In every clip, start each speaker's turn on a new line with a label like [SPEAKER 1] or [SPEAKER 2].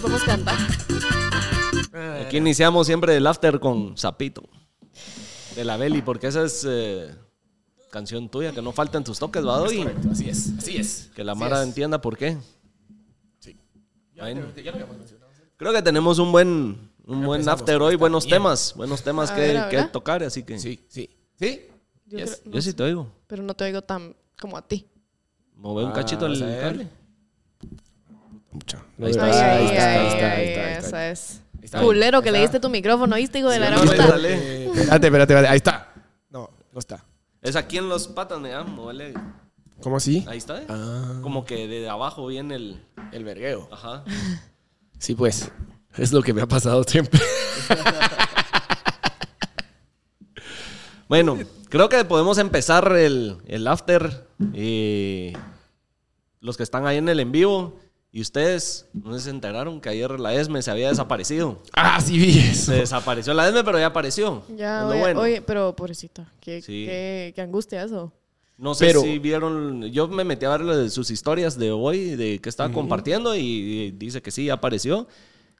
[SPEAKER 1] podemos cantar.
[SPEAKER 2] Aquí iniciamos siempre el after con Zapito. De la Beli, porque esa es eh, canción tuya, que no falta en tus toques, ¿va,
[SPEAKER 3] Es
[SPEAKER 2] Doggy?
[SPEAKER 3] correcto, así es, así es.
[SPEAKER 2] Que la
[SPEAKER 3] así
[SPEAKER 2] Mara
[SPEAKER 3] es.
[SPEAKER 2] entienda por qué.
[SPEAKER 3] Sí.
[SPEAKER 2] Bueno.
[SPEAKER 3] Ya lo habíamos mencionado.
[SPEAKER 2] Creo que tenemos un buen, un buen
[SPEAKER 3] empezamos
[SPEAKER 2] after
[SPEAKER 3] con
[SPEAKER 2] hoy,
[SPEAKER 3] esta
[SPEAKER 2] buenos
[SPEAKER 3] mierda.
[SPEAKER 2] temas, buenos temas
[SPEAKER 1] A
[SPEAKER 2] que,
[SPEAKER 1] ver, a
[SPEAKER 2] que
[SPEAKER 1] ver.
[SPEAKER 2] tocar, así que...
[SPEAKER 3] Sí, sí. ¿Sí?
[SPEAKER 1] Yo
[SPEAKER 3] Yes.
[SPEAKER 1] creo- no
[SPEAKER 2] Yo sí
[SPEAKER 1] sé,
[SPEAKER 2] te oigo.
[SPEAKER 1] pero no te oigo tan como a ti.
[SPEAKER 2] Move un
[SPEAKER 3] Ah,
[SPEAKER 2] cachito el
[SPEAKER 3] vamos a ver.
[SPEAKER 2] cable.
[SPEAKER 3] Pucha.
[SPEAKER 2] Ahí está,
[SPEAKER 1] Ay,
[SPEAKER 2] ahí
[SPEAKER 1] ay,
[SPEAKER 2] está, ahí
[SPEAKER 1] ay,
[SPEAKER 2] está,
[SPEAKER 1] ay,
[SPEAKER 3] ahí está,
[SPEAKER 1] esa es.
[SPEAKER 3] Ahí está.
[SPEAKER 1] Culero que
[SPEAKER 3] Ahí
[SPEAKER 1] le
[SPEAKER 3] está.
[SPEAKER 1] diste tu micrófono, ¿oíste, hijo de la
[SPEAKER 2] Sí,
[SPEAKER 1] gran
[SPEAKER 2] no,
[SPEAKER 1] puta?
[SPEAKER 2] dale.
[SPEAKER 3] Eh, Espérate, espérate, espérate. Ahí está. No, no está.
[SPEAKER 2] Es aquí en los patas, ¿no? Muévele.
[SPEAKER 3] ¿Cómo así?
[SPEAKER 2] Ahí está, ¿eh?
[SPEAKER 3] Ah,
[SPEAKER 2] Como que de abajo viene el...
[SPEAKER 3] el vergueo.
[SPEAKER 2] Ajá.
[SPEAKER 3] Sí, pues. Es lo que me ha pasado siempre.
[SPEAKER 2] Bueno, creo que podemos empezar el, el after. Eh, los que están ahí en el en vivo y ustedes no se enteraron que ayer la ESME se había desaparecido.
[SPEAKER 3] Ah, sí, vi eso.
[SPEAKER 2] Se desapareció la ESME, pero ya apareció. Es
[SPEAKER 1] Ya,
[SPEAKER 2] lo
[SPEAKER 1] oye,
[SPEAKER 2] bueno.
[SPEAKER 1] oye, pero pobrecita, qué,
[SPEAKER 2] Sí.
[SPEAKER 1] qué, qué angustia eso.
[SPEAKER 2] No sé
[SPEAKER 3] Pero-
[SPEAKER 2] si vieron, yo me metí a ver lo de sus historias de hoy, de que estaba compartiendo y, y dice que sí, apareció.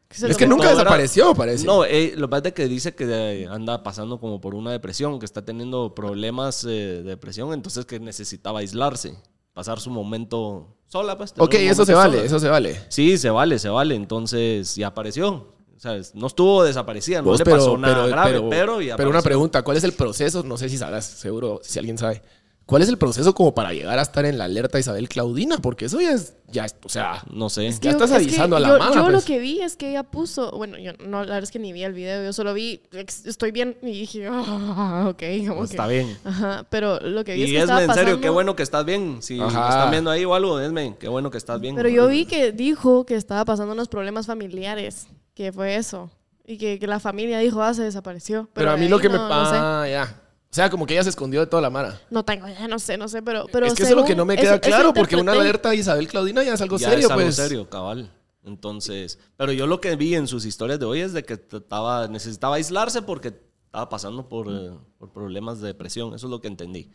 [SPEAKER 1] se
[SPEAKER 3] Es
[SPEAKER 1] lo-
[SPEAKER 3] que nunca
[SPEAKER 2] Todo era-
[SPEAKER 3] desapareció, parece.
[SPEAKER 2] No, eh, lo que pasa es que dice que eh, anda pasando como por una depresión, que está teniendo problemas eh, de depresión, entonces que necesitaba aislarse, pasar su momento sola. Pues, tener
[SPEAKER 3] Ok,
[SPEAKER 2] un
[SPEAKER 3] eso se
[SPEAKER 2] momento
[SPEAKER 3] vale,
[SPEAKER 2] sola.
[SPEAKER 3] eso se vale.
[SPEAKER 2] Sí, se vale, se vale, entonces ya apareció. O sea, es- no estuvo desaparecida, no
[SPEAKER 3] Vos,
[SPEAKER 2] le pasó nada grave, pero, ya
[SPEAKER 3] pero una
[SPEAKER 2] apareció.
[SPEAKER 3] pregunta, ¿cuál es el proceso? No sé si sabrás, seguro, si alguien sabe. ¿Cuál es el proceso como para llegar a estar en la alerta Isabel Claudina? Porque eso ya es, ya es- o sea,
[SPEAKER 2] No sé.
[SPEAKER 1] Es que
[SPEAKER 3] Ya
[SPEAKER 1] yo-
[SPEAKER 3] estás
[SPEAKER 1] es que
[SPEAKER 3] avisando a la
[SPEAKER 1] yo,
[SPEAKER 3] mala,
[SPEAKER 1] Yo lo
[SPEAKER 3] pues.
[SPEAKER 1] que vi es que ella puso, bueno, yo no, la verdad es que ni vi el video, yo solo vi, ex- estoy bien, y dije, ah, ok, como que-
[SPEAKER 2] Está bien.
[SPEAKER 1] Ajá, pero lo que vi es
[SPEAKER 2] Y
[SPEAKER 1] que estaba
[SPEAKER 2] Esme, en serio,
[SPEAKER 1] pasando-
[SPEAKER 2] qué bueno que estás bien. Si
[SPEAKER 3] Ajá.
[SPEAKER 2] me están viendo ahí o algo, Esme, qué bueno que estás bien.
[SPEAKER 1] Pero yo vi que dijo que estaba pasando unos problemas familiares, que fue eso, y que, que la familia dijo, ah, se desapareció. Pero,
[SPEAKER 3] pero a
[SPEAKER 1] de
[SPEAKER 3] mí lo
[SPEAKER 1] ahí
[SPEAKER 3] que me
[SPEAKER 1] no- no sé.
[SPEAKER 3] pasa, ya. O sea, como que ella se escondió de toda la mara.
[SPEAKER 1] No tengo, ya no sé, no sé, pero... pero
[SPEAKER 3] es que eso es lo
[SPEAKER 1] según-
[SPEAKER 3] que no me
[SPEAKER 1] eso-
[SPEAKER 3] queda
[SPEAKER 1] eso
[SPEAKER 3] claro, porque una
[SPEAKER 1] interpreté.
[SPEAKER 3] alerta Isabel Claudina ya es algo
[SPEAKER 2] ya
[SPEAKER 3] serio,
[SPEAKER 2] es algo
[SPEAKER 3] pues.
[SPEAKER 2] serio, cabal. Entonces, pero yo lo que vi en sus historias de hoy es de que trataba, necesitaba aislarse porque estaba pasando por, eh, por problemas de depresión. Eso es lo que entendí.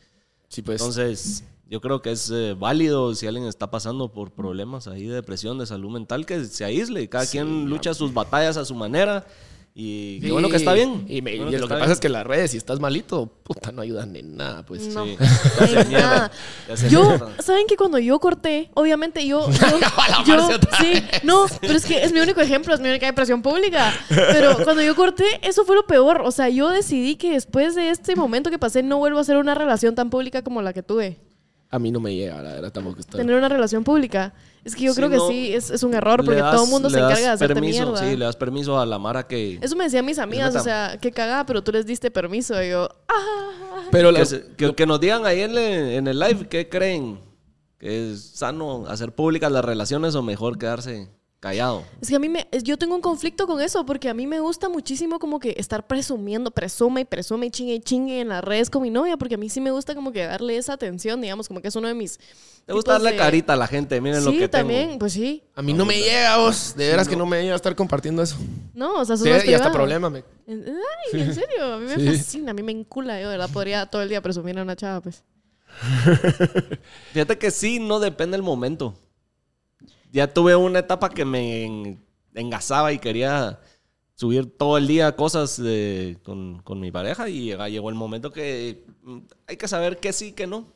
[SPEAKER 3] Sí, pues.
[SPEAKER 2] Entonces, yo creo que es eh, válido si alguien está pasando por problemas ahí de depresión, de salud mental, que se aísle. Cada quien lucha sus batallas a su manera. Y qué
[SPEAKER 3] Sí,
[SPEAKER 2] bueno que está bien.
[SPEAKER 3] Y, me-
[SPEAKER 2] Qué bueno
[SPEAKER 3] y lo que
[SPEAKER 2] está
[SPEAKER 3] pasa
[SPEAKER 2] bien.
[SPEAKER 3] es que las redes, si estás malito, puta, no ayudan en nada, pues.
[SPEAKER 1] No.
[SPEAKER 2] Sí, te hace
[SPEAKER 1] Ay,
[SPEAKER 2] mierda,
[SPEAKER 1] nada.
[SPEAKER 2] te hace
[SPEAKER 1] Yo,
[SPEAKER 2] mierda.
[SPEAKER 1] ¿saben que cuando yo corté, obviamente yo. yo-
[SPEAKER 3] la
[SPEAKER 1] yo-
[SPEAKER 3] Marcia otra
[SPEAKER 1] sí, no, pero es que es mi único ejemplo, es mi única depresión pública. Pero cuando yo corté, eso fue lo peor. O sea, yo decidí que después de este momento que pasé, no vuelvo a hacer una relación tan pública como la que tuve.
[SPEAKER 3] A mí no me llega, la verdad, tampoco está.
[SPEAKER 1] Tener una relación pública. Es que yo
[SPEAKER 2] Sí,
[SPEAKER 1] creo que
[SPEAKER 2] no.
[SPEAKER 1] sí, es, es un error,
[SPEAKER 2] Le
[SPEAKER 1] porque todo
[SPEAKER 2] das-
[SPEAKER 1] el mundo se
[SPEAKER 2] le das
[SPEAKER 1] encarga de hacerte
[SPEAKER 2] permiso,
[SPEAKER 1] mierda.
[SPEAKER 2] Sí, le das permiso a la Mara que.
[SPEAKER 1] Eso me decían mis amigas, o
[SPEAKER 2] neta.
[SPEAKER 1] sea, qué cagada, pero tú les diste permiso. Y yo, "Ah,
[SPEAKER 3] Pero
[SPEAKER 2] Que,
[SPEAKER 3] la,
[SPEAKER 2] se- que- que nos digan ahí en, le- en el live qué creen. ¿Que es sano hacer públicas las relaciones o mejor quedarse callado?
[SPEAKER 1] Es que a mí me, es- yo tengo un conflicto con eso porque a mí me gusta muchísimo como que estar presumiendo, presume y presume y chingue y chingue en las redes con mi novia porque a mí sí me gusta como que darle esa atención, digamos, como que es uno de mis...
[SPEAKER 2] Te gusta
[SPEAKER 1] tipos
[SPEAKER 2] darle
[SPEAKER 1] de-
[SPEAKER 2] carita a la gente, miren lo
[SPEAKER 1] Sí,
[SPEAKER 2] que
[SPEAKER 1] también,
[SPEAKER 2] tengo.
[SPEAKER 1] pues sí.
[SPEAKER 3] a mí no me llega, vos. De veras que no me llega estar compartiendo eso.
[SPEAKER 1] No, o sea,
[SPEAKER 3] Sí,
[SPEAKER 1] son
[SPEAKER 3] y hasta problema me
[SPEAKER 1] Ay, en serio, a mí me
[SPEAKER 3] Sí.
[SPEAKER 1] fascina, a mí me encula, yo, de ¿verdad? Podría todo el día presumir a una chava, pues.
[SPEAKER 2] Fíjate que sí, no depende el momento. Ya tuve una etapa que me en- engasaba y quería subir todo el día cosas de- con, con mi pareja y llega- llegó el momento que mm, hay que saber qué sí, qué no.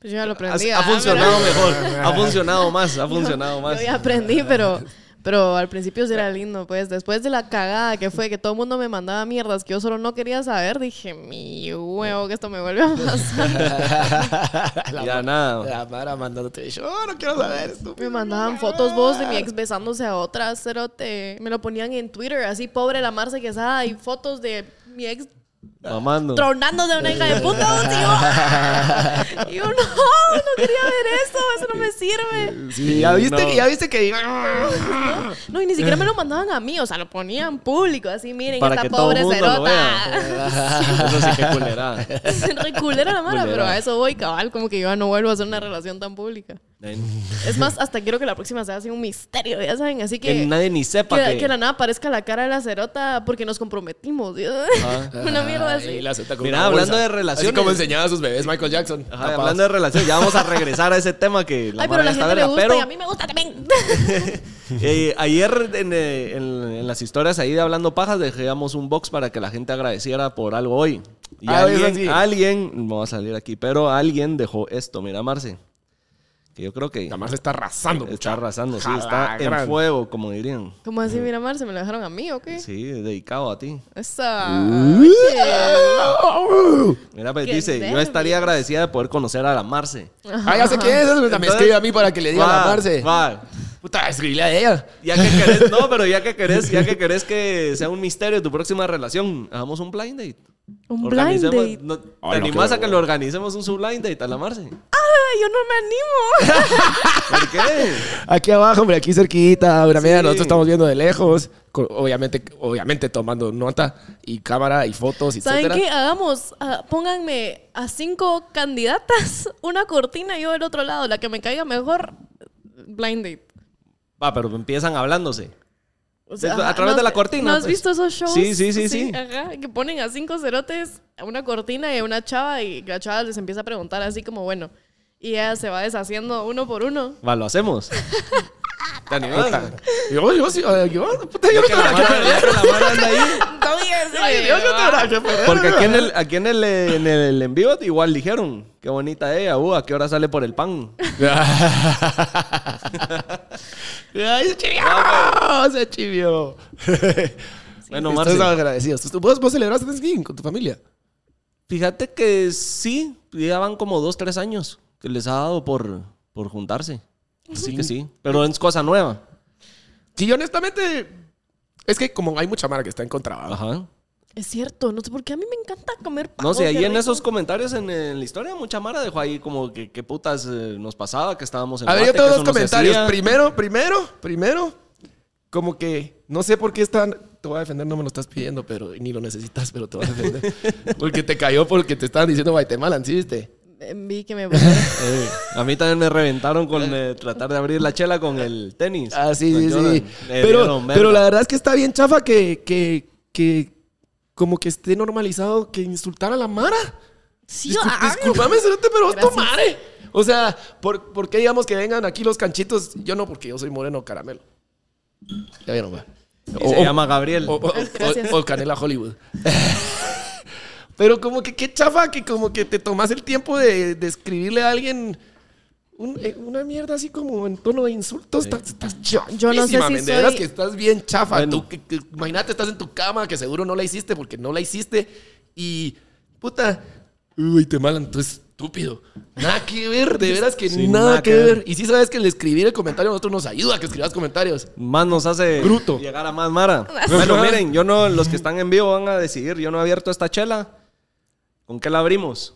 [SPEAKER 1] Pues yo ya lo
[SPEAKER 2] Ha,
[SPEAKER 1] aprendí.
[SPEAKER 2] ha
[SPEAKER 1] ah,
[SPEAKER 2] funcionado
[SPEAKER 1] pero-
[SPEAKER 2] mejor, ha funcionado más, ha funcionado más.
[SPEAKER 1] Yo ya aprendí, pero, pero al principio sí era lindo, pues. Después de la cagada que fue, que todo el mundo me mandaba mierdas que yo solo no quería saber, dije, mi huevo, que esto me vuelve a pasar.
[SPEAKER 3] La
[SPEAKER 2] Ya
[SPEAKER 3] ma-
[SPEAKER 2] nada.
[SPEAKER 3] La Mara mandándote. Yo no quiero saber esto.
[SPEAKER 1] Me mandaban fotos vos de mi ex besándose a otra, cerote. Me lo ponían en Twitter, así, pobre la Marce Quesada, y fotos de mi ex
[SPEAKER 2] Ah. Mamando.
[SPEAKER 1] tronándose a una hija de puta. vos, Y yo, y yo, no, no quería ver eso, eso no me sirve.
[SPEAKER 3] Sí, ya viste,
[SPEAKER 2] No.
[SPEAKER 3] que ya viste que.
[SPEAKER 1] No, y ni siquiera me lo mandaban a mí, o sea, lo ponían público, así, miren,
[SPEAKER 2] Eh. Para
[SPEAKER 1] esta
[SPEAKER 2] que todo
[SPEAKER 1] pobre
[SPEAKER 2] mundo lo
[SPEAKER 1] cerota.
[SPEAKER 2] vea. Eso sí que culerada.
[SPEAKER 1] Re culera la mala,
[SPEAKER 2] Culera.
[SPEAKER 1] pero a eso voy, cabal. Como que yo ya no vuelvo a hacer una relación tan pública.
[SPEAKER 2] Ven.
[SPEAKER 1] Es más, hasta quiero que la próxima sea así un misterio, ya saben. Así que.
[SPEAKER 2] Que nadie ni sepa
[SPEAKER 1] que-
[SPEAKER 2] que-
[SPEAKER 1] que la nada aparezca la cara de la cerota porque nos comprometimos. ¿sí?
[SPEAKER 2] Ah.
[SPEAKER 1] Una mierda así.
[SPEAKER 3] Y la acepta con
[SPEAKER 2] Mira,
[SPEAKER 3] una
[SPEAKER 2] hablando
[SPEAKER 3] bolsa.
[SPEAKER 2] de relaciones.
[SPEAKER 3] Así como enseñaba a sus bebés Michael Jackson.
[SPEAKER 2] Ajá, hablando de relación, ya vamos a regresar a ese tema que la
[SPEAKER 1] Ay,
[SPEAKER 2] Mara
[SPEAKER 1] pero
[SPEAKER 2] ya
[SPEAKER 1] la
[SPEAKER 2] está
[SPEAKER 1] gente le
[SPEAKER 2] verga,
[SPEAKER 1] gusta
[SPEAKER 2] pero
[SPEAKER 1] y a mí me gusta también.
[SPEAKER 2] Eh, ayer en, eh, en- en las historias ahí de Hablando Pajas dejamos un box para que la gente agradeciera por algo hoy. Y
[SPEAKER 3] Ah, eso
[SPEAKER 2] alguien,
[SPEAKER 3] sí.
[SPEAKER 2] alguien, no va a salir aquí, pero alguien dejó esto, mira Marce. Que yo creo que
[SPEAKER 3] La Marce está arrasando.
[SPEAKER 2] está arrasando, sí,
[SPEAKER 3] Jala,
[SPEAKER 2] está en
[SPEAKER 3] gran.
[SPEAKER 2] fuego, como dirían.
[SPEAKER 1] ¿Cómo así, mira, Mar? ¿Se me lo dejaron a mí o qué?
[SPEAKER 2] Sí, Uh. dedicado a ti.
[SPEAKER 1] Esa.
[SPEAKER 2] Mira, pues
[SPEAKER 1] Qué
[SPEAKER 2] dice, yo
[SPEAKER 1] nervios.
[SPEAKER 2] estaría agradecida de poder conocer a la Marce.
[SPEAKER 3] Ah, ya sé quién es. Me
[SPEAKER 2] Entonces-
[SPEAKER 3] escribe a mí para que le diga a
[SPEAKER 2] Va,
[SPEAKER 3] la Marce.
[SPEAKER 2] va.
[SPEAKER 3] Puta, escribile a ella.
[SPEAKER 2] Ya que querés, no, pero ya que querés, ya que querés que sea un misterio tu próxima relación, hagamos un blind date.
[SPEAKER 1] Un blind
[SPEAKER 2] Organicemos-
[SPEAKER 1] date.
[SPEAKER 2] no- ¿Te
[SPEAKER 3] Ay, no,
[SPEAKER 2] animás
[SPEAKER 3] qué
[SPEAKER 2] a que lo organicemos un sub-blind date a la Marce?
[SPEAKER 1] Ay, yo no me animo.
[SPEAKER 2] ¿Por qué?
[SPEAKER 3] Aquí abajo, hombre, aquí cerquita. Mira, mira,
[SPEAKER 2] Sí.
[SPEAKER 3] nosotros estamos viendo de lejos. co- Obviamente, obviamente tomando nota y cámara y fotos,
[SPEAKER 1] ¿Saben
[SPEAKER 3] etcétera.
[SPEAKER 1] qué? Hagamos, ah, pónganme a cinco candidatas, una cortina y yo del otro lado, la que me caiga mejor, blind date.
[SPEAKER 2] Va, pero empiezan hablándose.
[SPEAKER 1] O
[SPEAKER 2] De- a
[SPEAKER 1] ajá,
[SPEAKER 2] través de la
[SPEAKER 1] ¿No
[SPEAKER 2] cortina,
[SPEAKER 1] has
[SPEAKER 2] pues.
[SPEAKER 1] visto esos shows?
[SPEAKER 2] Sí, sí, sí, sí.
[SPEAKER 1] Ajá, que ponen a cinco cerotes, a una cortina y a una chava y la chava les empieza a preguntar así como, bueno, y ella se va deshaciendo uno por uno.
[SPEAKER 2] Va, lo hacemos. ¿Te animás?
[SPEAKER 3] Yo, yo, sí, eh, yo, puta, yo
[SPEAKER 2] Yo
[SPEAKER 3] no
[SPEAKER 2] que la
[SPEAKER 3] tengo nada que
[SPEAKER 2] Mara-
[SPEAKER 3] perder.
[SPEAKER 2] yo que la Mara anda ahí.
[SPEAKER 1] Ay,
[SPEAKER 3] Yo no tengo nada que perder.
[SPEAKER 2] Porque aquí en el, aquí en el, eh, en el en vivo igual dijeron, qué bonita ella, uh, a qué hora sale por el pan.
[SPEAKER 3] Ay, se chivió. Se chivió.
[SPEAKER 2] Bueno,
[SPEAKER 3] Estás
[SPEAKER 2] Marce.
[SPEAKER 3] agradecidos. ¿Tú- ¿Vos, vos celebraste Thanksgiving con tu familia?
[SPEAKER 2] Fíjate que sí, ya van como dos, tres años que les ha dado por, por juntarse. Así que sí, pero es cosa nueva.
[SPEAKER 3] Sí, honestamente, es que como hay mucha mara que está en contrabando.
[SPEAKER 2] Ajá.
[SPEAKER 1] Es cierto, no sé por qué a mí me encanta comer pavo.
[SPEAKER 2] No sé,
[SPEAKER 1] qué
[SPEAKER 2] ahí en
[SPEAKER 1] rico.
[SPEAKER 2] esos comentarios en, en la historia, mucha Mara dejó ahí como que qué putas eh, nos pasaba, que estábamos en
[SPEAKER 3] A ver, yo
[SPEAKER 2] Guate,
[SPEAKER 3] tengo
[SPEAKER 2] que
[SPEAKER 3] dos
[SPEAKER 2] eso no se
[SPEAKER 3] comentarios.
[SPEAKER 2] hacía.
[SPEAKER 3] Primero, primero, primero, como que no sé por qué están. Te voy a defender, no me lo estás pidiendo, pero ni lo necesitas, pero te voy a defender. porque te cayó porque te estaban diciendo Guatemala, ¿sí viste?
[SPEAKER 1] Eh, Vi que me borraron.
[SPEAKER 2] Eh, a mí también me reventaron con eh, tratar de abrir la chela con el tenis.
[SPEAKER 3] Ah, sí,
[SPEAKER 2] Con
[SPEAKER 3] sí,
[SPEAKER 2] Jordan.
[SPEAKER 3] sí.
[SPEAKER 2] Me
[SPEAKER 3] Pero,
[SPEAKER 2] dieron
[SPEAKER 3] pero
[SPEAKER 2] verga.
[SPEAKER 3] la verdad es que está bien chafa que, que, que como que esté normalizado que insultar a la Mara.
[SPEAKER 1] Sí, yo-
[SPEAKER 3] Disculpame,
[SPEAKER 1] ah,
[SPEAKER 3] disculpame, cerote, pero vos
[SPEAKER 1] Gracias.
[SPEAKER 3] tomare. O sea, ¿por, ¿por qué digamos que vengan aquí los canchitos? Yo no, porque yo soy moreno caramelo. Ya vieron, va.
[SPEAKER 2] Y se llama Gabriel.
[SPEAKER 3] O, o- o-
[SPEAKER 1] Gracias.
[SPEAKER 3] o Canela Hollywood. Pero como que qué chafa que como que te tomas el tiempo de, de escribirle a alguien un- eh, una mierda así como en tono de insulto. Estás, estás
[SPEAKER 1] Yo no sé si
[SPEAKER 3] chafísima, men, de veras
[SPEAKER 1] soy-
[SPEAKER 3] que estás bien chafa.
[SPEAKER 2] Bueno.
[SPEAKER 3] Tú que- que- imagínate, estás en tu cama que seguro no la hiciste porque no la hiciste y puta, uy, te malan, tú estúpido. Nada que ver, de veras que
[SPEAKER 2] Sí,
[SPEAKER 3] nada, que ver. Y sí sabes que el escribir el comentario a nosotros nos ayuda a que escribas comentarios.
[SPEAKER 2] Más nos hace
[SPEAKER 3] Bruto.
[SPEAKER 2] llegar a más Mara.
[SPEAKER 1] Así.
[SPEAKER 2] Bueno, miren, yo no, los que están en vivo van a decidir. Yo no he abierto esta chela. ¿Con qué la abrimos?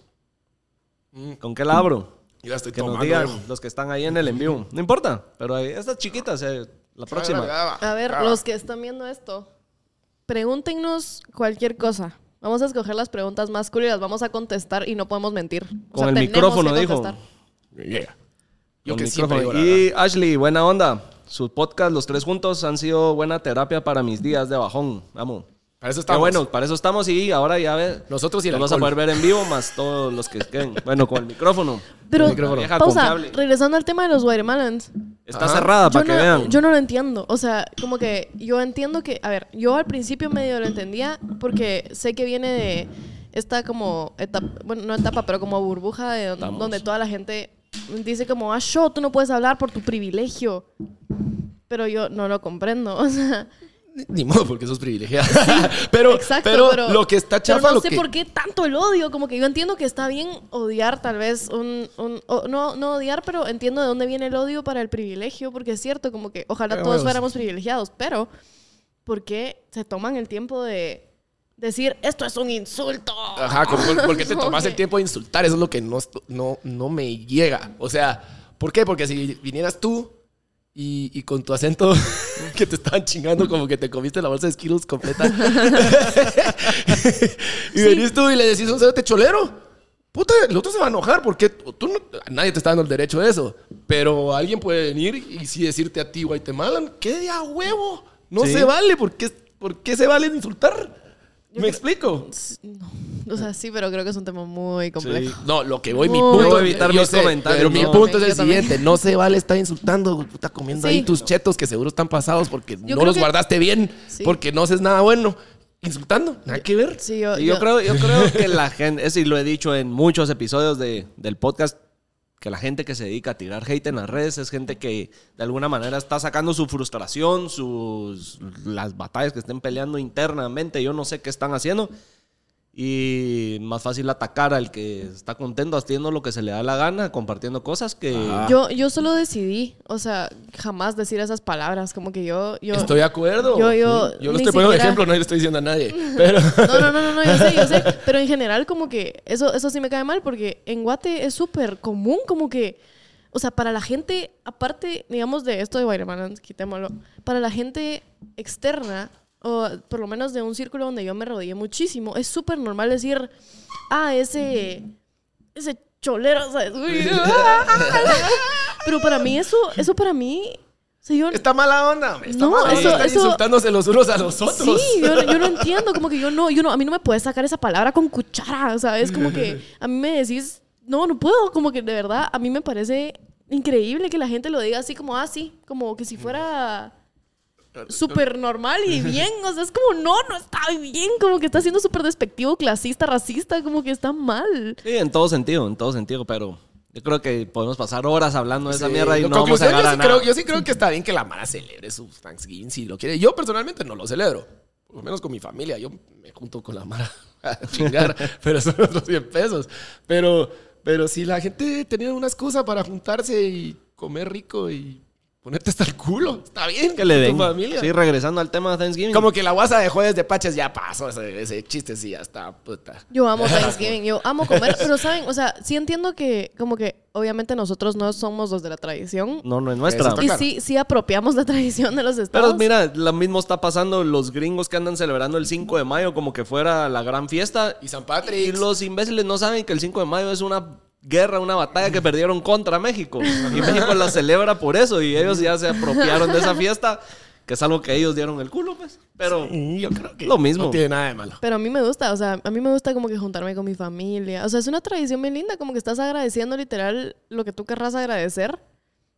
[SPEAKER 2] ¿Con qué la abro?
[SPEAKER 3] Yo la Mm. estoy
[SPEAKER 2] Que
[SPEAKER 3] tomando.
[SPEAKER 2] nos digan
[SPEAKER 3] güey.
[SPEAKER 2] los que están ahí en el en vivo. No importa, pero ahí- estas chiquitas, eh, la próxima.
[SPEAKER 1] A ver,
[SPEAKER 2] Ah.
[SPEAKER 1] los que están viendo esto, pregúntenos cualquier cosa. Vamos a escoger las preguntas más cool y las vamos a contestar y no podemos mentir. O
[SPEAKER 2] Con
[SPEAKER 1] sea,
[SPEAKER 2] el
[SPEAKER 1] tenemos
[SPEAKER 2] micrófono,
[SPEAKER 1] que
[SPEAKER 2] dijo.
[SPEAKER 1] contestar.
[SPEAKER 3] Yeah. Yo
[SPEAKER 2] Con
[SPEAKER 3] que
[SPEAKER 2] el
[SPEAKER 3] siempre
[SPEAKER 2] micrófono.
[SPEAKER 3] digo la
[SPEAKER 2] Y Ashley, buena onda. Sus podcasts, los tres juntos, han sido buena terapia para mis días de bajón. Amo.
[SPEAKER 3] verdad. Para eso
[SPEAKER 2] Qué
[SPEAKER 3] estamos.
[SPEAKER 2] bueno, para eso estamos y ahora ya ve,
[SPEAKER 3] Nosotros y el
[SPEAKER 2] nos vas a
[SPEAKER 3] alcohol.
[SPEAKER 2] poder ver en vivo más todos los que estén. Bueno, con el micrófono.
[SPEAKER 1] Pero,
[SPEAKER 2] El micrófono. Vieja
[SPEAKER 1] pausa,
[SPEAKER 2] confiable.
[SPEAKER 1] regresando al tema de los Watermelons.
[SPEAKER 2] Está
[SPEAKER 3] Ajá.
[SPEAKER 2] cerrada
[SPEAKER 1] Yo
[SPEAKER 2] para que
[SPEAKER 1] no,
[SPEAKER 2] vean.
[SPEAKER 1] yo no lo entiendo. O sea, como que yo entiendo que, a ver, yo al principio medio lo entendía porque sé que viene de esta como etapa, bueno, no etapa, pero como burbuja de don-
[SPEAKER 2] Estamos.
[SPEAKER 1] donde toda la gente dice como, ah, yo, tú no puedes hablar por tu privilegio. Pero yo no lo comprendo. O sea,
[SPEAKER 3] Ni modo, porque sos privilegiada. pero,
[SPEAKER 1] Exacto,
[SPEAKER 3] pero,
[SPEAKER 1] pero,
[SPEAKER 3] lo que está
[SPEAKER 1] pero
[SPEAKER 3] chafa,
[SPEAKER 1] no
[SPEAKER 3] lo
[SPEAKER 1] sé
[SPEAKER 3] que...
[SPEAKER 1] por qué tanto el odio. Como que yo entiendo que está bien odiar, tal vez, un, un- o- no, no odiar, pero entiendo de dónde viene el odio para el privilegio, porque es cierto, como que ojalá
[SPEAKER 3] Ah,
[SPEAKER 1] todos
[SPEAKER 3] huevos.
[SPEAKER 1] fuéramos privilegiados, pero ¿por qué se toman el tiempo de decir esto es un insulto?
[SPEAKER 3] Ajá, como por, por qué te
[SPEAKER 1] Como
[SPEAKER 3] tomas el
[SPEAKER 1] que-
[SPEAKER 3] tiempo de insultar? Eso es lo que no, est- no, no me llega. O sea, ¿por qué? Porque si vinieras tú y, y con tu acento que te estaban chingando como que te comiste la bolsa de Skittles completa y
[SPEAKER 1] Sí.
[SPEAKER 3] venís tú y le decís un cerote cholero. Puta, el otro se va a enojar porque tú no- nadie te está dando el derecho de eso. Pero alguien puede venir y sí decirte a ti, Guatemala, ¿qué de a huevo? No
[SPEAKER 2] Sí.
[SPEAKER 3] se vale. ¿Por qué, por qué se vale insultar? ¿Me explico?
[SPEAKER 1] No, O sea, sí, pero creo que es un tema muy complejo.
[SPEAKER 3] No, lo que voy, mi
[SPEAKER 1] No.
[SPEAKER 3] punto.
[SPEAKER 1] Yo voy a
[SPEAKER 2] evitar mis
[SPEAKER 3] sé,
[SPEAKER 2] comentarios,
[SPEAKER 3] Pero mi
[SPEAKER 2] no.
[SPEAKER 3] punto es
[SPEAKER 1] Yo
[SPEAKER 3] el
[SPEAKER 1] también.
[SPEAKER 3] siguiente: no se vale estar insultando, puta, comiendo ahí
[SPEAKER 1] Sí.
[SPEAKER 3] tus chetos que seguro están pasados porque no
[SPEAKER 1] creo
[SPEAKER 3] los
[SPEAKER 1] que-
[SPEAKER 3] guardaste bien,
[SPEAKER 1] Sí.
[SPEAKER 3] porque no haces nada bueno. Insultando, nada que ver.
[SPEAKER 1] Sí, yo,
[SPEAKER 2] Y yo,
[SPEAKER 1] yo-
[SPEAKER 2] creo, yo creo que la gente, eso y lo he dicho en muchos episodios de- del podcast, que la gente que se dedica a tirar hate en las redes es gente que de alguna manera está sacando su frustración, sus, las batallas que estén peleando internamente, yo no sé qué están haciendo. Y más fácil atacar al que está contento haciendo lo que se le da la gana, compartiendo cosas que...
[SPEAKER 3] Ajá.
[SPEAKER 1] yo, yo solo decidí, o sea, jamás decir esas palabras. Como que yo. yo
[SPEAKER 3] Estoy de acuerdo.
[SPEAKER 1] Yo- yo
[SPEAKER 3] Sí. yo lo
[SPEAKER 1] ni
[SPEAKER 3] estoy poniendo de
[SPEAKER 1] siquiera-
[SPEAKER 3] ejemplo, no le estoy diciendo a nadie. Pero.
[SPEAKER 1] No, no, no, no, no, yo sé, yo sé. Pero en general, como que eso, eso sí me cae mal porque en Guate es súper común, como que. O sea, para la gente, aparte, digamos, de esto de Guayamanans, quitémoslo. Para la gente externa, o por lo menos de un círculo donde yo me rodeé muchísimo, es súper normal decir, ah, ese. Ese cholero, ¿sabes? Uy, ah". Pero para mí, eso, eso para mí. O sea, yo,
[SPEAKER 3] Está mala onda. hombre, Está
[SPEAKER 1] No,
[SPEAKER 3] mala onda.
[SPEAKER 1] eso-
[SPEAKER 3] Están
[SPEAKER 1] eso-
[SPEAKER 3] insultándose los unos a los otros.
[SPEAKER 1] Sí, yo, no- yo no entiendo, como que yo no, yo no, a mí no me puedes sacar esa palabra con cuchara, o sea, es como que a mí me decís, no, no puedo, como que de verdad, a mí me parece increíble que la gente lo diga así como así, como que si fuera súper normal y bien, o sea, es como, no, no está bien, como que está siendo súper despectivo, clasista, racista, como que está mal.
[SPEAKER 2] Sí, en todo sentido, en todo sentido, pero yo creo que podemos pasar horas hablando de esa
[SPEAKER 3] Sí,
[SPEAKER 2] mierda y
[SPEAKER 3] no,
[SPEAKER 2] no vamos a
[SPEAKER 3] conclusión,
[SPEAKER 2] llegar
[SPEAKER 3] yo
[SPEAKER 2] a
[SPEAKER 3] sí,
[SPEAKER 2] nada.
[SPEAKER 3] creo, yo sí creo que está bien que la Mara celebre su Thanksgiving si lo quiere. Yo personalmente no lo celebro. Por lo menos con mi familia. Yo me junto con la Mara a chingar, pero son otros 100 pesos. Pero, pero si la gente tenía una excusa para juntarse y comer rico y ponerte hasta el culo, está bien
[SPEAKER 2] Que le
[SPEAKER 3] con
[SPEAKER 2] den.
[SPEAKER 3] tu familia.
[SPEAKER 2] Sí, regresando al tema de Thanksgiving.
[SPEAKER 3] Como que la guasa de jueves de paches ya pasó ese, ese chiste, sí, ya está, puta.
[SPEAKER 1] Yo amo Thanksgiving, yo amo comer, pero saben, o sea, sí entiendo que como que obviamente nosotros no somos los de la tradición.
[SPEAKER 2] No, no es nuestra.
[SPEAKER 3] Eso
[SPEAKER 1] Y
[SPEAKER 3] Claro.
[SPEAKER 1] sí, sí apropiamos la tradición de los estados.
[SPEAKER 2] Pero mira, lo mismo está pasando los gringos que andan celebrando el 5 de mayo como que fuera la gran fiesta.
[SPEAKER 3] Y San
[SPEAKER 2] Y
[SPEAKER 3] Patrick.
[SPEAKER 2] los imbéciles no saben que el 5 de mayo es una guerra, una batalla que perdieron contra México. Y México la celebra por eso y ellos ya se apropiaron de esa fiesta, que es algo que ellos dieron el culo, pues. Pero
[SPEAKER 3] Yo creo que
[SPEAKER 2] Lo mismo.
[SPEAKER 3] No tiene nada de malo.
[SPEAKER 1] Pero a mí me gusta, o sea, a mí me gusta como que juntarme con mi familia. O sea, es una tradición bien linda, como que estás agradeciendo literal lo que tú querrás agradecer.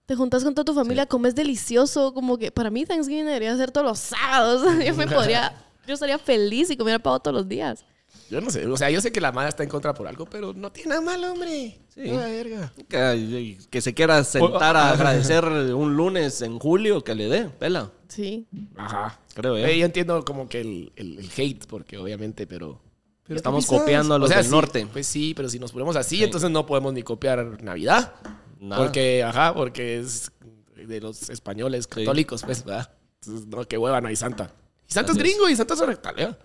[SPEAKER 1] Te juntas con toda tu familia, comes delicioso, como que para mí Thanksgiving debería ser todos los sábados. Yo me podría, yo estaría feliz si comiera pavo todos los días.
[SPEAKER 3] Yo no sé, o sea, yo sé que la mala está en contra por algo, pero no tiene nada malo, hombre.
[SPEAKER 2] Sí.
[SPEAKER 3] Una verga.
[SPEAKER 2] que, que se quiera sentar a agradecer un lunes en julio, que le dé, pela,
[SPEAKER 1] Sí.
[SPEAKER 3] Ajá.
[SPEAKER 2] creo yo.
[SPEAKER 3] yo entiendo como que el, el- el hate, porque obviamente, pero. pero
[SPEAKER 2] Estamos
[SPEAKER 3] quizás-
[SPEAKER 2] copiando a los del
[SPEAKER 3] sí,
[SPEAKER 2] norte.
[SPEAKER 3] Pues sí, pero si nos ponemos así, entonces no podemos ni copiar Navidad.
[SPEAKER 2] Nada.
[SPEAKER 3] Porque, ajá, porque es de los españoles católicos, pues, ¿verdad? Entonces, no, que hueva, no hay santa. Y santa es
[SPEAKER 2] Así es.
[SPEAKER 3] gringo y santa es ¿eh? rectalea.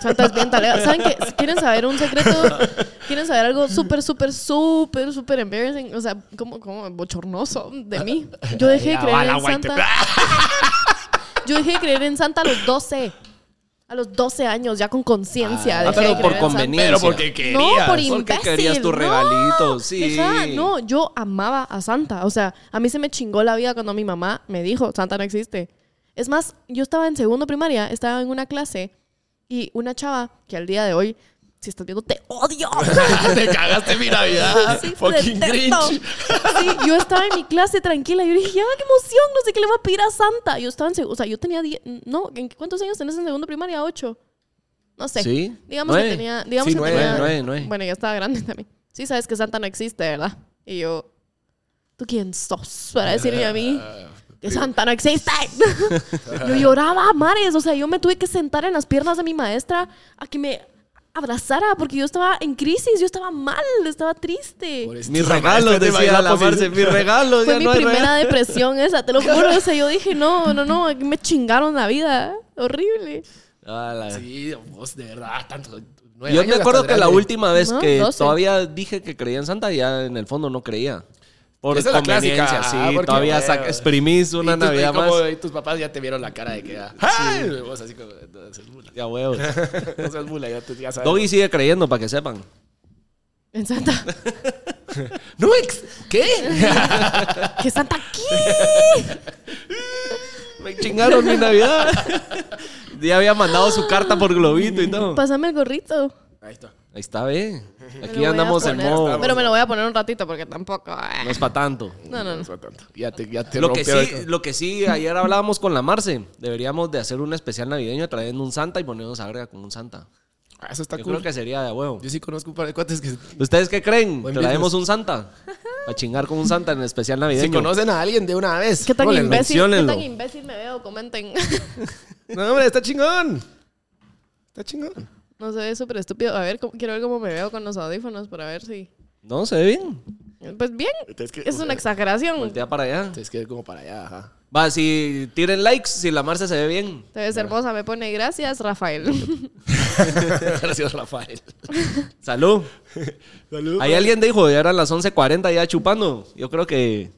[SPEAKER 1] Santas bien talegas. ¿Saben qué? Si ¿Quieren saber un secreto? ¿Quieren saber algo súper, súper, súper, súper embarrassing? O sea, como, como bochornoso de mí. Yo dejé de
[SPEAKER 3] Ya va
[SPEAKER 1] creer
[SPEAKER 3] la
[SPEAKER 1] en
[SPEAKER 3] guay, te-
[SPEAKER 1] Santa. Yo dejé de creer en Santa a los 12. A los 12 años, ya con conciencia.
[SPEAKER 2] Ah,
[SPEAKER 1] dejé
[SPEAKER 2] pero
[SPEAKER 1] de creer
[SPEAKER 2] por
[SPEAKER 1] en Santa.
[SPEAKER 2] conveniencia.
[SPEAKER 3] Pero porque querías.
[SPEAKER 1] No, por imbécil.
[SPEAKER 2] Porque querías tu regalito,
[SPEAKER 1] no.
[SPEAKER 2] sí.
[SPEAKER 1] Ajá, no, yo amaba a Santa. O sea, a mí se me chingó la vida cuando mi mamá me dijo, Santa no existe. Es más, yo estaba en segundo primaria, estaba en una clase y una chava que al día de hoy, si estás viendo, te odio.
[SPEAKER 3] Te cagaste mi Navidad.
[SPEAKER 1] Sí,
[SPEAKER 3] Fucking
[SPEAKER 1] detesto.
[SPEAKER 3] Grinch.
[SPEAKER 1] Sí, yo estaba en mi clase tranquila. Yo dije, ah, qué emoción, no sé qué le voy a pedir a Santa. Yo estaba en seg- o sea, yo tenía 10, no, ¿en cuántos años tenés en segundo primaria? 8. No sé.
[SPEAKER 2] Sí,
[SPEAKER 1] Digamos
[SPEAKER 2] nueve.
[SPEAKER 1] que tenía, digamos
[SPEAKER 3] Sí,
[SPEAKER 1] que
[SPEAKER 3] nueve,
[SPEAKER 1] tenía-
[SPEAKER 2] nueve, nueve.
[SPEAKER 1] Bueno, ya estaba grande también. Sí, sabes que Santa no existe, ¿verdad? Y yo, ¿tú quién sos para decirme a mí? Que Santa no existe. yo lloraba, mares. O sea, yo me tuve que sentar en las piernas de mi maestra a que me abrazara porque yo estaba en crisis, yo estaba mal, estaba triste.
[SPEAKER 3] Por eso
[SPEAKER 2] Mis
[SPEAKER 3] te
[SPEAKER 2] regalos,
[SPEAKER 3] sacaste de
[SPEAKER 2] decía la
[SPEAKER 3] bailar, pues,
[SPEAKER 2] Marce,
[SPEAKER 3] sí.
[SPEAKER 2] mis regalos,
[SPEAKER 1] Fue
[SPEAKER 2] ya
[SPEAKER 1] mi
[SPEAKER 2] no hay
[SPEAKER 1] primera
[SPEAKER 2] regalos.
[SPEAKER 1] depresión esa, te lo juro. O sea, yo dije, no, no, no, aquí me chingaron la vida. Horrible.
[SPEAKER 2] Ah, la-
[SPEAKER 3] Sí, vos, de verdad, tanto. nueve
[SPEAKER 2] Yo
[SPEAKER 3] años
[SPEAKER 2] me acuerdo que
[SPEAKER 3] estás
[SPEAKER 2] la
[SPEAKER 3] grande.
[SPEAKER 2] última vez
[SPEAKER 1] No,
[SPEAKER 2] que
[SPEAKER 1] 12.
[SPEAKER 2] todavía dije que creía en Santa, ya en el fondo no creía. Por
[SPEAKER 3] Esa es la
[SPEAKER 2] conveniencia,
[SPEAKER 3] clásica,
[SPEAKER 2] sí.
[SPEAKER 3] ah, porque,
[SPEAKER 2] todavía
[SPEAKER 3] bueno,
[SPEAKER 2] sac- exprimís
[SPEAKER 3] Y
[SPEAKER 2] una
[SPEAKER 3] tus-
[SPEAKER 2] Navidad
[SPEAKER 3] y como-
[SPEAKER 2] más.
[SPEAKER 3] Y tus papás ya te vieron la cara de que ya. ¡Ay! Vos así como. No seas mula.
[SPEAKER 2] Ya huevos.
[SPEAKER 3] No seas mula, ya, te, ya sabes.
[SPEAKER 2] Doggy sigue creyendo, para que sepan.
[SPEAKER 1] En Santa.
[SPEAKER 3] No, ex. ¿Qué?
[SPEAKER 1] ¿Qué Santa aquí?
[SPEAKER 2] Me chingaron mi Navidad. ya había mandado su carta por globito y todo.
[SPEAKER 1] Pásame el gorrito.
[SPEAKER 3] Ahí está.
[SPEAKER 2] Ahí está, ve.
[SPEAKER 1] Me lo
[SPEAKER 2] Aquí
[SPEAKER 1] voy a
[SPEAKER 2] andamos en
[SPEAKER 1] poner.
[SPEAKER 2] modo.
[SPEAKER 1] Pero me lo voy a poner un ratito porque tampoco. eh.
[SPEAKER 2] No es para tanto.
[SPEAKER 1] No, no, no.
[SPEAKER 3] fue tanto. Ya te, ya te
[SPEAKER 2] Lo que,
[SPEAKER 3] rompieron
[SPEAKER 2] sí,
[SPEAKER 3] el-
[SPEAKER 2] lo que sí, ayer hablábamos con la Marce. Deberíamos de hacer un especial navideño trayendo un santa y ponernos a verga con un santa.
[SPEAKER 3] Ah, eso está
[SPEAKER 2] Yo
[SPEAKER 3] cool.
[SPEAKER 2] creo que sería de a huevo.
[SPEAKER 3] Yo sí conozco un par de cuates que...
[SPEAKER 2] ¿Ustedes qué creen?
[SPEAKER 3] Buen
[SPEAKER 2] ¿Traemos un santa? A chingar con un santa en el especial
[SPEAKER 3] Si
[SPEAKER 2] navideño.
[SPEAKER 3] conocen a alguien de una vez.
[SPEAKER 1] ¿Qué tan,
[SPEAKER 3] rólenlo.
[SPEAKER 1] imbécil, qué
[SPEAKER 2] menciónenlo.
[SPEAKER 1] tan imbécil me veo? Comenten.
[SPEAKER 3] No, hombre, está chingón. Está chingón.
[SPEAKER 1] no se ve súper estúpido. A ver, cómo- quiero ver cómo me veo con los audífonos para ver si.
[SPEAKER 2] No, se ve bien.
[SPEAKER 1] Pues bien,
[SPEAKER 3] Tienes que-
[SPEAKER 1] es una exageración.
[SPEAKER 2] Eh, Voltea para allá.
[SPEAKER 3] Tienes que ir como para allá, ajá.
[SPEAKER 2] Va, si tiren likes, si la Marce se ve bien.
[SPEAKER 1] Te ves hermosa, me pone gracias, Rafael.
[SPEAKER 3] Gracias, Rafael.
[SPEAKER 2] Salud.
[SPEAKER 3] Saludos.
[SPEAKER 2] Ahí alguien dijo, ya eran las 11.40 ya chupando. Yo creo que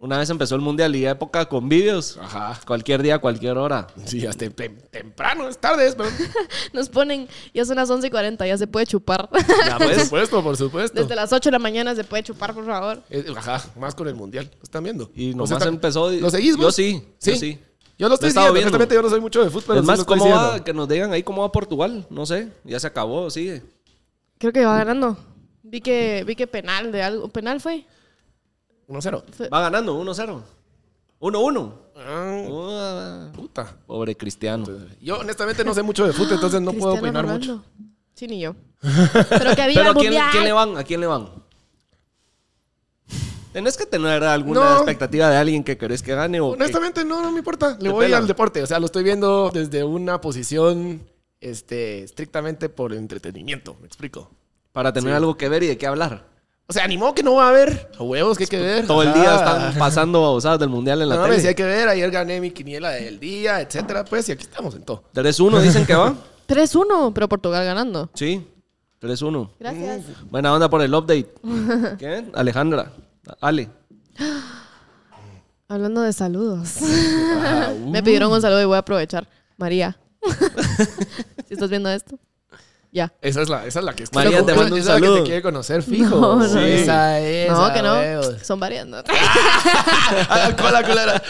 [SPEAKER 2] una vez empezó el mundial y ya época con vídeos.
[SPEAKER 3] Ajá.
[SPEAKER 2] Cualquier día, cualquier hora.
[SPEAKER 3] Sí, hasta tem- temprano, es tarde, es, pero...
[SPEAKER 1] Nos ponen, ya son las 11 y 40, ya se puede chupar.
[SPEAKER 2] Ya
[SPEAKER 3] Por
[SPEAKER 2] pues.
[SPEAKER 3] supuesto, por supuesto.
[SPEAKER 1] Desde las 8 de la mañana se puede chupar, por favor.
[SPEAKER 3] Eh, Ajá, más con el mundial. ¿Lo están viendo?
[SPEAKER 2] Y
[SPEAKER 3] O
[SPEAKER 2] nomás
[SPEAKER 3] sea, está-
[SPEAKER 2] empezó. y-
[SPEAKER 3] ¿Lo seguís
[SPEAKER 2] Yo
[SPEAKER 3] vos?
[SPEAKER 2] sí.
[SPEAKER 3] Sí.
[SPEAKER 2] Yo sí.
[SPEAKER 3] Yo lo estoy
[SPEAKER 2] he estado
[SPEAKER 3] siguiendo.
[SPEAKER 2] viendo.
[SPEAKER 3] Honestamente, yo no soy mucho de fútbol, pero
[SPEAKER 2] es
[SPEAKER 3] sí
[SPEAKER 2] más,
[SPEAKER 3] lo estoy
[SPEAKER 2] ¿cómo
[SPEAKER 3] siguiendo.
[SPEAKER 2] va? Que nos digan ahí cómo va Portugal. No sé. Ya se acabó, sigue.
[SPEAKER 1] Creo que va ganando. Vi que, vi que penal de algo. ¿Penal fue?
[SPEAKER 3] 1-0.
[SPEAKER 2] Va ganando 1-0. 1-1.
[SPEAKER 3] Ah,
[SPEAKER 2] Ah,
[SPEAKER 3] puta.
[SPEAKER 2] Pobre Cristiano.
[SPEAKER 3] Yo honestamente no sé mucho de fútbol, entonces no puedo
[SPEAKER 1] Cristiano
[SPEAKER 3] opinar
[SPEAKER 1] Ronaldo.
[SPEAKER 3] mucho.
[SPEAKER 1] Sí, ni yo. Pero que viva
[SPEAKER 2] Pero
[SPEAKER 1] el
[SPEAKER 2] ¿a quién,
[SPEAKER 1] mundial.
[SPEAKER 2] quién le van? ¿A quién le van? Tenés que tener alguna
[SPEAKER 3] No.
[SPEAKER 2] expectativa de alguien que querés que gane o que-
[SPEAKER 3] Honestamente, no, no me importa. Le
[SPEAKER 2] Te
[SPEAKER 3] voy
[SPEAKER 2] pela.
[SPEAKER 3] al deporte. O sea, lo estoy viendo desde una posición este, estrictamente por entretenimiento. Me explico.
[SPEAKER 2] para tener algo que ver y de qué hablar.
[SPEAKER 3] O sea, animó que no va a haber. A huevos que hay que ver.
[SPEAKER 2] Todo el
[SPEAKER 3] Ajá.
[SPEAKER 2] día están pasando babosadas del mundial en la
[SPEAKER 3] Ah. No, hombre,
[SPEAKER 2] tele.
[SPEAKER 3] sí hay que ver. Ayer gané mi quiniela del día, etcétera. Pues, y aquí estamos en todo.
[SPEAKER 2] 3-1 dicen que va.
[SPEAKER 1] 3-1, pero Portugal ganando.
[SPEAKER 2] Sí, 3-1.
[SPEAKER 1] Gracias.
[SPEAKER 2] Buena onda por el update. ¿Quién? Alejandra. Ale.
[SPEAKER 1] Hablando de saludos. Me pidieron
[SPEAKER 3] Uh.
[SPEAKER 1] un saludo y voy a aprovechar. María. si estás viendo esto. Ya.
[SPEAKER 3] Esa es la, esa es la que está.
[SPEAKER 2] María,
[SPEAKER 3] Loco,
[SPEAKER 2] te mando un
[SPEAKER 3] esa es la que
[SPEAKER 2] saludo.
[SPEAKER 3] te quiere conocer, fijo.
[SPEAKER 1] No, no.
[SPEAKER 3] Sí. Esa es.
[SPEAKER 1] No,
[SPEAKER 3] a
[SPEAKER 1] que no.
[SPEAKER 3] huevos.
[SPEAKER 1] Son varias. No,
[SPEAKER 3] Ah, cola, cola.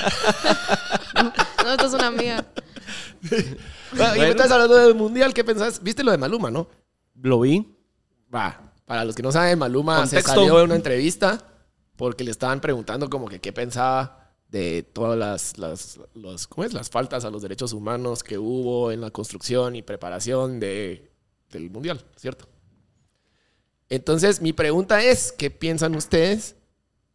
[SPEAKER 1] no esto es una amiga.
[SPEAKER 3] Bueno, Y me estás hablando del mundial, ¿qué pensás? ¿Viste lo de Maluma, no?
[SPEAKER 2] Lo vi.
[SPEAKER 3] Va, para los que no saben, Maluma se
[SPEAKER 2] Contexto.
[SPEAKER 3] salió de una entrevista porque le estaban preguntando como que qué pensaba de todas las, las, los- ¿cómo es? las faltas a los derechos humanos que hubo en la construcción y preparación de, del Mundial, ¿cierto? Entonces, mi pregunta es, ¿qué piensan ustedes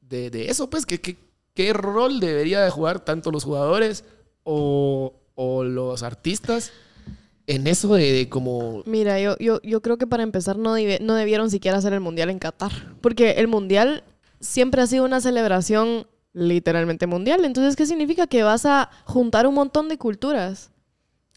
[SPEAKER 3] de, de eso? Pues, ¿qué, qué, qué rol debería de jugar tanto los jugadores o, o los artistas en eso de, de como...
[SPEAKER 1] Mira, yo, yo, yo creo que para empezar no, debe- no debieron siquiera hacer el Mundial en Qatar, porque el Mundial siempre ha sido una celebración literalmente mundial. Entonces, ¿qué significa? Que vas a juntar un montón de culturas,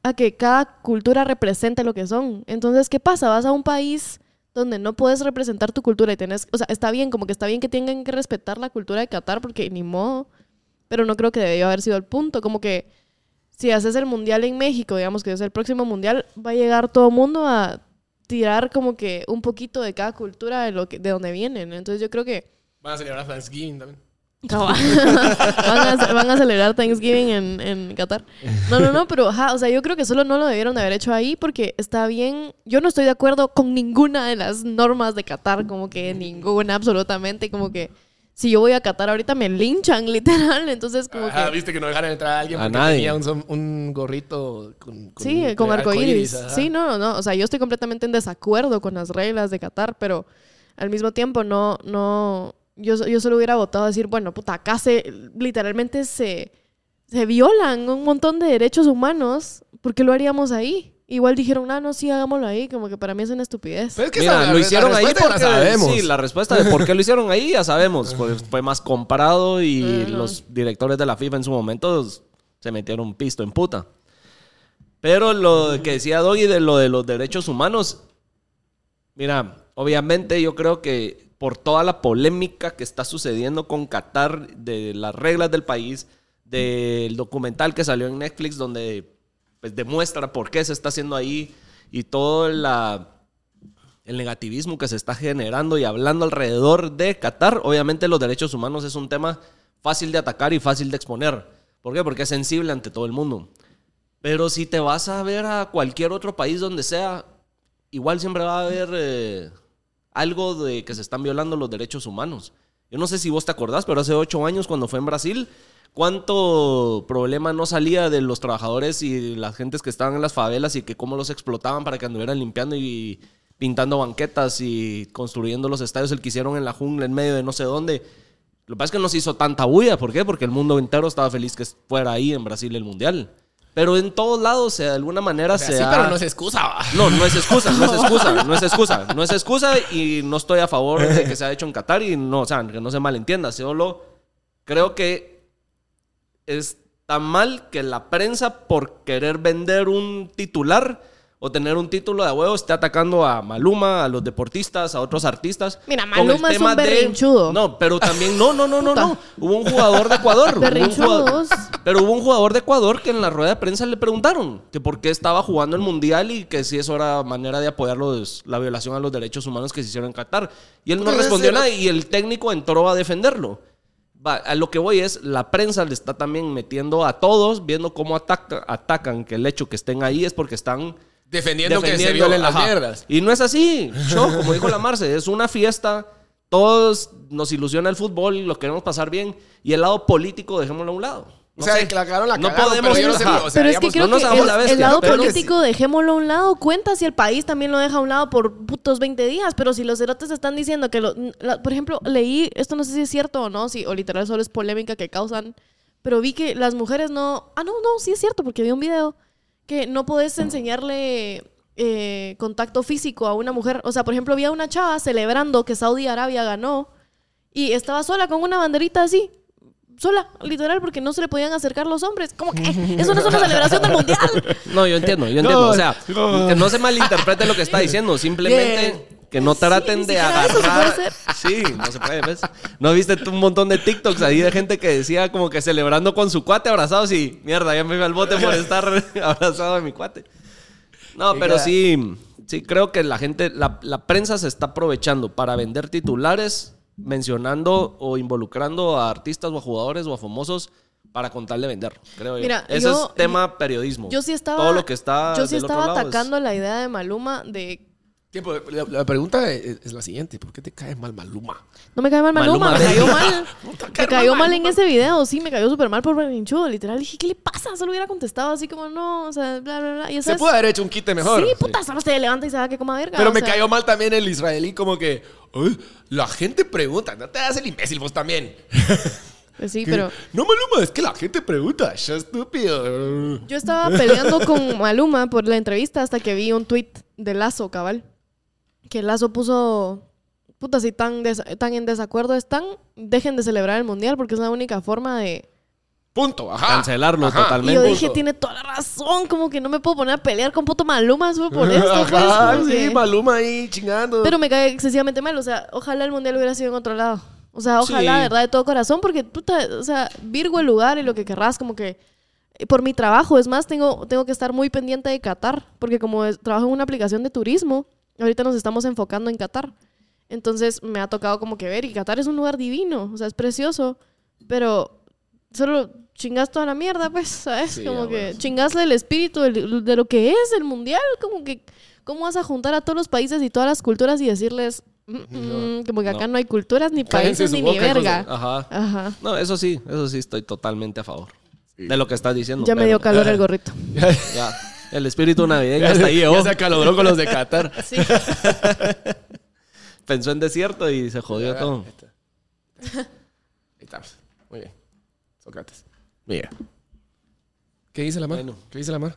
[SPEAKER 1] a que cada cultura represente lo que son. Entonces, ¿qué pasa? Vas a un país donde no puedes representar tu cultura y tenés, o sea, está bien, como que está bien que tengan que respetar la cultura de Qatar, porque ni modo, pero no creo que debió haber sido el punto, como que si haces el mundial en México, digamos que es el próximo mundial, va a llegar todo el mundo a tirar como que un poquito de cada cultura de lo que de donde vienen. Entonces yo creo que
[SPEAKER 3] Van a celebrar Thanksgiving también.
[SPEAKER 1] van, a, van a celebrar Thanksgiving en, en Qatar. No, no, no, pero ajá, o sea, yo creo que solo no lo debieron de haber hecho ahí porque está bien. Yo no estoy de acuerdo con ninguna de las normas de Qatar, como que ninguna, absolutamente, como que si yo voy a Qatar ahorita me linchan, literal. Entonces, como
[SPEAKER 3] Ajá,
[SPEAKER 1] que.
[SPEAKER 3] viste que no dejaron entrar a alguien
[SPEAKER 2] A
[SPEAKER 3] porque
[SPEAKER 2] nadie.
[SPEAKER 3] tenía un, som- un gorrito con, con
[SPEAKER 1] Sí,
[SPEAKER 3] un-
[SPEAKER 1] con arcoíris.
[SPEAKER 3] arcoíris, ajá.
[SPEAKER 1] Sí, no, no. O sea, yo estoy completamente en desacuerdo con las reglas de Qatar, pero al mismo tiempo no, no. Yo, so- yo solo hubiera votado a decir, bueno, puta, acá se literalmente se, se violan un montón de derechos humanos. ¿Por qué lo haríamos ahí? Igual dijeron, ah, no, sí, hagámoslo ahí. Como que para mí es una estupidez.
[SPEAKER 3] Pero es que
[SPEAKER 2] Mira,
[SPEAKER 3] esa-
[SPEAKER 2] lo
[SPEAKER 3] la
[SPEAKER 2] hicieron ahí
[SPEAKER 3] respuesta
[SPEAKER 2] porque
[SPEAKER 3] la sabemos.
[SPEAKER 2] Sí, la respuesta de por qué lo hicieron ahí ya sabemos. Pues fue más comprado y
[SPEAKER 1] Ajá.
[SPEAKER 2] los directores de la FIFA en su momento se metieron pisto en puta. Pero lo que decía Doggy de lo de los derechos humanos, mira, obviamente yo creo que por toda la polémica que está sucediendo con Qatar, de las reglas del país, del documental que salió en Netflix donde pues, demuestra por qué se está haciendo ahí y todo la, el negativismo que se está generando y hablando alrededor de Qatar, obviamente los derechos humanos es un tema fácil de atacar y fácil de exponer. ¿Por qué? Porque es sensible ante todo el mundo. Pero si te vas a ver a cualquier otro país donde sea, igual siempre va a haber eh, algo de que se están violando los derechos humanos. Yo no sé si vos te acordás, pero hace ocho años cuando fue en Brasil, ¿cuánto problema no salía de los trabajadores y las gentes que estaban en las favelas y que cómo los explotaban para que anduvieran limpiando y pintando banquetas y construyendo los estadios, el que hicieron en la jungla, en medio de no sé dónde? Lo que pasa es que no se hizo tanta bulla. ¿Por qué? Porque el mundo entero estaba feliz que fuera ahí en Brasil el Mundial. Pero en todos lados, o sea, de alguna manera
[SPEAKER 3] O sea,
[SPEAKER 2] se
[SPEAKER 3] sí,
[SPEAKER 2] ha-
[SPEAKER 3] pero no es excusa. va.
[SPEAKER 2] no, no es excusa, no es excusa, no es excusa, no es excusa y no estoy a favor de que se ha hecho en Qatar y no, o sea, que no se malentienda, solo creo que está mal que la prensa por querer vender un titular o tener un título de a huevo esté atacando a Maluma, a los deportistas, a otros artistas.
[SPEAKER 1] Mira,
[SPEAKER 2] con el
[SPEAKER 1] Maluma es
[SPEAKER 2] tema
[SPEAKER 1] un
[SPEAKER 2] de-
[SPEAKER 1] berrinchudo.
[SPEAKER 2] No, pero también no, no, no, no,
[SPEAKER 1] Puta.
[SPEAKER 2] no. Hubo un jugador de Ecuador, hubo un
[SPEAKER 1] Berrinchudos.
[SPEAKER 2] jugador- pero hubo un jugador de Ecuador que en la rueda de prensa le preguntaron que por qué estaba jugando el mundial y que si eso era manera de apoyar los- la violación a los derechos humanos que se hicieron en Qatar. Y él no
[SPEAKER 3] Pero
[SPEAKER 2] respondió
[SPEAKER 3] ese-
[SPEAKER 2] nada y el técnico entró a defenderlo. Va, a lo que voy es, la prensa le está también metiendo a todos, viendo cómo ataca- atacan, que el hecho que estén ahí es porque están
[SPEAKER 3] Defendiendo, que se
[SPEAKER 2] defendiendo,
[SPEAKER 3] violen las
[SPEAKER 2] ajá.
[SPEAKER 3] mierdas.
[SPEAKER 2] Y no es así. Yo, como dijo la Marce, es una fiesta. Todos nos ilusiona el fútbol, lo queremos pasar bien. Y el lado político, dejémoslo a un lado.
[SPEAKER 3] O
[SPEAKER 2] No
[SPEAKER 3] sea,
[SPEAKER 2] sé.
[SPEAKER 3] la cagaron, la
[SPEAKER 2] No
[SPEAKER 3] cagaron,
[SPEAKER 2] podemos-
[SPEAKER 3] pero yo no sé,
[SPEAKER 2] ajá.
[SPEAKER 3] o sea,
[SPEAKER 1] pero es que
[SPEAKER 3] digamos,
[SPEAKER 1] creo
[SPEAKER 2] no nos
[SPEAKER 1] que
[SPEAKER 2] hagamos
[SPEAKER 1] el,
[SPEAKER 2] la bestia,
[SPEAKER 1] el lado
[SPEAKER 2] pero-
[SPEAKER 1] político, dejémoslo a un lado, cuenta si el país también lo deja a un lado por putos 20 días, pero si los cerotes están diciendo que, lo- la- por ejemplo, leí, esto no sé si es cierto o no, si, o literal solo es polémica que causan, pero vi que las mujeres no, ah, no, no, sí es cierto, porque vi un video que no podés enseñarle eh, contacto físico a una mujer, o sea, por ejemplo, vi a una chava celebrando que Saudi Arabia ganó y estaba sola con una banderita así. Sola, literal, porque no se le podían acercar los hombres. Como que "Eh, eso no es una celebración del mundial.
[SPEAKER 2] No, yo entiendo, yo entiendo.
[SPEAKER 3] No,
[SPEAKER 2] o sea,
[SPEAKER 3] no.
[SPEAKER 2] que no se malinterprete lo que está diciendo. Simplemente que no
[SPEAKER 1] Sí,
[SPEAKER 2] traten
[SPEAKER 1] ni
[SPEAKER 2] de
[SPEAKER 1] siquiera eso se puede
[SPEAKER 2] agarrar.
[SPEAKER 1] hacer.
[SPEAKER 2] Sí, no se puede, ¿ves? ¿No viste tú un montón de TikToks ahí de gente que decía como que celebrando con su cuate abrazados y mierda, ya me iba al bote por estar abrazado de mi cuate? No,
[SPEAKER 3] Sí,
[SPEAKER 2] pero
[SPEAKER 3] claro.
[SPEAKER 2] sí, sí creo que la gente, la, la prensa se está aprovechando para vender titulares mencionando o involucrando a artistas o a jugadores o a famosos para contarle vender, creo yo.
[SPEAKER 1] Mira,
[SPEAKER 2] Ese
[SPEAKER 1] yo-
[SPEAKER 2] es tema periodismo.
[SPEAKER 1] Yo sí estaba.
[SPEAKER 2] Todo lo que está.
[SPEAKER 1] Yo sí
[SPEAKER 2] del otro
[SPEAKER 1] estaba
[SPEAKER 2] lado es-
[SPEAKER 1] atacando la idea de Maluma de.
[SPEAKER 3] Tiempo, pues, la, la pregunta es, es la siguiente: ¿por qué te cae mal Maluma?
[SPEAKER 1] No me cae mal Maluma,
[SPEAKER 2] Maluma,
[SPEAKER 1] me cayó
[SPEAKER 2] sí.
[SPEAKER 1] mal.
[SPEAKER 3] Puta,
[SPEAKER 1] Me
[SPEAKER 3] cae
[SPEAKER 1] cayó mal en
[SPEAKER 3] Maluma.
[SPEAKER 1] ese video, sí, me cayó súper mal por berrinchudo, literal. Dije, ¿qué le pasa? Solo hubiera contestado así como, no, o sea, bla, bla, bla. Y
[SPEAKER 3] Se
[SPEAKER 1] ¿sabes?
[SPEAKER 3] pudo haber hecho un quite mejor.
[SPEAKER 1] Sí, puta, solo se levanta y se va que coma verga.
[SPEAKER 3] Pero
[SPEAKER 1] o
[SPEAKER 3] me
[SPEAKER 1] sea.
[SPEAKER 3] cayó mal también el israelí, como que. "Ay, la gente pregunta, no te hagas el imbécil vos también.
[SPEAKER 1] Pues Sí, pero.
[SPEAKER 3] No, Maluma, es que la gente pregunta, ya estúpido.
[SPEAKER 1] Yo estaba peleando con Maluma por la entrevista hasta que vi un tweet de Lazo, cabal. Que Lazo puso. Puta, si tan, des- tan en desacuerdo están, dejen de celebrar el mundial porque es la única forma de.
[SPEAKER 3] Punto, ajá.
[SPEAKER 2] Cancelarlo
[SPEAKER 3] Ajá.
[SPEAKER 1] Y
[SPEAKER 2] totalmente.
[SPEAKER 1] yo
[SPEAKER 3] Mendoza.
[SPEAKER 1] dije, tiene toda la razón, como que no me puedo poner a pelear con puto Maluma solo por esto, pues,
[SPEAKER 3] Ajá,
[SPEAKER 1] como
[SPEAKER 3] sí,
[SPEAKER 1] que-
[SPEAKER 3] Maluma ahí chingando.
[SPEAKER 1] Pero me cae excesivamente mal, o sea, ojalá el mundial hubiera sido en otro lado. O sea, ojalá,
[SPEAKER 2] Sí.
[SPEAKER 1] de verdad, de todo corazón, porque puta, o sea, Virgo el lugar y lo que querrás, como que eh, por mi trabajo, es más, tengo, tengo que estar muy pendiente de Qatar, porque como es- trabajo en una aplicación de turismo, ahorita nos estamos enfocando en Qatar. Entonces me ha tocado como que ver, y Qatar es un lugar divino, o sea, es precioso, pero solo chingas toda la mierda, pues, ¿sabes?
[SPEAKER 3] Sí,
[SPEAKER 1] como
[SPEAKER 3] ah,
[SPEAKER 1] que
[SPEAKER 3] bueno, sí.
[SPEAKER 1] chingasle el espíritu del- de lo que es el mundial, como que, ¿cómo vas a juntar a todos los países y todas las culturas y decirles, mm, mm, como que acá no. hay culturas, ni
[SPEAKER 3] Cállense
[SPEAKER 1] países,
[SPEAKER 3] su
[SPEAKER 1] ni, ni
[SPEAKER 3] boca, hijos de- Ah.
[SPEAKER 1] verga?
[SPEAKER 2] Ajá.
[SPEAKER 1] Ajá.
[SPEAKER 2] No, eso sí, eso sí, estoy totalmente a favor de lo que estás diciendo.
[SPEAKER 1] Ya me
[SPEAKER 2] pero-
[SPEAKER 1] dio calor el gorrito.
[SPEAKER 2] Ya. El espíritu navideño hasta ahí
[SPEAKER 3] ya
[SPEAKER 2] llegó.
[SPEAKER 3] se acaloró con los de Qatar.
[SPEAKER 1] Sí.
[SPEAKER 2] Pensó en desierto y se jodió
[SPEAKER 3] Ah,
[SPEAKER 2] todo.
[SPEAKER 3] ahí está. Ahí estamos. pues. Muy bien. Sócrates. Mira. ¿Qué dice la mar?
[SPEAKER 2] Bueno.
[SPEAKER 3] ¿Qué dice la mar?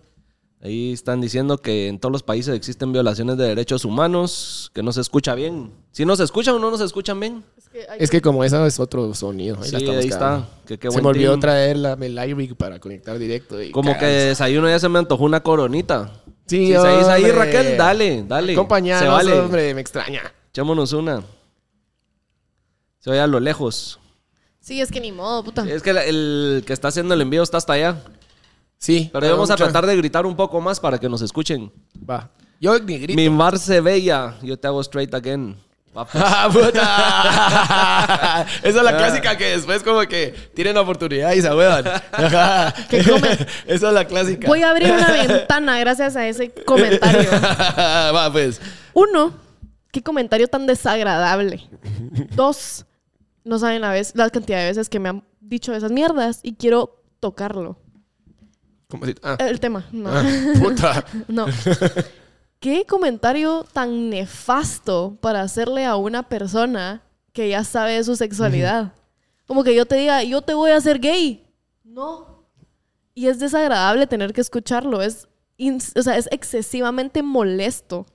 [SPEAKER 2] Ahí están diciendo que en todos los países existen violaciones de derechos humanos, que no se escucha bien. Si no se escucha o no nos escuchan bien.
[SPEAKER 1] Es que hay
[SPEAKER 3] Es que como esa es otro sonido. Ahí
[SPEAKER 2] Sí,
[SPEAKER 3] la estamos
[SPEAKER 2] ahí
[SPEAKER 3] cagando.
[SPEAKER 2] está. Que qué
[SPEAKER 3] Se
[SPEAKER 2] buen
[SPEAKER 3] me olvidó
[SPEAKER 2] team.
[SPEAKER 3] traer la Melirig para conectar directo. y
[SPEAKER 2] Como que
[SPEAKER 3] cagarse.
[SPEAKER 2] de desayuno ya se me antojó una coronita.
[SPEAKER 3] Sí,
[SPEAKER 2] Si se dice ahí,
[SPEAKER 3] hombre.
[SPEAKER 2] Raquel, dale, dale.
[SPEAKER 3] Acompáñanos,
[SPEAKER 2] Se vale.
[SPEAKER 3] hombre, me extraña.
[SPEAKER 2] Echémonos una. Se oye a lo lejos.
[SPEAKER 1] Sí, es que ni modo, puta.
[SPEAKER 3] Ah.
[SPEAKER 2] Es que la- el que está haciendo el envío está hasta allá.
[SPEAKER 3] Sí.
[SPEAKER 2] Pero vamos a
[SPEAKER 3] mucho.
[SPEAKER 2] tratar de gritar un poco más para que nos escuchen.
[SPEAKER 3] Va. Yo ni grito.
[SPEAKER 2] Mi mar se bella, yo te hago straight again. Va, pues.
[SPEAKER 3] ¡Ah, puta! Esa es
[SPEAKER 2] Ah.
[SPEAKER 3] la clásica que después como que tienen oportunidad y se ahuevan. Ajá.
[SPEAKER 1] Que comen.
[SPEAKER 3] Esa es la clásica.
[SPEAKER 1] Voy a abrir una ventana gracias a ese comentario.
[SPEAKER 3] Va, pues.
[SPEAKER 1] Uno, qué comentario tan desagradable. Dos, no saben la, vez, la cantidad de veces que me han dicho esas mierdas y quiero tocarlo.
[SPEAKER 3] ¿Cómo así? Ah,
[SPEAKER 1] El tema, no.
[SPEAKER 3] ah, puta.
[SPEAKER 1] No. ¿Qué comentario tan nefasto para hacerle a una persona que ya sabe de su sexualidad? Como que yo te diga, yo te voy a hacer gay. No. Y es desagradable tener que escucharlo. Es, ins- o sea, es excesivamente molesto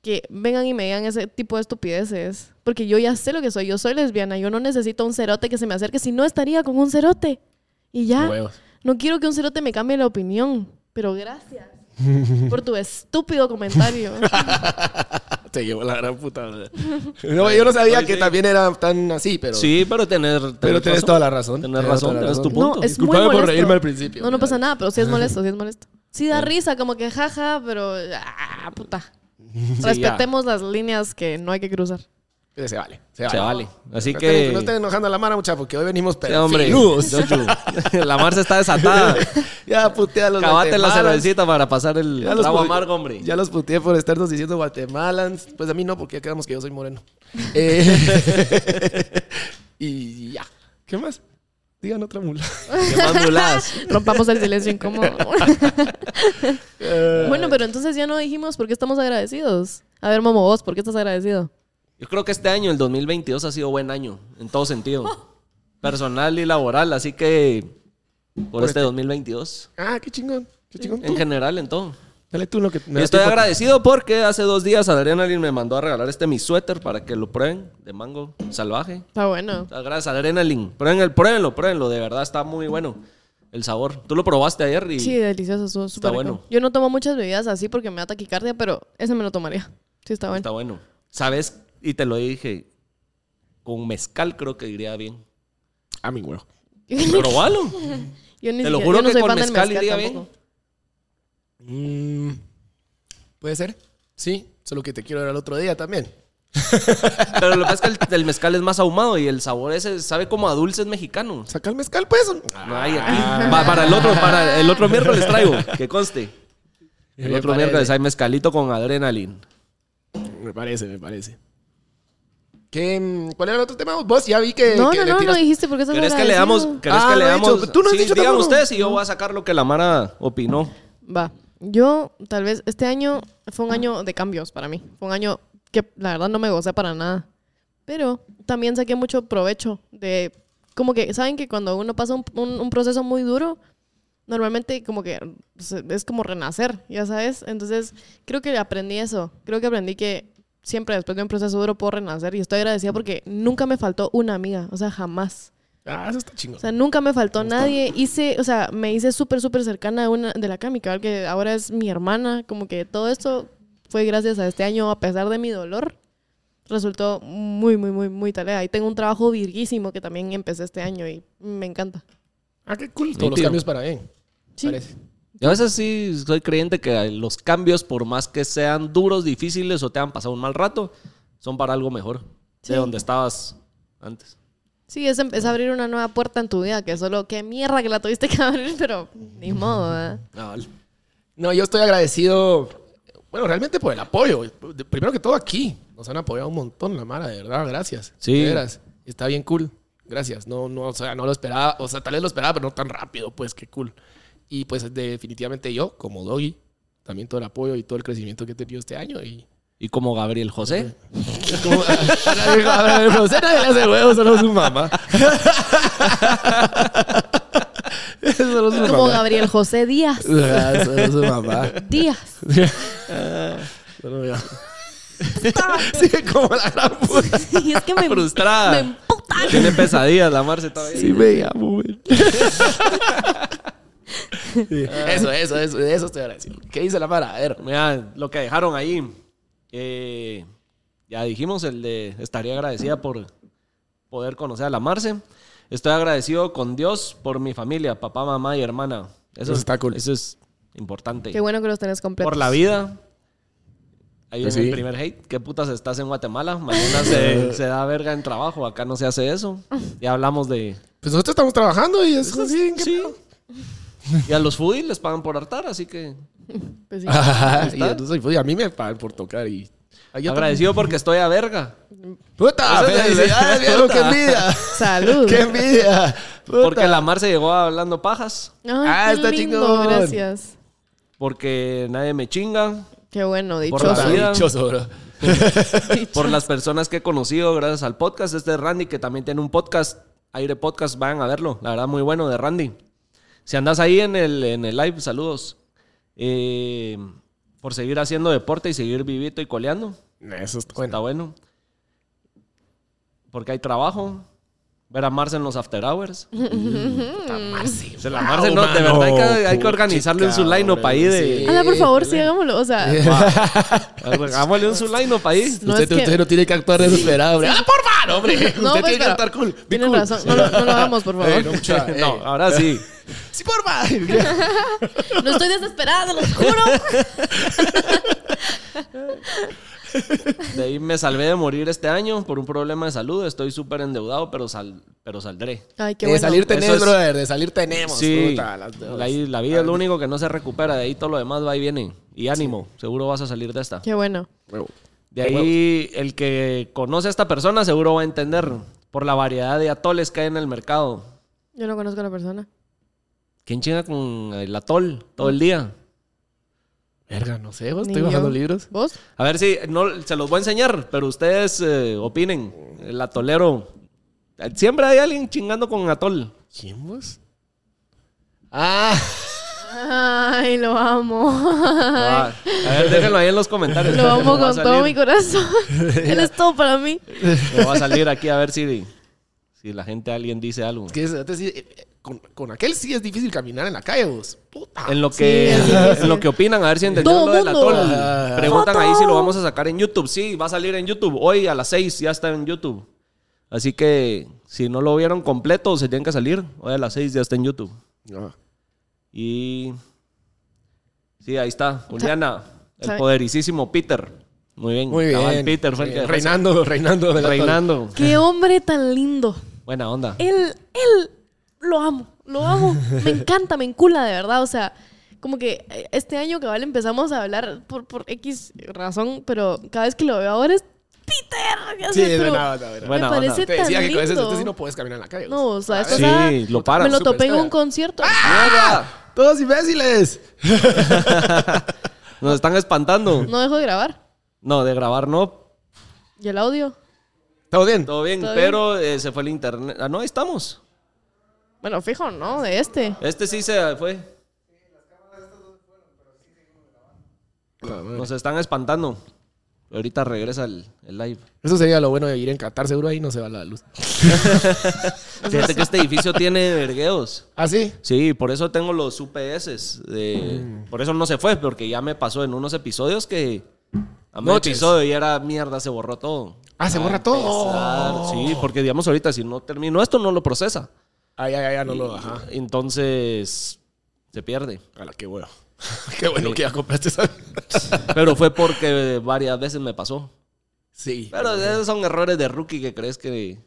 [SPEAKER 1] que vengan y me digan ese tipo de estupideces. Porque yo ya sé lo que soy. Yo soy lesbiana. Yo no necesito un cerote que se me acerque. Si no, estaría con un cerote. Y ya.
[SPEAKER 3] Huevos.
[SPEAKER 1] No quiero que un cerote me cambie la opinión, pero gracias por tu estúpido comentario.
[SPEAKER 3] Te llevó la gran puta. ¿verdad? No, yo no sabía
[SPEAKER 2] Oye,
[SPEAKER 3] que
[SPEAKER 2] sí.
[SPEAKER 3] también era tan así, pero...
[SPEAKER 2] Sí, pero tener.
[SPEAKER 3] Pero tienes toda la razón.
[SPEAKER 2] Tener
[SPEAKER 3] Tienes
[SPEAKER 2] razón,
[SPEAKER 3] toda la
[SPEAKER 2] tienes tu
[SPEAKER 3] razón.
[SPEAKER 2] punto.
[SPEAKER 1] No, es muy
[SPEAKER 3] Disculpame por
[SPEAKER 1] molesto.
[SPEAKER 3] reírme al principio.
[SPEAKER 1] No, no pasa
[SPEAKER 3] Dale.
[SPEAKER 1] nada, pero sí es molesto, sí es molesto. Sí da risa, como que jaja, pero ah, puta. Respetemos las líneas que no hay que cruzar.
[SPEAKER 3] Se vale. Se vale.
[SPEAKER 2] Se vale. Así
[SPEAKER 3] No estén-
[SPEAKER 2] que.
[SPEAKER 3] No estén enojando a la mara, mucha, porque hoy venimos
[SPEAKER 2] Sí,
[SPEAKER 3] pero
[SPEAKER 2] hombre.
[SPEAKER 3] filudos.
[SPEAKER 2] Yoyu. La mar se está desatada.
[SPEAKER 3] Ya puteé a los
[SPEAKER 2] Acabate la
[SPEAKER 3] guatemalans.
[SPEAKER 2] cervecita para pasar el
[SPEAKER 3] Ya los
[SPEAKER 2] trago
[SPEAKER 3] puteé-
[SPEAKER 2] amargo, hombre.
[SPEAKER 3] Ya los puteé por estarnos diciendo guatemalans. Pues a mí no, porque ya quedamos que yo soy moreno. Eh, y ya. ¿Qué más? Digan otra mula.
[SPEAKER 2] Qué más muladas.
[SPEAKER 1] Rompamos el silencio incómodo. bueno, pero entonces ya no dijimos por qué estamos agradecidos. A ver, Momo, vos, ¿por qué estás agradecido?
[SPEAKER 2] Yo creo que este año, el 2022, ha sido buen año, en todo sentido. Personal y laboral, así que por, este 2022.
[SPEAKER 3] Ah, qué chingón. Qué chingón.
[SPEAKER 2] En
[SPEAKER 3] Tú,
[SPEAKER 2] general, en todo.
[SPEAKER 3] Dale tú lo que me
[SPEAKER 2] Yo
[SPEAKER 3] das
[SPEAKER 2] estoy
[SPEAKER 3] tiempo.
[SPEAKER 2] agradecido porque hace dos días Adrenaline me mandó a regalar este mi suéter para que lo prueben, de mango salvaje.
[SPEAKER 1] Está bueno.
[SPEAKER 2] O sea, Gracias Adrenaline. Prueben el, pruébenlo, pruébenlo. De verdad está muy bueno el sabor. Tú lo probaste ayer y
[SPEAKER 1] Sí, delicioso, estuvo súper rico.
[SPEAKER 2] bueno.
[SPEAKER 1] Yo no tomo muchas bebidas así porque me da taquicardia, pero ese me lo tomaría. Sí, está bueno.
[SPEAKER 2] está bueno. ¿Sabes? Y te lo dije, con mezcal creo que iría bien.
[SPEAKER 3] A mi huevo.
[SPEAKER 2] Probalo.
[SPEAKER 1] Yo ni
[SPEAKER 2] Te lo
[SPEAKER 1] siquiera-
[SPEAKER 2] juro
[SPEAKER 1] yo no
[SPEAKER 2] que
[SPEAKER 1] soy
[SPEAKER 2] con
[SPEAKER 1] fan del
[SPEAKER 2] mezcal iría
[SPEAKER 1] tampoco.
[SPEAKER 2] bien.
[SPEAKER 3] Mm, ¿Puede ser? Sí. Solo que te quiero ver al otro día también.
[SPEAKER 2] Pero lo que pasa es que el, el mezcal es más ahumado y el sabor ese sabe como a dulces mexicanos.
[SPEAKER 3] Saca el mezcal, pues.
[SPEAKER 2] No hay aquí. Va, para el otro, para el otro miércoles traigo, que conste. El
[SPEAKER 3] Me
[SPEAKER 2] otro
[SPEAKER 3] parece.
[SPEAKER 2] miércoles hay mezcalito con adrenalina.
[SPEAKER 3] Me parece, me parece. ¿Qué, mm, ¿Cuál era el otro tema? Vos ya vi que.
[SPEAKER 1] No,
[SPEAKER 3] Eh, que
[SPEAKER 1] no,
[SPEAKER 3] le
[SPEAKER 1] no, no
[SPEAKER 3] tiras-
[SPEAKER 1] dijiste porque estás
[SPEAKER 2] ¿Querés que le
[SPEAKER 1] agradecido.
[SPEAKER 2] damos? ¿Querés
[SPEAKER 3] Ah,
[SPEAKER 2] que le
[SPEAKER 3] no he
[SPEAKER 2] damos?
[SPEAKER 3] dicho. Tú no has
[SPEAKER 2] Sí,
[SPEAKER 3] dicho
[SPEAKER 2] digan
[SPEAKER 3] tampoco.
[SPEAKER 2] ustedes y yo voy a sacar lo que la Mara opinó.
[SPEAKER 1] Va. Yo, tal vez, este año fue un año de cambios para mí. Fue un año que la verdad no me gocé para nada. Pero también saqué mucho provecho de. Como que, ¿saben que cuando uno pasa un, un- un proceso muy duro, normalmente como que se- es como renacer, ya sabes? Entonces, creo que aprendí eso. Creo que aprendí que siempre después de un proceso duro puedo renacer y estoy agradecida porque nunca me faltó una amiga, o sea, jamás.
[SPEAKER 3] Ah, eso está chingón.
[SPEAKER 1] O sea, nunca me faltó nadie. Hice, o sea, me hice súper, súper cercana de, una, de la Cami, cabal, que ahora es mi hermana. Como que todo esto fue gracias a este año, a pesar de mi dolor. Resultó muy, muy, muy, muy tarea. Y tengo un trabajo virguísimo que también empecé este año y me encanta.
[SPEAKER 3] Ah, qué cool. Todos los
[SPEAKER 2] Nítido.
[SPEAKER 3] cambios para bien.
[SPEAKER 1] Sí.
[SPEAKER 3] Parece.
[SPEAKER 2] Yo a veces sí soy creyente que los cambios, por más que sean duros, difíciles o te han pasado un mal rato, son para algo mejor
[SPEAKER 1] Sí.
[SPEAKER 2] de donde estabas antes.
[SPEAKER 1] Sí, es, em- es abrir una nueva puerta en tu vida, que solo qué mierda que la tuviste que abrir, pero ni modo, ¿verdad?
[SPEAKER 2] Ah, vale.
[SPEAKER 3] No, yo estoy agradecido. Bueno, realmente por el apoyo. De- Primero que todo aquí. Nos han apoyado un montón, la Mara, de verdad. Gracias.
[SPEAKER 2] Sí.
[SPEAKER 3] De veras. Está bien cool. Gracias. No, no, o sea, no lo esperaba. O sea, tal vez lo esperaba, pero no tan rápido, pues, qué cool. Y pues definitivamente yo, como Doggy, también todo el apoyo y todo el crecimiento que he tenido este año. Y
[SPEAKER 2] Y como Gabriel José.
[SPEAKER 3] Como, ahora dijo, ahora dijo, usted nadie le hace huevos, solo su mamá. solo
[SPEAKER 2] Ah,
[SPEAKER 3] su
[SPEAKER 1] Como
[SPEAKER 3] mamá.
[SPEAKER 1] Gabriel José Díaz.
[SPEAKER 3] Ah, Solo su mamá.
[SPEAKER 1] Díaz.
[SPEAKER 3] Solo yo. Sí, como la gran puta.
[SPEAKER 1] Y es que me,
[SPEAKER 2] Frustrada.
[SPEAKER 1] me emputan.
[SPEAKER 2] Tiene pesadillas la Marce todavía.
[SPEAKER 3] Sí, me llamo, güey. Sí. Eso, eso, eso, de eso estoy agradecido. ¿Qué dice la para? A ver.
[SPEAKER 2] Mira, lo que dejaron ahí. eh, ya dijimos, el de estaría agradecida por poder conocer a la Marce. Estoy agradecido con Dios por mi familia, papá, mamá y hermana. Eso,
[SPEAKER 3] Eso está cool.
[SPEAKER 2] Eso es importante.
[SPEAKER 1] Qué bueno que los tenés completos.
[SPEAKER 2] por la vida. Ahí
[SPEAKER 3] Pues
[SPEAKER 2] viene
[SPEAKER 3] sí.
[SPEAKER 2] el primer hate. ¿Qué putas estás en Guatemala? Mañana se, se da verga en trabajo. Acá no se hace eso. Ya hablamos de...
[SPEAKER 3] Pues nosotros estamos trabajando y es así. ¿qué
[SPEAKER 2] Pues Sí.
[SPEAKER 3] pedo?
[SPEAKER 2] Y a los foodies les pagan por hartar, así que...
[SPEAKER 1] Pues sí.
[SPEAKER 3] Ajá, y entonces, pues, a mí me pagan por tocar y... Ay, yo
[SPEAKER 2] Agradecido porque estoy a verga.
[SPEAKER 3] también. ¡Puta!
[SPEAKER 2] Eso es-
[SPEAKER 3] ¡Felicidades! viejo, ¡Qué envidia!
[SPEAKER 1] Salud.
[SPEAKER 3] ¡Qué envidia! Puta.
[SPEAKER 2] Porque la Mar se llegó hablando pajas.
[SPEAKER 1] Ay,
[SPEAKER 3] Ah,
[SPEAKER 1] qué
[SPEAKER 3] está
[SPEAKER 1] lindo,
[SPEAKER 3] chingón.
[SPEAKER 1] Gracias.
[SPEAKER 2] Porque nadie me chinga.
[SPEAKER 1] Qué bueno,
[SPEAKER 2] Por la
[SPEAKER 1] dichoso.
[SPEAKER 2] vida.
[SPEAKER 3] Dichoso, bro.
[SPEAKER 2] Por las personas que he conocido gracias al podcast. Este es Randy, que también tiene un podcast. Aire Podcast, vayan a verlo. La verdad, muy bueno de Randy. Si andas ahí en el, en el live, saludos. Eh, por seguir haciendo deporte y seguir vivito y coleando.
[SPEAKER 3] Eso está
[SPEAKER 2] Está
[SPEAKER 3] bueno.
[SPEAKER 2] bueno. Porque hay trabajo. Ver a Marce en los after hours.
[SPEAKER 3] Puta,
[SPEAKER 1] Mm.
[SPEAKER 3] Marce,
[SPEAKER 2] Se la
[SPEAKER 3] wow,
[SPEAKER 2] Marce, no, de
[SPEAKER 3] mano.
[SPEAKER 2] verdad hay que, hay que
[SPEAKER 3] Puta,
[SPEAKER 2] organizarle un su
[SPEAKER 3] cabrón,
[SPEAKER 2] line-up ahí de...
[SPEAKER 3] sí.
[SPEAKER 1] Ala, por favor, sí, hagámoslo. O sea,
[SPEAKER 2] Hagámosle un su line-up ahí.
[SPEAKER 1] No,
[SPEAKER 3] usted,
[SPEAKER 1] es que-
[SPEAKER 3] usted no tiene que actuar desesperado, hombre. ¡Ah, por favor, hombre! usted
[SPEAKER 1] No, pues,
[SPEAKER 3] tiene que
[SPEAKER 1] pero-
[SPEAKER 3] actuar cool. Be
[SPEAKER 1] tienes
[SPEAKER 3] cool.
[SPEAKER 1] razón. No lo, no lo hagamos, por favor.
[SPEAKER 3] Eh, no, mucha- eh.
[SPEAKER 2] No, ahora sí.
[SPEAKER 3] ¡Sí, por favor!
[SPEAKER 1] No estoy desesperada, los juro.
[SPEAKER 2] De ahí me salvé de morir este año por un problema de salud. Estoy súper endeudado, pero, sal, pero saldré.
[SPEAKER 1] Ay, qué
[SPEAKER 3] de
[SPEAKER 1] bueno.
[SPEAKER 3] Eh, salir tenés,
[SPEAKER 2] Eso es-
[SPEAKER 3] brother. De salir tenemos.
[SPEAKER 2] Sí,
[SPEAKER 3] puta, las dos.
[SPEAKER 2] la, la vida es lo único que no se recupera. De ahí todo lo demás va y viene. Y ánimo, seguro vas a salir de esta.
[SPEAKER 1] Qué bueno.
[SPEAKER 3] Huevo.
[SPEAKER 2] De ahí, el que conoce a esta persona seguro va a entender por la variedad de atoles que hay en el mercado.
[SPEAKER 1] Yo no conozco a la persona.
[SPEAKER 2] ¿Quién chinga con el atol todo el día?
[SPEAKER 3] Verga, no sé, vos,
[SPEAKER 1] Ni
[SPEAKER 3] estoy bajando
[SPEAKER 1] yo.
[SPEAKER 3] libros.
[SPEAKER 1] ¿Vos?
[SPEAKER 2] A ver si no, se los voy a enseñar, pero ustedes eh, opinen. El atolero. Siempre hay alguien chingando con atol.
[SPEAKER 3] ¿Quién vos? Ah,
[SPEAKER 1] Ay, lo amo.
[SPEAKER 2] Ah, a ver, déjenlo ahí en los comentarios.
[SPEAKER 1] Lo amo
[SPEAKER 2] Me va a
[SPEAKER 1] con todo mi
[SPEAKER 2] salir-
[SPEAKER 1] corazón. Él es todo para mí.
[SPEAKER 2] me va a salir aquí a ver si, si la gente, alguien dice algo.
[SPEAKER 3] es que es- antes sí, eh, eh, con, con aquel sí es difícil caminar en la calle, vos. Puta.
[SPEAKER 2] En lo que,
[SPEAKER 1] Sí, sí, sí.
[SPEAKER 2] en lo que opinan, a ver si
[SPEAKER 1] Todo
[SPEAKER 2] entendieron lo del
[SPEAKER 1] mundo.
[SPEAKER 2] atol.
[SPEAKER 3] Ah.
[SPEAKER 2] Preguntan
[SPEAKER 1] Foto.
[SPEAKER 2] ahí si lo vamos a sacar en YouTube. Sí, va a salir en YouTube. Hoy a las 6 ya está en YouTube. Así que si no lo vieron completo, se tienen que salir. Hoy a las 6 ya está en YouTube.
[SPEAKER 3] Ah.
[SPEAKER 2] Y. Sí, ahí está. Juliana, el
[SPEAKER 1] sabe-
[SPEAKER 2] podericísimo Peter. Muy bien.
[SPEAKER 3] Muy bien.
[SPEAKER 2] Cabal, Peter fue el
[SPEAKER 3] Muy
[SPEAKER 2] que
[SPEAKER 3] bien. Reinando, reinando. de la-
[SPEAKER 2] Reinando.
[SPEAKER 1] Qué hombre tan lindo.
[SPEAKER 2] Buena onda.
[SPEAKER 1] Él, él, lo amo, lo amo. Me encanta, me encula de verdad. O sea, como que eh, este año cabal empezamos a hablar por, por X razón, pero cada vez que lo veo ahora es Peter. ya
[SPEAKER 3] Sí,
[SPEAKER 1] sé,
[SPEAKER 3] de
[SPEAKER 1] pero
[SPEAKER 3] nada, de verdad.
[SPEAKER 1] me
[SPEAKER 2] Buena
[SPEAKER 1] parece
[SPEAKER 2] onda.
[SPEAKER 3] Te
[SPEAKER 1] tan
[SPEAKER 3] decía que
[SPEAKER 1] lindo.
[SPEAKER 3] con
[SPEAKER 2] este
[SPEAKER 3] ese usted sí no puedes caminar en la calle. vos. Ah,
[SPEAKER 1] No, o sea, esta
[SPEAKER 2] Sí,
[SPEAKER 1] pasada
[SPEAKER 2] lo paran,
[SPEAKER 1] me lo topé en
[SPEAKER 3] superestrella.
[SPEAKER 1] un concierto.
[SPEAKER 2] ¡Mierda!
[SPEAKER 3] ¡Todos imbéciles!
[SPEAKER 2] Nos están espantando.
[SPEAKER 1] No dejo de grabar.
[SPEAKER 2] No, de grabar no.
[SPEAKER 1] ¿Y el audio?
[SPEAKER 3] ¿Estamos bien?
[SPEAKER 2] Todo bien,
[SPEAKER 1] Todo bien.
[SPEAKER 2] pero eh, se fue el internet. Ah, no, ahí estamos.
[SPEAKER 1] Bueno, fijo, ¿no? De este.
[SPEAKER 2] Este sí se fue. Nos están espantando. Ahorita regresa el, el live.
[SPEAKER 3] Eso sería lo bueno de ir en Qatar. Seguro ahí no se va la luz.
[SPEAKER 2] Fíjate que este edificio tiene vergueos.
[SPEAKER 3] ¿Ah, sí?
[SPEAKER 2] Sí, por eso tengo los UPS. de-
[SPEAKER 3] Mm.
[SPEAKER 2] Por eso no se fue, porque ya me pasó en unos episodios que. A medio
[SPEAKER 3] Noches.
[SPEAKER 2] episodio y era mierda, se borró todo.
[SPEAKER 3] Ah, se
[SPEAKER 2] A
[SPEAKER 3] borra todo.
[SPEAKER 2] empezar, Sí, porque digamos ahorita, si no termino esto, no lo procesa.
[SPEAKER 3] Ay, ay, ay, no lo ajá.
[SPEAKER 2] Entonces se pierde.
[SPEAKER 3] Ala, qué bueno. qué bueno que ya compraste esa.
[SPEAKER 2] Pero fue porque varias veces me pasó.
[SPEAKER 3] sí.
[SPEAKER 2] Pero esos son errores de rookie que crees que,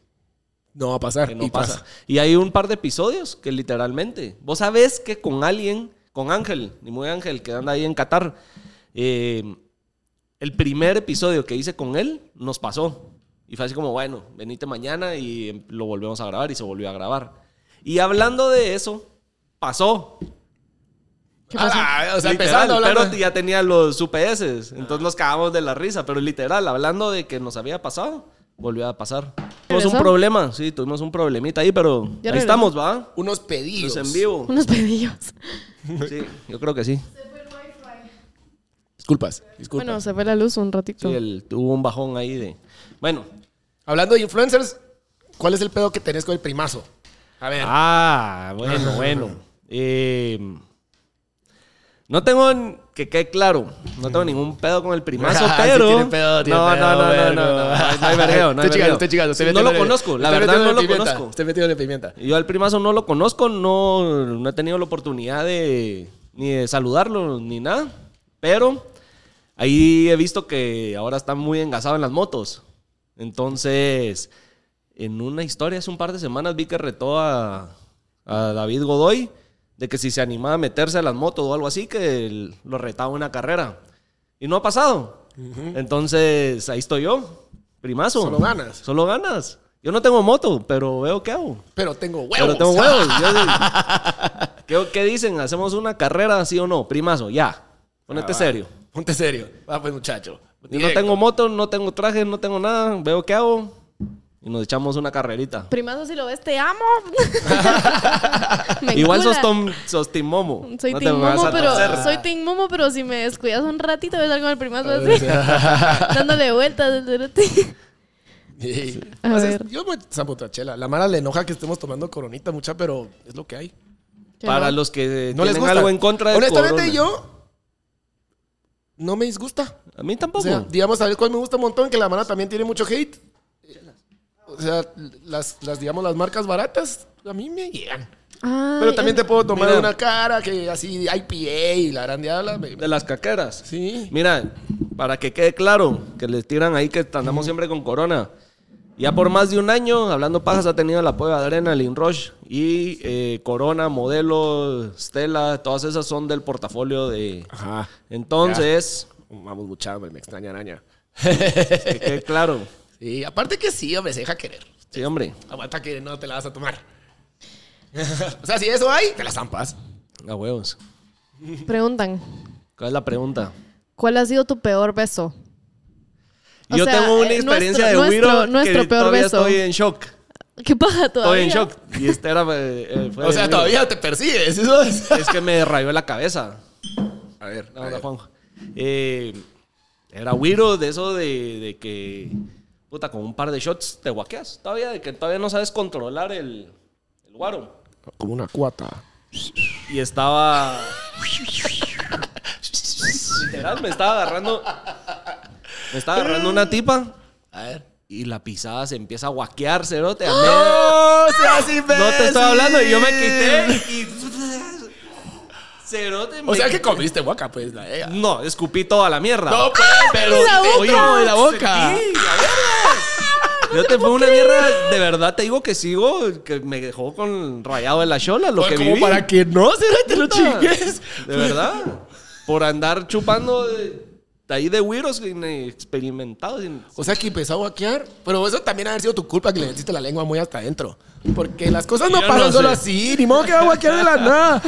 [SPEAKER 3] No va a pasar.
[SPEAKER 2] que no
[SPEAKER 3] y
[SPEAKER 2] pasa.
[SPEAKER 3] pasa.
[SPEAKER 2] Y hay un par de episodios que literalmente, vos sabés que con alguien, con Ángel, ni muy Ángel, que anda ahí en Qatar, eh, el primer episodio que hice con él nos pasó. Y fue así como, bueno, venite mañana y lo volvemos a grabar y se volvió a grabar. Y hablando de eso, pasó.
[SPEAKER 1] ¿Qué pasó?
[SPEAKER 3] Ah, o sea,
[SPEAKER 2] Literal,
[SPEAKER 3] empezando a hablar.
[SPEAKER 2] Pero ya tenía los UPS, entonces nos cagamos de la risa, pero literal, hablando de que nos había pasado, volvió a pasar. Tuvimos un
[SPEAKER 1] ¿Regresó?
[SPEAKER 2] problema, sí, tuvimos un problemita ahí, pero
[SPEAKER 1] Ya
[SPEAKER 2] ahí
[SPEAKER 1] regresó.
[SPEAKER 2] estamos, ¿va?
[SPEAKER 3] Unos pedidos.
[SPEAKER 2] Pues en vivo.
[SPEAKER 1] Unos pedillos.
[SPEAKER 2] Sí, yo creo que sí.
[SPEAKER 3] Disculpas, disculpas.
[SPEAKER 1] Bueno, se fue la luz un ratito.
[SPEAKER 2] Sí, el- hubo un bajón ahí de. Bueno.
[SPEAKER 3] Hablando de influencers, ¿cuál es el pedo que tenés con el primazo? A ver.
[SPEAKER 2] Ah, bueno, bueno. Eh, no tengo n- que quede claro, no tengo ningún pedo con el primazo,
[SPEAKER 3] Ah, sí
[SPEAKER 2] pero
[SPEAKER 3] tiene pedo, tiene
[SPEAKER 2] no,
[SPEAKER 3] pedo,
[SPEAKER 2] no, no, no,
[SPEAKER 3] vergo.
[SPEAKER 2] no, no, no, hay- no hay vergueo, no hay
[SPEAKER 3] Estoy chingando,
[SPEAKER 2] vergueo.
[SPEAKER 3] estoy chingando. estoy
[SPEAKER 2] No lo
[SPEAKER 3] metiéndole-
[SPEAKER 2] conozco, la
[SPEAKER 3] estoy
[SPEAKER 2] verdad no
[SPEAKER 3] metiéndole
[SPEAKER 2] lo
[SPEAKER 3] pimienta,
[SPEAKER 2] conozco.
[SPEAKER 3] Estoy metiéndole pimienta.
[SPEAKER 2] Yo al primazo no lo conozco, no, no he tenido la oportunidad de ni de saludarlo ni nada, pero Ahí he visto que ahora está muy engasado en las motos. Entonces, en una historia hace un par de semanas vi que retó a, a David Godoy de que si se animaba a meterse a las motos o algo así, que el- lo retaba una carrera. Y no ha pasado. Entonces, ahí estoy yo, primazo.
[SPEAKER 3] Solo ganas.
[SPEAKER 2] Solo ganas. Yo no tengo moto, pero veo qué hago.
[SPEAKER 3] Pero tengo huevos.
[SPEAKER 2] Pero tengo huevos. Yo- ¿Qué, qué dicen? ¿Hacemos una carrera, sí o no? Primazo, ya. Ponete
[SPEAKER 3] Ah, va.
[SPEAKER 2] serio.
[SPEAKER 3] Ponte serio. Va, pues, muchacho.
[SPEAKER 2] Yo no tengo moto, no tengo traje, no tengo nada. Veo qué hago. Y nos echamos una carrerita.
[SPEAKER 1] Primazo, si lo ves, te amo. Me
[SPEAKER 2] Igual sos,
[SPEAKER 1] encula.
[SPEAKER 2] tom, sos Team Momo.
[SPEAKER 1] Soy
[SPEAKER 2] No te
[SPEAKER 1] Team
[SPEAKER 2] vas
[SPEAKER 1] Momo,
[SPEAKER 2] a
[SPEAKER 1] pero
[SPEAKER 2] torcer.
[SPEAKER 1] soy Team Momo, pero si me descuidas un ratito ves algo con el primazo así, dándole vueltas.
[SPEAKER 3] Sí.
[SPEAKER 1] A
[SPEAKER 3] Pues,
[SPEAKER 1] ver.
[SPEAKER 3] yo me zampo otra chela. La Mara le enoja que estemos tomando coronita mucha, pero es lo que hay.
[SPEAKER 2] Para los que
[SPEAKER 3] No les
[SPEAKER 2] tienen
[SPEAKER 3] gusta.
[SPEAKER 2] algo en contra de
[SPEAKER 3] Honestamente,
[SPEAKER 2] Corona.
[SPEAKER 3] yo no me disgusta.
[SPEAKER 2] A mí
[SPEAKER 3] O
[SPEAKER 2] tampoco.
[SPEAKER 3] sea, digamos, ¿sabes cuál me gusta un montón? Que la Mara también tiene mucho hate. O sea, las, las digamos, las marcas baratas a mí me llegan. Pero también te puedo tomar
[SPEAKER 2] Mira.
[SPEAKER 3] una cara que así IPA y la grande habla. me-
[SPEAKER 2] de las caqueras.
[SPEAKER 3] Sí.
[SPEAKER 2] Mira, para que quede claro, que les tiran ahí que andamos siempre con corona. Ya por más de un año, Hablando Pajas ha tenido el apoyo de Adrenaline Rush y eh, Corona, Modelo, Stella, todas esas son del portafolio de...
[SPEAKER 3] Ajá.
[SPEAKER 2] Entonces,
[SPEAKER 3] Vamos, mucha, hombre, me extraña araña.
[SPEAKER 2] que quede claro.
[SPEAKER 3] Sí, aparte que sí, hombre, se deja querer.
[SPEAKER 2] Sí, hombre,
[SPEAKER 3] Aguanta que no te la vas a tomar. o sea, si eso hay, te la zampas.
[SPEAKER 2] a huevos.
[SPEAKER 1] eh, Preguntan,
[SPEAKER 2] ¿Cuál es la pregunta?
[SPEAKER 1] ¿cuál ha sido tu peor beso? O
[SPEAKER 2] Yo
[SPEAKER 1] sea,
[SPEAKER 2] tengo una
[SPEAKER 1] eh,
[SPEAKER 2] experiencia
[SPEAKER 1] nuestro-
[SPEAKER 2] de Wiro
[SPEAKER 1] nuestro- nuestro
[SPEAKER 2] que
[SPEAKER 1] peor
[SPEAKER 2] todavía
[SPEAKER 1] beso.
[SPEAKER 2] estoy en shock.
[SPEAKER 1] ¿Qué paja
[SPEAKER 2] Estoy
[SPEAKER 1] todavía?
[SPEAKER 2] en shock. Y este era... eh, eh, fue
[SPEAKER 3] O sea,
[SPEAKER 2] de Wiro.
[SPEAKER 3] todavía te persigues. eso es.
[SPEAKER 2] Es que me rayó la cabeza.
[SPEAKER 3] A ver,
[SPEAKER 2] No, no, Juanjo. Eh, era Wiro de eso de, de que, puta, con un par de shots te guaqueas. Todavía, de que todavía no sabes controlar el, el guaro.
[SPEAKER 3] Como una cuata.
[SPEAKER 2] Y estaba... Literal, me estaba agarrando... Me estaba agarrando una tipa
[SPEAKER 3] A ver.
[SPEAKER 2] y la pisada se empieza a guaquear, cerote. a
[SPEAKER 3] ¡Oh! ¡No seas
[SPEAKER 2] medio- No te estoy hablando y yo me
[SPEAKER 3] imbécil!
[SPEAKER 2] quité y... Cerote
[SPEAKER 3] O
[SPEAKER 2] me-
[SPEAKER 3] sea que comiste guaca, pues, la ella.
[SPEAKER 2] No, escupí toda la mierda.
[SPEAKER 3] No, pues, pero.
[SPEAKER 1] la
[SPEAKER 3] te-
[SPEAKER 1] boca!
[SPEAKER 3] Oye, de la boca.
[SPEAKER 2] Sí, la verga. Yo te fue una mierda, de verdad te digo que sigo, que me dejó con rayado de la chola lo
[SPEAKER 3] Oye,
[SPEAKER 2] que
[SPEAKER 3] como
[SPEAKER 2] viví.
[SPEAKER 3] para que no, será te lo
[SPEAKER 2] Puta,
[SPEAKER 3] chingues.
[SPEAKER 2] De verdad. Por andar chupando de, de ahí de güiros inexperimentados. in-
[SPEAKER 3] O sea que empezó a guaquear, pero eso también ha sido tu culpa que le metiste la lengua muy hasta adentro. Porque las cosas no
[SPEAKER 2] Yo
[SPEAKER 3] pasan
[SPEAKER 2] no
[SPEAKER 3] solo
[SPEAKER 2] sé.
[SPEAKER 3] así, ni modo que va a guaquear de la nada.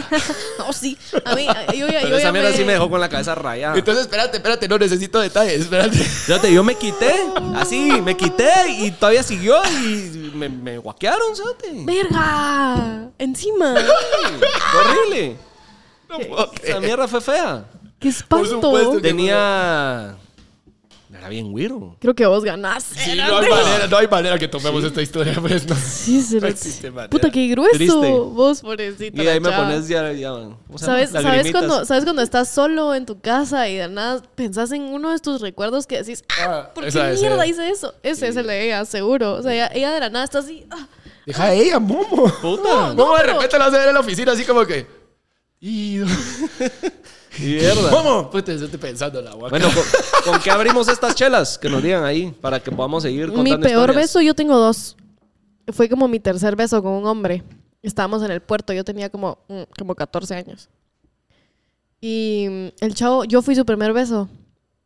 [SPEAKER 1] No, Oh, sí. A mí, a- yo, ya-
[SPEAKER 2] Pero
[SPEAKER 1] yo
[SPEAKER 2] esa
[SPEAKER 1] ya
[SPEAKER 2] mierda
[SPEAKER 1] me...
[SPEAKER 2] sí me dejó con la cabeza rayada.
[SPEAKER 3] Entonces, espérate, espérate, no necesito detalles, espérate.
[SPEAKER 2] Fíjate, yo me quité, así, me quité y todavía siguió y me, me guaquearon, fíjate.
[SPEAKER 1] ¡Verga! Encima.
[SPEAKER 2] Fue Horrible.
[SPEAKER 3] No puedo
[SPEAKER 2] Esa
[SPEAKER 3] creer.
[SPEAKER 2] mierda fue fea.
[SPEAKER 1] ¡Qué espanto!
[SPEAKER 3] supuesto que-
[SPEAKER 2] Tenía. Era bien güiro.
[SPEAKER 1] Creo que vos ganaste.
[SPEAKER 3] Sí, no hay manera, no hay manera que tomemos esta historia, pues no.
[SPEAKER 1] Sí, se
[SPEAKER 3] No
[SPEAKER 1] lo-
[SPEAKER 3] existe manera.
[SPEAKER 1] Puta, qué grueso.
[SPEAKER 2] Triste.
[SPEAKER 1] Vos, pobrecita.
[SPEAKER 2] Y
[SPEAKER 1] la
[SPEAKER 2] ahí me
[SPEAKER 1] chava.
[SPEAKER 2] pones ya. ya, ¿cómo se llama?
[SPEAKER 1] ¿Sabes, ¿sabes,
[SPEAKER 2] Lagrimitas.
[SPEAKER 1] cuando, ¿Sabes cuando estás solo en tu casa y de nada pensás en uno de tus recuerdos que decís, ah,
[SPEAKER 3] Ah,
[SPEAKER 1] ¿por
[SPEAKER 3] esa-
[SPEAKER 1] qué
[SPEAKER 3] esa
[SPEAKER 1] mierda
[SPEAKER 3] era.
[SPEAKER 1] hice eso? Ese es el de ella, seguro. O sea, ella, ella de la nada está así, ah,
[SPEAKER 3] Deja a ella, Momo.
[SPEAKER 2] Puta.
[SPEAKER 1] No,
[SPEAKER 3] Momo de
[SPEAKER 1] pero-
[SPEAKER 3] repente la hace ver en la oficina así como que. Y...
[SPEAKER 2] Mierda.
[SPEAKER 3] Momo, puta, yo estoy pensando en la guaca.
[SPEAKER 2] Bueno, ¿con, con qué abrimos estas chelas? Que nos digan ahí para que podamos seguir
[SPEAKER 1] mi
[SPEAKER 2] contando
[SPEAKER 1] peor
[SPEAKER 2] historias.
[SPEAKER 1] beso, yo tengo dos. Fue como mi tercer beso con un hombre. Estábamos en el puerto, yo tenía como, mm, como 14 años. Y mm, el chavo, yo fui su primer beso.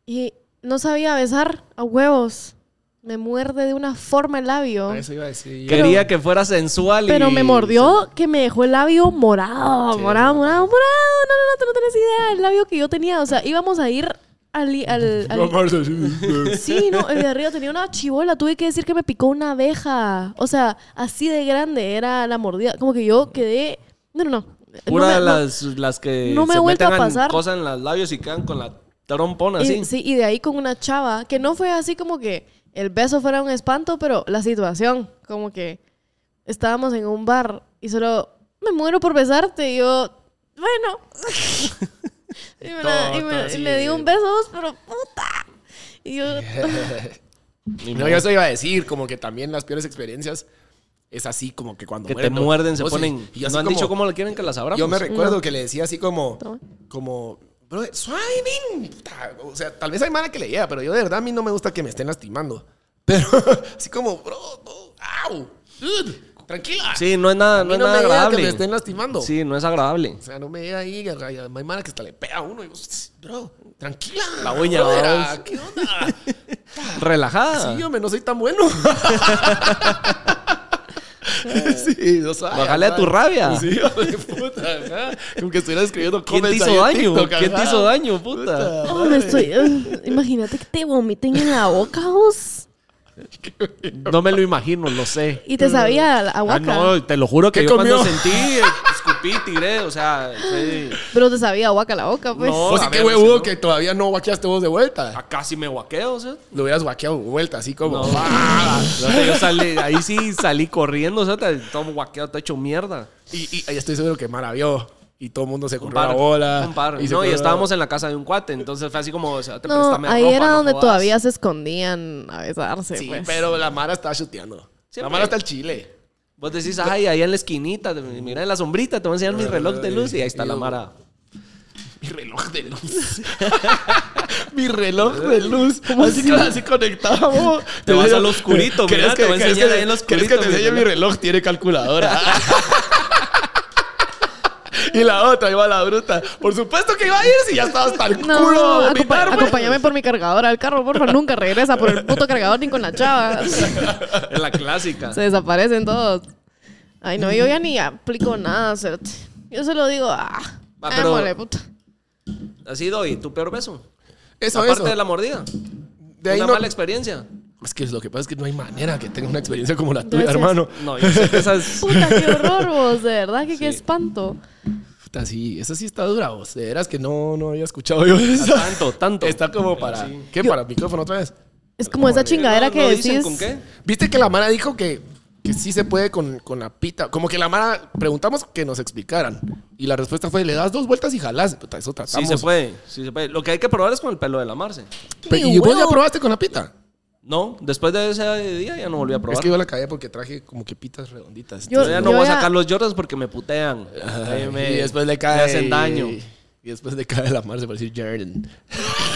[SPEAKER 1] Y no sabía besar a huevos. Me muerde de una forma el labio.
[SPEAKER 3] Eso iba a decir. yo.
[SPEAKER 2] Quería que fuera sensual y...
[SPEAKER 1] Pero me mordió que me dejó el labio morado,
[SPEAKER 3] Sí,
[SPEAKER 1] morado,
[SPEAKER 3] no.
[SPEAKER 1] morado, morado. No, no, no, tú no tienes idea. El labio que yo tenía, o sea, íbamos a ir al. al, al- sí, no, el de arriba tenía una chibola. Tuve que decir que me picó una abeja. O sea, así de grande era la mordida. Como que yo quedé. No, no, no.
[SPEAKER 2] Pura
[SPEAKER 1] no me-
[SPEAKER 2] de
[SPEAKER 1] no-
[SPEAKER 2] las, las que
[SPEAKER 1] no me
[SPEAKER 2] se
[SPEAKER 1] ha vuelto
[SPEAKER 2] meten
[SPEAKER 1] a
[SPEAKER 2] en
[SPEAKER 1] pasar.
[SPEAKER 2] cosas en los labios y quedan con la trompona así.
[SPEAKER 1] Y, sí, y de ahí con una chava, que no fue así como que el beso fuera un espanto, pero la situación, como que estábamos en un bar y solo me muero por besarte y yo, bueno. y, me la-
[SPEAKER 2] Tota,
[SPEAKER 1] y me-
[SPEAKER 3] Tonto, sí.
[SPEAKER 1] y le di un beso, pero puta. Y yo,
[SPEAKER 2] Ni
[SPEAKER 3] No,
[SPEAKER 2] modo.
[SPEAKER 3] yo eso iba a decir, como que también las peores experiencias es así, como que cuando
[SPEAKER 2] que te
[SPEAKER 3] mueren, ¿no?
[SPEAKER 2] muerden, se
[SPEAKER 3] No sé,
[SPEAKER 2] ponen...
[SPEAKER 3] y
[SPEAKER 2] ¿No
[SPEAKER 3] yo así
[SPEAKER 2] han
[SPEAKER 3] como-
[SPEAKER 2] dicho cómo le quieren que las abramos?
[SPEAKER 3] Yo me recuerdo que le decía así como,
[SPEAKER 1] Toma.
[SPEAKER 3] como Bro, suave, men. Puta, O sea, tal vez hay mala que le llega, pero yo de verdad a mí no me gusta que me estén lastimando. Pero así como, bro, no, au, dude, tranquila.
[SPEAKER 2] Sí, no es nada,
[SPEAKER 3] A
[SPEAKER 2] no
[SPEAKER 3] mí
[SPEAKER 2] es
[SPEAKER 3] no
[SPEAKER 2] nada
[SPEAKER 3] me llega que
[SPEAKER 2] agradable.
[SPEAKER 3] me estén lastimando.
[SPEAKER 2] Sí, no es agradable.
[SPEAKER 3] O sea, no me llega ahí, hay hay mala que hasta le pega a uno. Y yo, bro, tranquila.
[SPEAKER 2] La uña,
[SPEAKER 3] brother,
[SPEAKER 2] vamos.
[SPEAKER 3] ¿Qué onda?
[SPEAKER 2] Relajada.
[SPEAKER 3] Sí, hombre, no soy tan bueno. Sí, o sea,
[SPEAKER 2] Bájale a tu
[SPEAKER 3] ajá.
[SPEAKER 2] rabia.
[SPEAKER 3] Sí, hombre, puta, ajá. Como que estuviera escribiendo
[SPEAKER 2] ¿Quién te
[SPEAKER 3] comments
[SPEAKER 2] hizo
[SPEAKER 3] ahí en
[SPEAKER 2] daño?
[SPEAKER 3] TikTok,
[SPEAKER 2] ¿Quién te
[SPEAKER 3] ajá.
[SPEAKER 2] hizo daño, puta?
[SPEAKER 1] No, "Oh, me estoy. ah, imagínate que te vomiten en la boca, vos.
[SPEAKER 2] No me lo imagino, lo sé.
[SPEAKER 1] Y te sabía a
[SPEAKER 2] Ah,
[SPEAKER 1] guaca.
[SPEAKER 2] no, te lo juro que
[SPEAKER 3] ¿Qué
[SPEAKER 2] yo cuando
[SPEAKER 3] comió?
[SPEAKER 2] sentí, eh, escupí, tiré, o sea, sí.
[SPEAKER 1] Pero te sabía a guaca la boca, pues.
[SPEAKER 2] No.
[SPEAKER 3] O sea,
[SPEAKER 2] A
[SPEAKER 3] qué
[SPEAKER 2] ver,
[SPEAKER 3] huevudo
[SPEAKER 2] si no-
[SPEAKER 3] que todavía no guaqueaste vos de vuelta.
[SPEAKER 2] Ah, casi me guaqueo, o sea.
[SPEAKER 3] Lo hubieras guaqueado de vuelta, así como.
[SPEAKER 2] No.
[SPEAKER 3] ¡ah!
[SPEAKER 2] O sea, Yo salí, ahí sí salí corriendo, o sea, te- todo guaqueado, te hecho mierda.
[SPEAKER 3] Y, y ahí estoy seguro que Mara vio. Y todo el mundo se
[SPEAKER 2] Un
[SPEAKER 3] corrió
[SPEAKER 2] par,
[SPEAKER 3] la bola.
[SPEAKER 2] un par.
[SPEAKER 3] Y se
[SPEAKER 2] no, y
[SPEAKER 3] corrió-
[SPEAKER 2] estábamos en la casa de un cuate, entonces fue así como, o sea, te
[SPEAKER 1] No,
[SPEAKER 2] préstame
[SPEAKER 1] ahí
[SPEAKER 2] ropa,
[SPEAKER 1] era
[SPEAKER 2] no
[SPEAKER 1] donde
[SPEAKER 2] jodas.
[SPEAKER 1] todavía se escondían a besarse,
[SPEAKER 3] Sí,
[SPEAKER 1] pues.
[SPEAKER 3] pero la Mara estaba chuteando. La
[SPEAKER 2] Siempre.
[SPEAKER 3] Mara está al chile.
[SPEAKER 2] Vos decís, ay, ahí en la esquinita, te- mira en la sombrita, te voy a enseñar mi reloj de luz y ahí está la mara.
[SPEAKER 3] Mi reloj de luz. Mi reloj de luz. Así, con- así conectado. vos.
[SPEAKER 2] Te vas
[SPEAKER 3] digo,
[SPEAKER 2] al oscurito,
[SPEAKER 3] ¿crees
[SPEAKER 2] mira,
[SPEAKER 3] que-
[SPEAKER 2] te voy a
[SPEAKER 3] crees
[SPEAKER 2] enseñar
[SPEAKER 3] que-
[SPEAKER 2] ahí en lo
[SPEAKER 3] ¿Crees que te
[SPEAKER 2] oscurito, mi
[SPEAKER 3] enseñe mi
[SPEAKER 2] reloj?
[SPEAKER 3] reloj? Tiene calculadora. y la otra, iba la bruta. Por supuesto que iba a ir si ya estaba hasta el
[SPEAKER 1] No,
[SPEAKER 3] culo. de
[SPEAKER 1] acompa-
[SPEAKER 3] vomitar,
[SPEAKER 2] pues.
[SPEAKER 3] güey.
[SPEAKER 1] acompáñame por mi cargador al carro, porfa. Nunca regresa por el puto cargador ni con la chava.
[SPEAKER 2] Es la clásica.
[SPEAKER 1] Se desaparecen todos. Ay, no, yo ya ni aplico nada, cerote. Yo se lo digo, ah,
[SPEAKER 2] Va, pero-
[SPEAKER 1] démosle, puta.
[SPEAKER 2] Así doy, tu peor beso.
[SPEAKER 3] Eso,
[SPEAKER 2] Aparte
[SPEAKER 3] eso.
[SPEAKER 2] de la mordida.
[SPEAKER 3] De ahí
[SPEAKER 2] una
[SPEAKER 3] no-
[SPEAKER 2] mala experiencia.
[SPEAKER 3] Es que lo que pasa es que no hay manera que tenga una experiencia como la tuya,
[SPEAKER 1] Gracias.
[SPEAKER 3] hermano.
[SPEAKER 2] No, yo sé que esa es-
[SPEAKER 1] Puta, qué horror, vos, de verdad, que qué espanto.
[SPEAKER 3] Puta, sí, esa sí está dura, vos. De veras que no, no había escuchado yo esa.
[SPEAKER 2] Tanto, tanto.
[SPEAKER 3] Está como para. ¿Qué? ¿Para el micrófono otra vez?
[SPEAKER 1] Es como esa chingadera
[SPEAKER 2] No,
[SPEAKER 1] que
[SPEAKER 2] no dicen
[SPEAKER 1] decís.
[SPEAKER 2] con qué?
[SPEAKER 3] Viste que la Mara dijo que, que sí se puede con, con la pita. Como que la Mara preguntamos que nos explicaran. Y la respuesta fue: le das dos vueltas y jalás. Puta, eso
[SPEAKER 2] Sí
[SPEAKER 3] tratamos.
[SPEAKER 2] se puede, sí se puede. Lo que hay que probar es con el pelo de la Marce.
[SPEAKER 3] Pe-
[SPEAKER 1] Ni
[SPEAKER 3] ¿Y vos ya
[SPEAKER 1] huevo.
[SPEAKER 3] probaste con la pita?
[SPEAKER 2] No, después de ese día ya no volví a probar.
[SPEAKER 3] Es que yo la cagué porque traje como que pitas redonditas.
[SPEAKER 1] Yo-
[SPEAKER 2] Yo ya no voy
[SPEAKER 1] ya-
[SPEAKER 2] a sacar los Jordans porque me putean.
[SPEAKER 3] Ay,
[SPEAKER 2] Ahí me-
[SPEAKER 3] y después le cae.
[SPEAKER 2] Me hacen daño.
[SPEAKER 3] Y después le cae la Mara, se parece Jordan.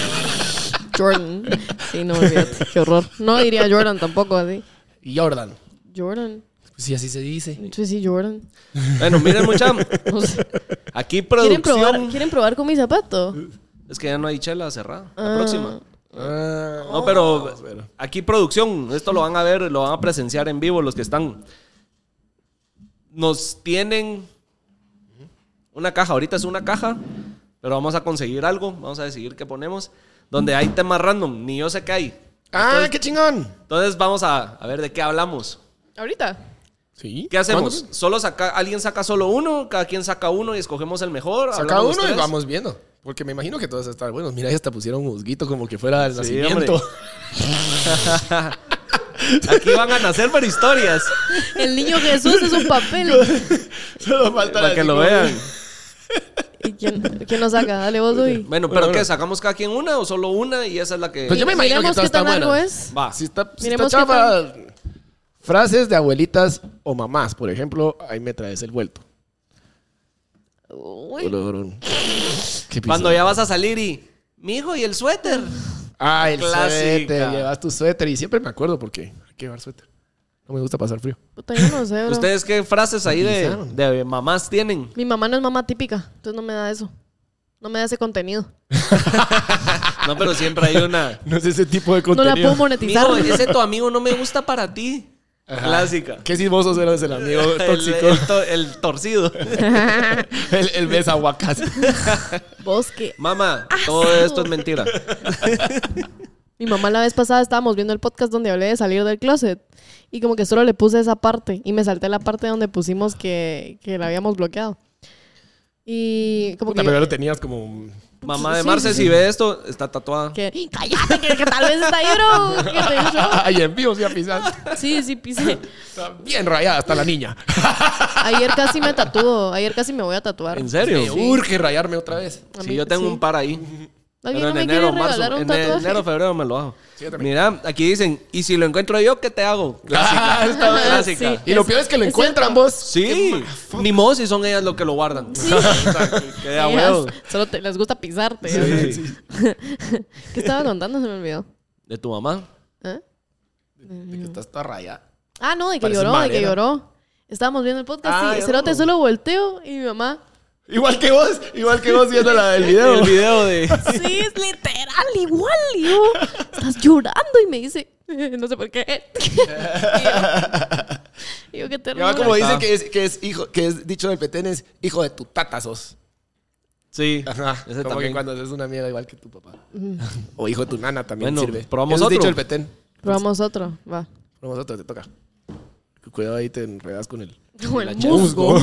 [SPEAKER 1] Jordan. Sí, no, olvídate, qué horror. No diría Jordan tampoco, así.
[SPEAKER 3] Y Jordan. Pues
[SPEAKER 1] Jordan.
[SPEAKER 3] Sí, así se dice.
[SPEAKER 1] Sí, sí, Jordan.
[SPEAKER 2] Bueno, miren, mucha.
[SPEAKER 1] No sé.
[SPEAKER 2] Aquí
[SPEAKER 1] ¿Quieren
[SPEAKER 2] producción.
[SPEAKER 1] probar, ¿Quieren probar con mi zapato?
[SPEAKER 2] Es que ya no hay chela cerrada.
[SPEAKER 1] Ah.
[SPEAKER 2] La próxima.
[SPEAKER 3] Ah,
[SPEAKER 2] No, pero aquí producción, esto lo van a ver, lo van a presenciar en vivo los que están. Nos tienen una caja, ahorita es una caja, pero vamos a conseguir algo, vamos a decidir qué ponemos, donde hay temas random, ni yo sé qué hay.
[SPEAKER 3] ah qué chingón.
[SPEAKER 2] Entonces vamos a, a ver de qué hablamos.
[SPEAKER 1] Ahorita.
[SPEAKER 3] Sí.
[SPEAKER 2] ¿Qué hacemos?
[SPEAKER 3] ¿Cuándo?
[SPEAKER 2] Solo saca, alguien saca solo uno, cada quien saca uno y escogemos el mejor.
[SPEAKER 3] Saca
[SPEAKER 2] hablamos
[SPEAKER 3] uno y
[SPEAKER 2] tres.
[SPEAKER 3] vamos viendo. Porque me imagino que todos estar buenos. Mira, ya hasta pusieron un musguito como que fuera el
[SPEAKER 2] Sí,
[SPEAKER 3] nacimiento.
[SPEAKER 2] hombre. Aquí van a nacer por historias.
[SPEAKER 1] El niño Jesús es un papel.
[SPEAKER 3] Solo falta
[SPEAKER 2] Para
[SPEAKER 3] la-
[SPEAKER 2] que lo vean.
[SPEAKER 1] ¿Y quién, quién lo saca? Dale vos, hoy.
[SPEAKER 2] Bueno,
[SPEAKER 3] Bueno,
[SPEAKER 2] pero
[SPEAKER 3] bueno.
[SPEAKER 2] ¿qué? ¿Sacamos cada quien una o solo una y esa es la que.
[SPEAKER 3] Pues yo me imagino que
[SPEAKER 1] Miremos
[SPEAKER 3] todo
[SPEAKER 1] qué
[SPEAKER 3] está
[SPEAKER 1] tan largo
[SPEAKER 3] bueno.
[SPEAKER 1] es.
[SPEAKER 2] Va.
[SPEAKER 3] Ah, Si está, si está
[SPEAKER 1] Miremos qué
[SPEAKER 3] chafa, frases de abuelitas o mamás, por ejemplo, ahí me traes el vuelto.
[SPEAKER 1] Uy.
[SPEAKER 3] ¿Qué piso?
[SPEAKER 2] Cuando ya vas a salir y. Mi hijo y el suéter.
[SPEAKER 3] Ah, el
[SPEAKER 2] Clásica.
[SPEAKER 3] suéter. Llevas tu suéter y siempre me acuerdo porque hay que llevar suéter. No me gusta pasar frío.
[SPEAKER 1] Puta, yo no sé, bro.
[SPEAKER 2] ¿Ustedes qué frases ahí de,
[SPEAKER 3] Utilizaron.
[SPEAKER 2] de mamás tienen?
[SPEAKER 1] Mi mamá no es mamá típica, entonces no me da eso. No me da ese contenido.
[SPEAKER 2] No, pero siempre hay una.
[SPEAKER 3] No es ese tipo de
[SPEAKER 1] No la
[SPEAKER 3] contenido.
[SPEAKER 1] puedo monetizar.
[SPEAKER 2] Mijo, ese tu amigo no me gusta para ti.
[SPEAKER 3] Ajá.
[SPEAKER 2] Clásica.
[SPEAKER 3] ¿Qué si vos sos eras el amigo
[SPEAKER 2] El-
[SPEAKER 3] tóxico?
[SPEAKER 2] El, to- el torcido.
[SPEAKER 3] El, el mes aguacas.
[SPEAKER 1] Bosque.
[SPEAKER 2] Mamá,
[SPEAKER 1] Ah,
[SPEAKER 2] todo esto es mentira.
[SPEAKER 1] Mi mamá la vez pasada estábamos viendo el podcast donde hablé de salir del closet y como que solo le puse esa parte y me salté la parte donde pusimos que, que la habíamos bloqueado. Y como
[SPEAKER 3] Puta,
[SPEAKER 1] que...
[SPEAKER 3] pero
[SPEAKER 1] yo-
[SPEAKER 3] ya lo tenías como.
[SPEAKER 2] Mamá de
[SPEAKER 1] Sí,
[SPEAKER 2] Marce,
[SPEAKER 1] sí, sí.
[SPEAKER 2] si ve esto, está tatuada.
[SPEAKER 1] que, cállate, que, que tal vez está ahí, bro. Que te digo
[SPEAKER 3] Ay, en vivo, sí, a pisar.
[SPEAKER 1] yo. Sí, sí, pisé.
[SPEAKER 3] Está bien rayada hasta la niña.
[SPEAKER 1] Ayer casi me tatuó, ayer casi me voy a tatuar.
[SPEAKER 2] ¿En serio?
[SPEAKER 3] Me urge rayarme otra vez.
[SPEAKER 1] A
[SPEAKER 2] Sí,
[SPEAKER 1] mí-
[SPEAKER 2] yo tengo
[SPEAKER 1] sí.
[SPEAKER 2] un par ahí.
[SPEAKER 1] ¿Alguien no
[SPEAKER 2] en
[SPEAKER 1] me
[SPEAKER 2] enero,
[SPEAKER 1] quiere regalar
[SPEAKER 2] marzo,
[SPEAKER 1] un
[SPEAKER 2] en e-
[SPEAKER 1] tatuaje?
[SPEAKER 2] enero, febrero me lo hago.
[SPEAKER 3] Sí, yo también.
[SPEAKER 2] Mira, aquí dicen, ¿y si lo encuentro yo, qué te hago?
[SPEAKER 3] Clásica.
[SPEAKER 2] Ah, esta es clásica.
[SPEAKER 1] Sí.
[SPEAKER 3] Y lo peor es que lo
[SPEAKER 1] Es
[SPEAKER 3] encuentran
[SPEAKER 1] cierto.
[SPEAKER 3] vos.
[SPEAKER 2] Sí, ni modo si son ellas lo que lo guardan. Sí. Queda
[SPEAKER 1] Ellas
[SPEAKER 2] huevo.
[SPEAKER 1] Solo te- les gusta pisarte.
[SPEAKER 2] Sí.
[SPEAKER 1] ¿Qué estaba contando? Se me olvidó.
[SPEAKER 2] De tu mamá.
[SPEAKER 1] ¿Eh?
[SPEAKER 3] De que estás toda rayada.
[SPEAKER 1] Ah, no, de que
[SPEAKER 3] Parece
[SPEAKER 1] lloró, de
[SPEAKER 3] madera.
[SPEAKER 1] que lloró. Estábamos viendo el podcast
[SPEAKER 2] Ah,
[SPEAKER 1] y
[SPEAKER 2] lloró.
[SPEAKER 1] Cerote solo volteo y mi mamá.
[SPEAKER 3] Igual que vos, igual que vos viendo la, el video.
[SPEAKER 2] El video de...
[SPEAKER 1] Sí, es literal, igual. y yo, estás llorando y me dice, "Eh, no sé por qué. y yo, y yo, qué
[SPEAKER 3] Mi
[SPEAKER 1] ternura.
[SPEAKER 3] mamá, como
[SPEAKER 2] está.
[SPEAKER 3] dice que es, que es hijo, que es dicho del petén, es hijo de tu tata sos.
[SPEAKER 2] Sí.
[SPEAKER 3] Ajá.
[SPEAKER 2] Ese
[SPEAKER 3] como
[SPEAKER 2] también.
[SPEAKER 3] que cuando es una mierda igual que tu papá. o hijo de tu nana también
[SPEAKER 2] Bueno,
[SPEAKER 3] sirve.
[SPEAKER 2] probamos
[SPEAKER 3] Eso es
[SPEAKER 2] otro.
[SPEAKER 3] dicho del petén.
[SPEAKER 1] Probamos otro, va.
[SPEAKER 3] Probamos otro, te toca. Cuidado ahí, te enredas con el...
[SPEAKER 1] Como
[SPEAKER 3] la
[SPEAKER 1] el
[SPEAKER 3] chela.
[SPEAKER 1] musgo.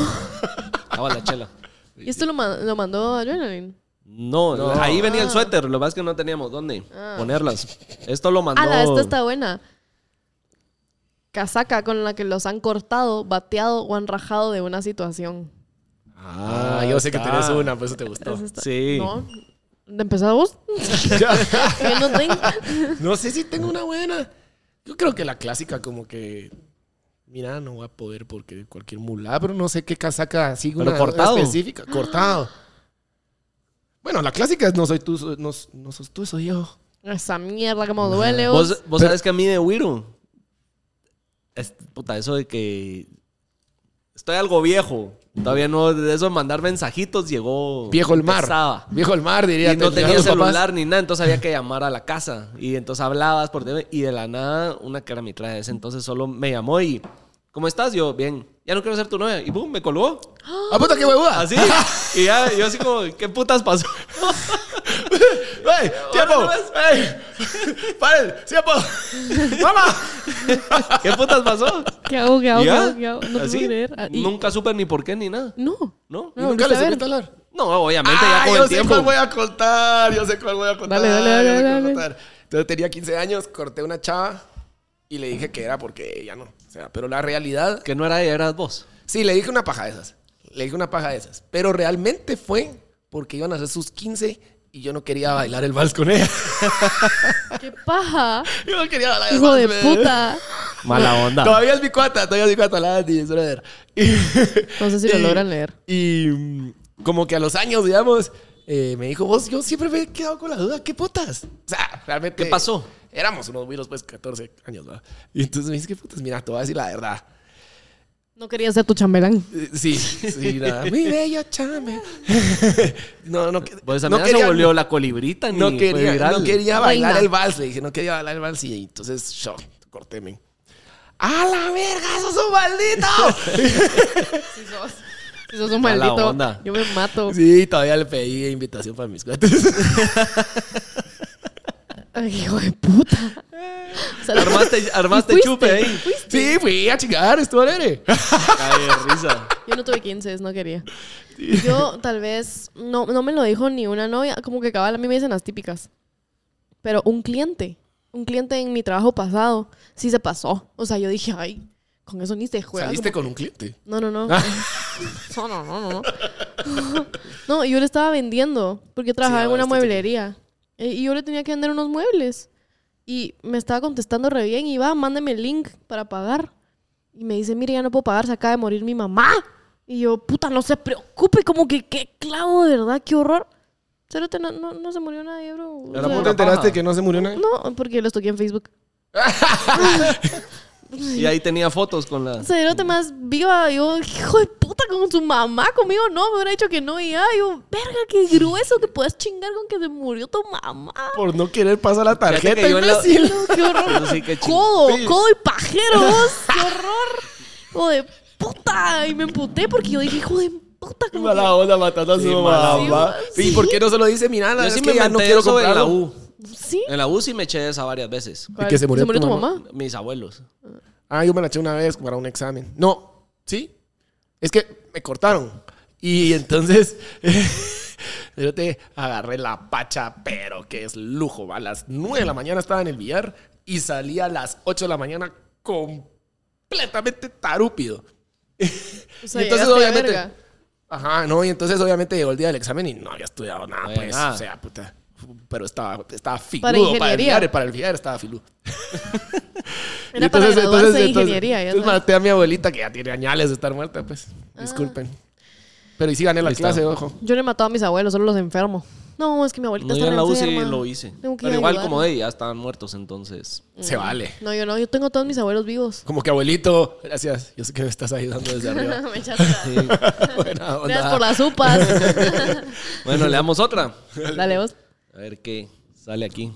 [SPEAKER 2] Ah, la chela.
[SPEAKER 1] Y esto lo, ma- lo mandó Adrenaline.
[SPEAKER 2] No,
[SPEAKER 3] No.
[SPEAKER 2] ahí venía
[SPEAKER 1] Ah.
[SPEAKER 2] el suéter. Lo que pasa es que no teníamos dónde ponerlas. Esto lo mandó...
[SPEAKER 1] Ala, esta Ah, está buena. Casaca con la que los han cortado, bateado o han rajado de una situación.
[SPEAKER 3] Ah, yo sé que
[SPEAKER 2] está.
[SPEAKER 3] tenés una, por eso te gustó.
[SPEAKER 1] Esa está-
[SPEAKER 2] Sí.
[SPEAKER 1] ¿No? ¿Empezado vos? Yo no tengo.
[SPEAKER 3] No sé si tengo una buena. Yo creo que la clásica, como que. Mira, no voy a poder porque cualquier mulá, pero no sé qué casaca así,
[SPEAKER 2] Pero
[SPEAKER 3] una
[SPEAKER 2] cortado.
[SPEAKER 3] una específica. Cortado. Bueno, la clásica es no soy tú, so- no, no sos tú, soy yo.
[SPEAKER 1] Esa mierda, como duele. vos.
[SPEAKER 2] Vos, vos sabés que a mí de Wiru. Es, puta, eso de que. Estoy algo viejo. Todavía no. De eso de mandar mensajitos llegó.
[SPEAKER 3] Viejo el mar.
[SPEAKER 2] pesaba.
[SPEAKER 3] Viejo el mar, diría.
[SPEAKER 2] Y no
[SPEAKER 3] te-
[SPEAKER 2] tenía
[SPEAKER 3] los papás.
[SPEAKER 2] celular ni nada, entonces había que llamar a la casa. Y entonces hablabas por teléfono. Y de la nada, una que era mi traje. ese Entonces solo me llamó y. ¿Cómo estás? Yo, bien. Ya no quiero ser tu novia. Y boom, me colgó.
[SPEAKER 3] ¡Ah, puta, qué huevada!
[SPEAKER 2] Así. y ya, yo así como, ¿qué putas pasó?
[SPEAKER 3] ¡Ey! ¡Tiempo!
[SPEAKER 2] Ahora no
[SPEAKER 3] ¡Ey! ¡Paren! ¡Tiempo! ¡Mamá!
[SPEAKER 2] ¿Qué putas pasó?
[SPEAKER 1] ¿Qué hago? ¿Qué hago?
[SPEAKER 2] Y
[SPEAKER 1] ¿Qué
[SPEAKER 2] ya,
[SPEAKER 1] hago? ¿Qué hago? No te
[SPEAKER 2] así.
[SPEAKER 1] puedo creer. Ah, y-
[SPEAKER 2] Nunca supe ni por qué ni nada.
[SPEAKER 1] No.
[SPEAKER 2] ¿No?
[SPEAKER 1] No,
[SPEAKER 3] Y nunca
[SPEAKER 1] volviste
[SPEAKER 3] les
[SPEAKER 1] a ver.
[SPEAKER 3] invito a hablar.
[SPEAKER 2] No, obviamente
[SPEAKER 3] Ah,
[SPEAKER 2] ya con
[SPEAKER 3] yo
[SPEAKER 2] el tiempo.
[SPEAKER 3] sé cuál voy a contar, yo sé cuál voy a contar.
[SPEAKER 1] Dale, dale, dale,
[SPEAKER 3] yo sé cuál
[SPEAKER 1] dale.
[SPEAKER 3] voy a contar. Entonces tenía 15 años, corté una chava y le dije que era porque ya no. O sea, pero la realidad,
[SPEAKER 2] Que no era ella, eras vos.
[SPEAKER 3] sí, le dije una paja de esas. Le dije una paja de esas. Pero realmente fue porque iban a hacer sus 15 y yo no quería bailar el vals con ella.
[SPEAKER 1] ¡Qué paja!
[SPEAKER 3] Yo no quería bailar el
[SPEAKER 1] ¡Hijo de
[SPEAKER 3] vals, me-
[SPEAKER 1] puta!
[SPEAKER 2] Mala onda.
[SPEAKER 3] Todavía es mi cuata, todavía es mi cuata, la Andy, es brother. Y-
[SPEAKER 1] No sé si lo
[SPEAKER 3] y-
[SPEAKER 1] logran leer.
[SPEAKER 3] Y mm, como que a los años, digamos, eh, me dijo, vos, yo siempre me he quedado con la duda, ¿qué putas? O sea, realmente...
[SPEAKER 2] ¿Qué pasó?
[SPEAKER 3] Éramos unos virus, pues, 14 años, ¿verdad? Y entonces me dice, ¿qué putas? Mira, te voy a decir la verdad.
[SPEAKER 1] No quería ser tu chambelán.
[SPEAKER 3] Eh, Sí, sí, nada. Muy bello, chame. no, no, que-
[SPEAKER 2] Pues a mí
[SPEAKER 3] no
[SPEAKER 2] ya se
[SPEAKER 3] quería-
[SPEAKER 2] volvió la colibrita ni
[SPEAKER 3] no
[SPEAKER 2] fue
[SPEAKER 3] quería,
[SPEAKER 2] viral.
[SPEAKER 3] no quería bailar
[SPEAKER 1] Reina.
[SPEAKER 3] el vals, le dije, no quería bailar el vals y entonces yo corté, men. ¡A la verga! ¡Sos un maldito!
[SPEAKER 1] Si sos, si sos un
[SPEAKER 2] Mala
[SPEAKER 1] maldito,
[SPEAKER 2] onda.
[SPEAKER 1] yo me mato.
[SPEAKER 3] sí, todavía le pedí invitación para mis cuates.
[SPEAKER 1] Ay, hijo de puta. O sea,
[SPEAKER 2] Armaste,
[SPEAKER 1] ¿Y
[SPEAKER 2] armaste
[SPEAKER 1] fuiste?
[SPEAKER 2] chupe ahí.
[SPEAKER 3] Sí, fui a chingar, estuvo alegre.
[SPEAKER 2] Cae de risa.
[SPEAKER 1] Yo no tuve 15, no quería. Yo tal vez, no, no me lo dijo ni una novia, como que cabal, a mí me dicen las típicas. Pero un cliente, un cliente en mi trabajo pasado, sí se pasó. O sea, yo dije, ay, con eso ni se juega.
[SPEAKER 3] Saliste
[SPEAKER 1] como-
[SPEAKER 3] con un cliente.
[SPEAKER 1] No, no, no. No, no, no, no, no. No, yo le estaba vendiendo, porque trabajaba
[SPEAKER 3] Sí,
[SPEAKER 1] en una
[SPEAKER 3] ahora este
[SPEAKER 1] mueblería. Eh, Y yo le tenía que vender unos muebles. Y me estaba contestando re bien y va, mándeme el link para pagar. Y me dice, mire, ya no puedo pagar, se acaba de morir mi mamá. Y yo, puta, no se preocupe, como que qué clavo, de verdad, qué horror. Pero no, no, no se murió nadie, bro. O
[SPEAKER 2] Era
[SPEAKER 1] sea,
[SPEAKER 2] pura paja.
[SPEAKER 3] no se murió nadie?
[SPEAKER 1] no, porque los toqué en Facebook.
[SPEAKER 2] Y ahí tenía fotos con la.
[SPEAKER 1] Cerote más viva, yo, hijo de puta, con su mamá conmigo, no, me hubiera dicho que no, y ya, yo, verga, qué grueso que puedas chingar con que se murió tu mamá.
[SPEAKER 3] Por no querer pasar la
[SPEAKER 2] Fíjate
[SPEAKER 3] tarjeta,
[SPEAKER 2] que yo en la-
[SPEAKER 3] imbécil.
[SPEAKER 1] No, qué horror.
[SPEAKER 2] Eso sí, qué ching-
[SPEAKER 1] codo,
[SPEAKER 3] sí.
[SPEAKER 1] codo y pajero, vos, qué horror. Hijo de puta, y me emputé porque yo dije, hijo de puta, como que-
[SPEAKER 3] Mala onda matando a su
[SPEAKER 2] Sí, mala
[SPEAKER 3] mamá.
[SPEAKER 1] onda.
[SPEAKER 3] Sí,
[SPEAKER 1] Sí.
[SPEAKER 3] ¿por qué no se lo dice? Mira, la
[SPEAKER 2] Yo
[SPEAKER 3] verdad
[SPEAKER 2] sí
[SPEAKER 3] es
[SPEAKER 2] me
[SPEAKER 3] que ya no
[SPEAKER 2] inventé
[SPEAKER 3] quiero
[SPEAKER 2] eso en la
[SPEAKER 3] comprarlo.
[SPEAKER 2] U.
[SPEAKER 1] Sí.
[SPEAKER 2] En la U sí me eché esa varias veces.
[SPEAKER 1] ¿Cuál?
[SPEAKER 3] que se murió tu
[SPEAKER 1] tu
[SPEAKER 3] mamá?
[SPEAKER 1] mamá.
[SPEAKER 2] Mis abuelos.
[SPEAKER 3] Ah, yo me la eché una vez para un examen. No, ¿sí? Es que me cortaron. Y entonces yo te agarré la pacha, pero que es lujo. A las 9 de la mañana estaba en el billar y salí a las 8 de la mañana completamente tarúpido.
[SPEAKER 1] O sea,
[SPEAKER 3] Y entonces,
[SPEAKER 1] llegaste a
[SPEAKER 3] obviamente,
[SPEAKER 1] verga.
[SPEAKER 3] Ajá, no, y entonces obviamente llegó el día del examen y no había estudiado nada,
[SPEAKER 2] No había
[SPEAKER 3] pues.
[SPEAKER 2] nada.
[SPEAKER 3] O sea, puta. pero estaba, estaba filudo
[SPEAKER 1] Para
[SPEAKER 3] para, el
[SPEAKER 1] ingeniería.
[SPEAKER 3] FIAR, para el FIAR estaba filudo.
[SPEAKER 1] Era
[SPEAKER 3] Y
[SPEAKER 1] para graduarse de
[SPEAKER 3] entonces-
[SPEAKER 1] ingeniería. ya
[SPEAKER 3] entonces
[SPEAKER 1] sabes. Ah.
[SPEAKER 3] maté a mi abuelita, que ya tiene añales de estar muerta, pues. Disculpen. Pero y sí gané la
[SPEAKER 2] Ahí está.
[SPEAKER 3] clase, ojo.
[SPEAKER 1] Yo no he matado a mis abuelos, solo los enfermo. No, es que mi abuelita
[SPEAKER 2] No, yo
[SPEAKER 1] está
[SPEAKER 2] en la UCI
[SPEAKER 1] enferma.
[SPEAKER 2] lo hice.
[SPEAKER 1] Tengo que
[SPEAKER 2] Pero
[SPEAKER 1] ir a
[SPEAKER 2] igual
[SPEAKER 1] ayudar.
[SPEAKER 2] como ella, ya estaban muertos entonces.
[SPEAKER 3] Se
[SPEAKER 1] Mm.
[SPEAKER 3] vale.
[SPEAKER 1] No, yo no, yo tengo todos mis abuelos vivos.
[SPEAKER 3] Como que abuelito, gracias. Yo sé que me estás ayudando desde arriba.
[SPEAKER 1] Me echaste.
[SPEAKER 2] Sí.
[SPEAKER 3] Buena onda.
[SPEAKER 1] Gracias por las sopas.
[SPEAKER 2] bueno, le damos otra.
[SPEAKER 1] Dale vos.
[SPEAKER 2] A ver qué sale aquí.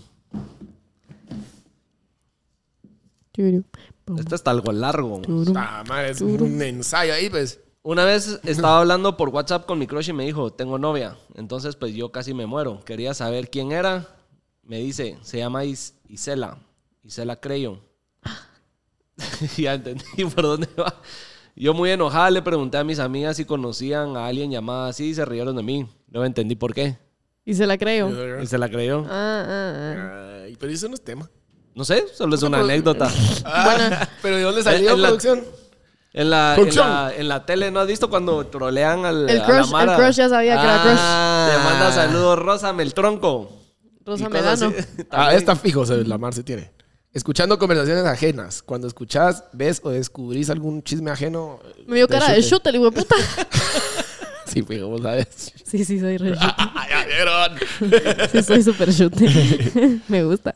[SPEAKER 2] Esta está algo largo.
[SPEAKER 3] Ah, madre, es un ensayo ahí, pues.
[SPEAKER 2] Una vez estaba hablando por WhatsApp con mi crush y me dijo, tengo novia. Entonces, pues yo casi me muero. Quería saber quién era. Me dice, se llama Is- Isela. Isela Creyo. ya entendí por dónde va. Yo muy enojada le pregunté a mis amigas si conocían a alguien llamada así y se rieron de mí. No entendí por qué.
[SPEAKER 1] Y se la creo.
[SPEAKER 2] Y se la creyó.
[SPEAKER 1] Ah, ah,
[SPEAKER 3] Ay, pero eso no es tema.
[SPEAKER 2] No sé, solo es una anécdota.
[SPEAKER 3] Ah, pero ¿de dónde salió
[SPEAKER 2] en la-
[SPEAKER 3] producción?
[SPEAKER 2] En la, en,
[SPEAKER 3] Producción.
[SPEAKER 2] la, en la tele, ¿no has visto cuando trolean al
[SPEAKER 1] El
[SPEAKER 2] a
[SPEAKER 1] crush,
[SPEAKER 2] la mara?
[SPEAKER 1] el crush, ya sabía que era
[SPEAKER 2] Te
[SPEAKER 3] Ah.
[SPEAKER 2] manda saludos, Rosa el tronco.
[SPEAKER 1] ah. Rosa
[SPEAKER 2] Y cosas
[SPEAKER 1] Medano.
[SPEAKER 2] así.
[SPEAKER 3] Ah,
[SPEAKER 2] También.
[SPEAKER 3] está fijo, se- la mar se tiene. Escuchando conversaciones ajenas. Cuando escuchás, ves o descubrís algún chisme ajeno. eh,
[SPEAKER 1] Me dio cara de
[SPEAKER 3] chute.
[SPEAKER 1] shooter, hijo de puta.
[SPEAKER 3] Sí, fijo, vos sabes.
[SPEAKER 1] Sí, sí, soy re shooter.
[SPEAKER 3] Ah, ya vieron.
[SPEAKER 1] Sí, soy súper shooter. Me gusta.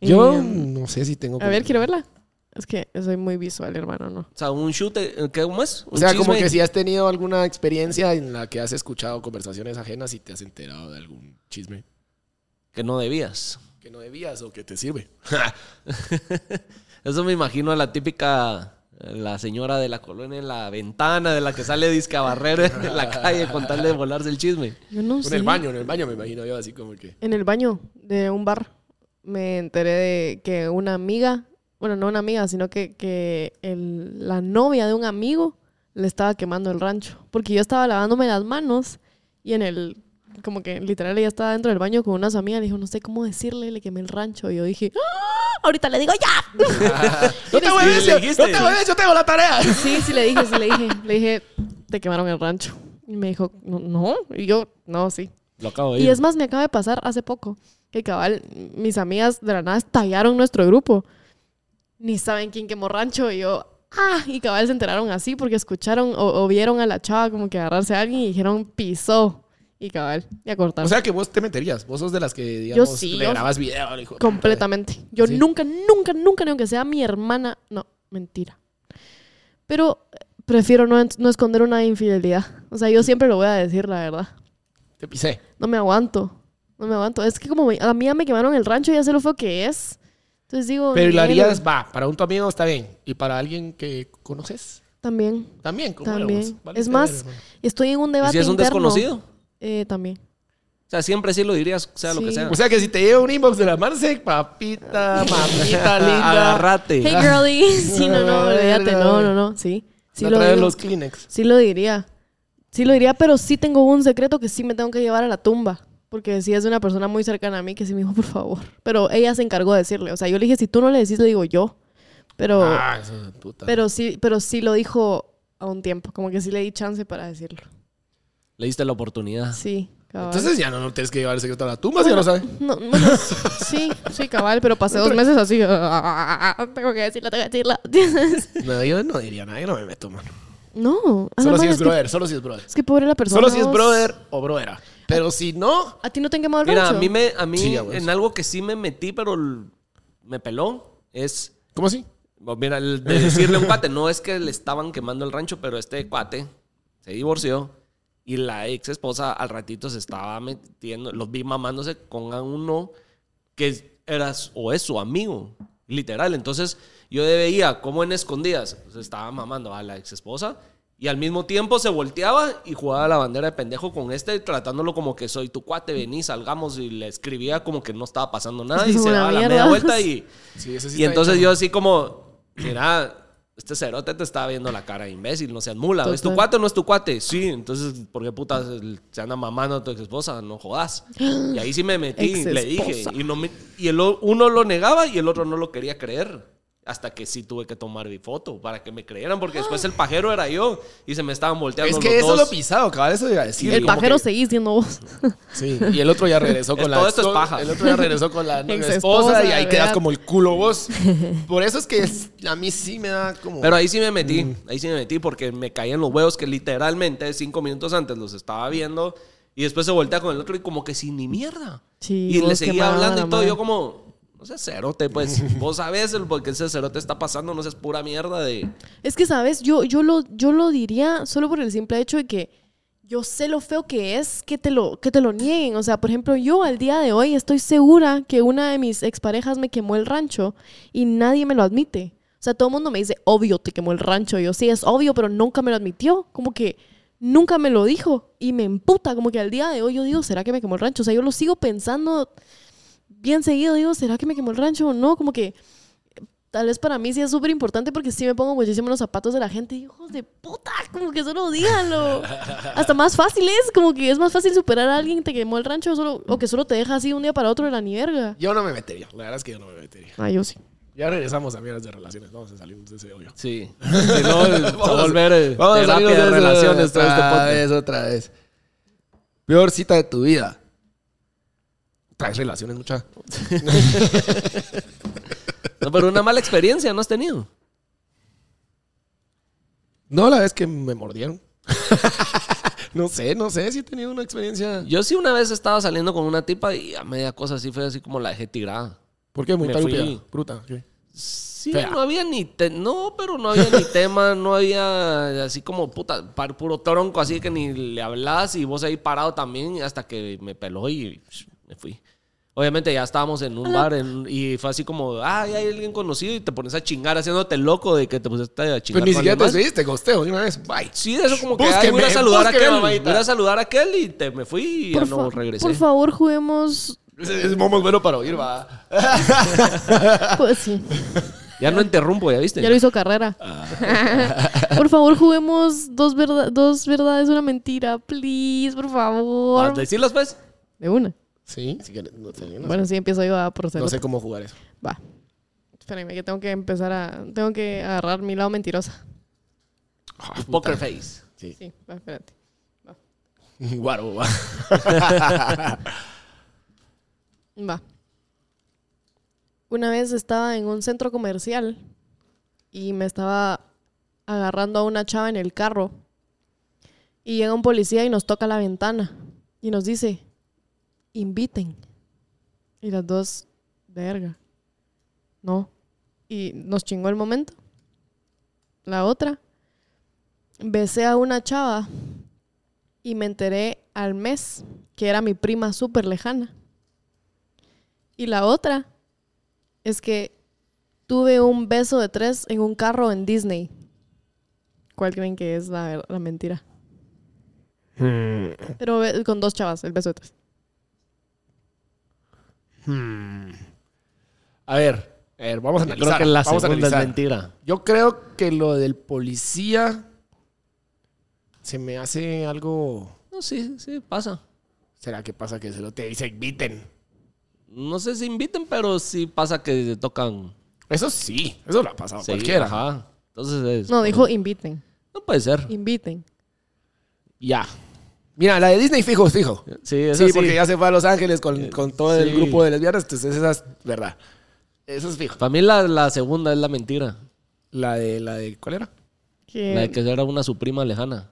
[SPEAKER 3] Yo
[SPEAKER 1] Eh,
[SPEAKER 3] no sé si tengo.
[SPEAKER 1] a ver, quiero verla. Es que soy muy visual, hermano, ¿no?
[SPEAKER 2] O sea, un shooter, ¿qué, ¿cómo es?
[SPEAKER 3] O sea,
[SPEAKER 2] Un
[SPEAKER 3] como
[SPEAKER 2] chisme.
[SPEAKER 3] que si has tenido alguna experiencia en la que has escuchado conversaciones ajenas y te has enterado de algún chisme
[SPEAKER 2] Que no debías.
[SPEAKER 3] que no debías o que te sirve.
[SPEAKER 2] Eso me imagino a la típica, eh, la señora de la colonia en la ventana, de la que sale disque a barrer en la calle con tal de volarse el chisme.
[SPEAKER 1] Yo no
[SPEAKER 3] En
[SPEAKER 1] sé.
[SPEAKER 3] el baño, en el baño me imagino yo así como que.
[SPEAKER 1] En el baño de un bar me enteré de que una amiga, bueno, no una amiga, sino que, que el- la novia de un amigo le estaba quemando el rancho. Porque yo estaba lavándome las manos y en el, como que literal ella estaba dentro del baño con unas amigas, le dijo, no sé cómo decirle, le quemé el rancho. Y yo dije, "Ah, ahorita le digo ya.
[SPEAKER 3] No te
[SPEAKER 2] Sí,
[SPEAKER 3] mueves,
[SPEAKER 2] le
[SPEAKER 3] yo-
[SPEAKER 2] dijiste.
[SPEAKER 3] no te mueves, yo tengo la tarea.
[SPEAKER 1] Sí, sí le dije, sí le dije, le dije, te quemaron el rancho. Y me dijo, no, no. y yo, no, sí,
[SPEAKER 2] Lo acabo de
[SPEAKER 1] Y
[SPEAKER 2] oír.
[SPEAKER 1] es más, me acaba de pasar hace poco que cabal, mis amigas de la nada estallaron nuestro grupo. Ni saben quién quemó rancho y yo, ah, y cabal se enteraron así porque escucharon o, o vieron a la chava como que agarrarse a alguien y dijeron pisó. Y cabal, y acortaron.
[SPEAKER 3] O sea que vos te meterías, vos sos de las que digamos
[SPEAKER 1] sí,
[SPEAKER 3] le
[SPEAKER 1] yo-
[SPEAKER 3] grabas video, le dijo,
[SPEAKER 1] completamente. Yo
[SPEAKER 3] Sí.
[SPEAKER 1] nunca, nunca, nunca, ni aunque sea mi hermana, no, mentira. Pero eh, prefiero no, no esconder una infidelidad. O sea, yo siempre lo voy a decir, la verdad.
[SPEAKER 3] Te pisé.
[SPEAKER 1] No me aguanto. No me aguanto. Es que como me- a la mía me quemaron el rancho, ya sé lo feo que es. Entonces digo.
[SPEAKER 3] Pero ¿y lo
[SPEAKER 1] "Nel".
[SPEAKER 3] harías, va, para un tu amigo está bien. Y para alguien que conoces,
[SPEAKER 1] También.
[SPEAKER 3] también, como
[SPEAKER 1] También.
[SPEAKER 3] éramos. Vale,
[SPEAKER 1] Es
[SPEAKER 3] te
[SPEAKER 1] más,
[SPEAKER 3] verga, hermano.
[SPEAKER 1] estoy en un
[SPEAKER 2] ¿Y
[SPEAKER 1] debate.
[SPEAKER 2] si es un
[SPEAKER 1] interno.
[SPEAKER 2] desconocido?
[SPEAKER 1] Eh, también.
[SPEAKER 2] O sea, siempre sí lo dirías, sea lo que
[SPEAKER 1] Sí.
[SPEAKER 2] sea.
[SPEAKER 3] O sea que si te llega un inbox de la Marce, papita, mamita linda.
[SPEAKER 2] Ah, Agárrate.
[SPEAKER 1] Hey, girlie. Sí, no, no, olvídate. No, no, no. Sí. Sí
[SPEAKER 3] no
[SPEAKER 1] lo,
[SPEAKER 3] traes
[SPEAKER 1] digo.
[SPEAKER 3] los Kleenex.
[SPEAKER 1] sí lo diría. Sí lo diría, pero sí tengo un secreto que sí me tengo que llevar a la tumba. Porque sí es de una persona muy cercana a mí que sí me dijo, por favor. Pero ella se encargó de decirle. O sea, yo le dije, si tú no le decís, le digo yo. Pero.
[SPEAKER 3] Ah, eso es puta.
[SPEAKER 1] Oh. Pero sí, pero sí lo dijo a un tiempo, como que sí le di chance para decirlo.
[SPEAKER 2] Le diste la oportunidad.
[SPEAKER 1] Sí, cabal.
[SPEAKER 3] Entonces ya no, no tienes que llevar el secreto a la tumba, si ya lo sabes.
[SPEAKER 1] No, bueno, sí, sí, cabal, pero pasé dos meses así. ah, tengo que decirlo, tengo que decirlo.
[SPEAKER 3] No, yo no diría nada, yo no me meto, mano.
[SPEAKER 1] Ah, no, a la
[SPEAKER 3] Solo si
[SPEAKER 1] madre,
[SPEAKER 3] es
[SPEAKER 1] que,
[SPEAKER 3] brother, solo si es brother.
[SPEAKER 1] es que pobre la persona.
[SPEAKER 3] Solo si es
[SPEAKER 1] vos.
[SPEAKER 3] brother o broera. Pero si no,
[SPEAKER 1] ¿A ti no te han quemado el
[SPEAKER 2] Mira, a
[SPEAKER 1] rancho?
[SPEAKER 2] mí, me, a mí
[SPEAKER 3] Sí, ya, pues.
[SPEAKER 2] en algo que sí me metí, pero l- me peló, es...
[SPEAKER 3] ¿cómo así?
[SPEAKER 2] Bueno, Pues Mira, el de decirle a un cuate, no es que le estaban quemando el rancho, pero este cuate se divorció y la ex esposa al ratito se estaba metiendo, los vi mamándose con a uno que era s- o es su amigo, literal. Entonces yo veía cómo en escondidas se estaba mamando a la ex esposa y al mismo tiempo se volteaba y jugaba la bandera de pendejo con este, tratándolo como que soy tu cuate, vení, salgamos y le escribía como que no estaba pasando nada
[SPEAKER 1] que
[SPEAKER 2] y
[SPEAKER 1] son
[SPEAKER 2] se
[SPEAKER 1] una
[SPEAKER 2] daba la
[SPEAKER 1] mierda.
[SPEAKER 2] media vuelta y...
[SPEAKER 3] Sí, eso sí
[SPEAKER 2] Y
[SPEAKER 3] está
[SPEAKER 2] entonces
[SPEAKER 3] hecho.
[SPEAKER 2] yo así como, mira, este cerote te está viendo la cara de imbécil, no seas mula. ¿Es tu
[SPEAKER 1] Total.
[SPEAKER 2] cuate o no es tu cuate? Sí, entonces, ¿por qué putas el- se anda mamando a tu exesposa? No jodas. Y ahí sí me metí, le dije.
[SPEAKER 1] Exesposa.
[SPEAKER 2] Y, no me- y el o- uno lo negaba y el otro no lo quería creer. Hasta que sí tuve que tomar mi foto para que me creyeran, porque después el pajero era yo y se me estaban volteando
[SPEAKER 3] Es que
[SPEAKER 2] los
[SPEAKER 3] eso
[SPEAKER 2] dos.
[SPEAKER 3] lo pisado, cabal, eso iba a decir.
[SPEAKER 1] el
[SPEAKER 3] como
[SPEAKER 1] pajero
[SPEAKER 3] que-
[SPEAKER 1] seguís siendo vos.
[SPEAKER 3] Sí, y el otro ya regresó con
[SPEAKER 2] Es-
[SPEAKER 3] la
[SPEAKER 2] todo esto es paja.
[SPEAKER 3] El otro ya regresó con la novia
[SPEAKER 1] Ex
[SPEAKER 3] esposa
[SPEAKER 1] esposa,
[SPEAKER 3] y ahí quedas
[SPEAKER 1] ¿verdad?
[SPEAKER 3] como el culo vos. Por eso es que es- a mí sí me da como
[SPEAKER 2] Pero ahí sí me metí, ahí sí me metí porque me caían los huevos que literalmente cinco minutos antes los estaba viendo y después se voltea con el otro y como que sin ni mierda.
[SPEAKER 1] Sí,
[SPEAKER 2] y le
[SPEAKER 1] vos
[SPEAKER 2] seguía
[SPEAKER 1] quemada,
[SPEAKER 2] hablando y
[SPEAKER 1] la
[SPEAKER 2] todo.
[SPEAKER 1] madre.
[SPEAKER 2] Yo como, no sé, cerote, pues vos sabes el por qué ese cerote está pasando, no sé, es pura mierda de...
[SPEAKER 1] Es que, ¿sabes? Yo, yo, lo, yo lo diría solo por el simple hecho de que yo sé lo feo que es que te lo, que te lo nieguen. O sea, por ejemplo, yo al día de hoy estoy segura que una de mis exparejas me quemó el rancho y nadie me lo admite. O sea, todo el mundo me dice, obvio, te quemó el rancho. Y yo, sí, es obvio, pero nunca me lo admitió. Como que nunca me lo dijo. Y me emputa. Como que al día de hoy yo digo, ¿será que me quemó el rancho? O sea, yo lo sigo pensando bien seguido. Digo, ¿será que me quemó el rancho o no? Como que tal vez para mí sí es súper importante porque sí me pongo muchísimo en los zapatos de la gente. Hijos de puta, como que solo díganlo. Hasta más fácil es, como que es más fácil superar a alguien que te quemó el rancho solo, o que solo te deja así un día para otro de la nierga.
[SPEAKER 3] Yo no me metería, la verdad es que yo no me metería.
[SPEAKER 1] Ah, yo sí.
[SPEAKER 3] Ya regresamos a mierdas de relaciones, vamos a salirnos de ese hoyo.
[SPEAKER 2] Sí. Si no,
[SPEAKER 3] Vamos
[SPEAKER 2] va a
[SPEAKER 3] a-
[SPEAKER 2] volver eh,
[SPEAKER 3] vamos a
[SPEAKER 2] terapia
[SPEAKER 3] salirnos
[SPEAKER 2] de
[SPEAKER 3] eso
[SPEAKER 2] relaciones todo
[SPEAKER 3] otra
[SPEAKER 2] este podcast.
[SPEAKER 3] vez, otra vez. Peor cita de tu vida. Traes relaciones mucha.
[SPEAKER 2] No, pero una mala experiencia no has tenido.
[SPEAKER 3] No, la vez que me mordieron. no sé, no sé si he tenido una experiencia.
[SPEAKER 2] Yo sí una vez estaba saliendo con una tipa y a media cosa así fue así como la dejé tirada.
[SPEAKER 3] ¿Por qué? Muy
[SPEAKER 2] Me fui.
[SPEAKER 3] tarúpida, bruta. ¿qué?
[SPEAKER 2] Sí,
[SPEAKER 3] Fea.
[SPEAKER 2] no había ni te- no, pero no había ni tema, no había así como puta, par- puro tronco, así que ni le hablas y vos ahí parado también hasta que me peló y sh, me fui. Obviamente ya estábamos en un bar en- y fue así como, ay, hay alguien conocido y te pones a chingar haciéndote loco de que te pusiste a chingar.
[SPEAKER 3] Pues ni
[SPEAKER 2] con
[SPEAKER 3] siquiera
[SPEAKER 2] alguien
[SPEAKER 3] te
[SPEAKER 2] más.
[SPEAKER 3] despediste, costeo de una vez. Bye.
[SPEAKER 2] Sí, de eso como que
[SPEAKER 3] Búsqueme,
[SPEAKER 2] ay, voy a ir a saludar a
[SPEAKER 3] búsqueme,
[SPEAKER 2] aquel, voy
[SPEAKER 3] mamita.
[SPEAKER 2] a ir a saludar a aquel y te me fui y ya no
[SPEAKER 1] fa-
[SPEAKER 2] regresé.
[SPEAKER 1] por favor, juguemos.
[SPEAKER 3] Es, es momos bueno para oír, va.
[SPEAKER 1] Pues sí,
[SPEAKER 2] Ya no interrumpo, ya viste.
[SPEAKER 1] ya lo hizo carrera.
[SPEAKER 2] Ah.
[SPEAKER 1] por favor, juguemos dos, verda- dos verdades, una mentira, please, por
[SPEAKER 2] Vas a
[SPEAKER 1] favor.
[SPEAKER 2] decirlos pues.
[SPEAKER 1] De una.
[SPEAKER 3] Sí, si quieres. No, sé, no sé.
[SPEAKER 1] Bueno, sí, empiezo yo a proceder.
[SPEAKER 3] No sé cómo jugar eso.
[SPEAKER 1] Va. Espérenme, que tengo que empezar a. Tengo que agarrar mi lado mentirosa.
[SPEAKER 3] Ah,
[SPEAKER 2] Poker face.
[SPEAKER 3] Sí.
[SPEAKER 1] Sí, va, espérate.
[SPEAKER 3] Guaro, va.
[SPEAKER 1] Va. Una vez estaba en un centro comercial y me estaba agarrando a una chava en el carro. Y llega un policía y nos toca la ventana y nos dice: inviten. Y las dos, verga. No. Y nos chingó el momento. La otra, besé a una chava y me enteré al mes que era mi prima súper lejana. Y la otra es que tuve un beso de tres en un carro en Disney. ¿Cuál creen que es la, ver- la mentira?
[SPEAKER 2] Mm.
[SPEAKER 1] Pero ve- con dos chavas, el beso de tres.
[SPEAKER 3] A ver, a ver, vamos a analizar.
[SPEAKER 2] Creo que la
[SPEAKER 3] vamos a
[SPEAKER 2] segunda es
[SPEAKER 3] analizar.
[SPEAKER 2] mentira.
[SPEAKER 3] Yo creo que lo del policía se me hace algo.
[SPEAKER 2] No, sí, sí, pasa.
[SPEAKER 3] ¿Será que pasa que se lo te dice inviten?
[SPEAKER 2] No sé si inviten, pero sí pasa que se tocan.
[SPEAKER 3] Eso sí, eso lo ha pasado a
[SPEAKER 2] seguido.
[SPEAKER 3] cualquiera.
[SPEAKER 2] Ajá. Entonces es-
[SPEAKER 1] No, dijo inviten.
[SPEAKER 2] No puede ser.
[SPEAKER 1] Inviten.
[SPEAKER 3] Ya. Mira, la de Disney fijo es fijo.
[SPEAKER 2] Sí, Eh,
[SPEAKER 3] Sí, porque ya se fue a Los Ángeles con, con todo el
[SPEAKER 2] sí.
[SPEAKER 3] grupo de lesbianas, entonces esa es verdad. Eso es fijo.
[SPEAKER 2] Para mí la, la segunda es la mentira.
[SPEAKER 3] La de, la de, ¿cuál era?
[SPEAKER 1] Que,
[SPEAKER 2] La de que era una su prima lejana.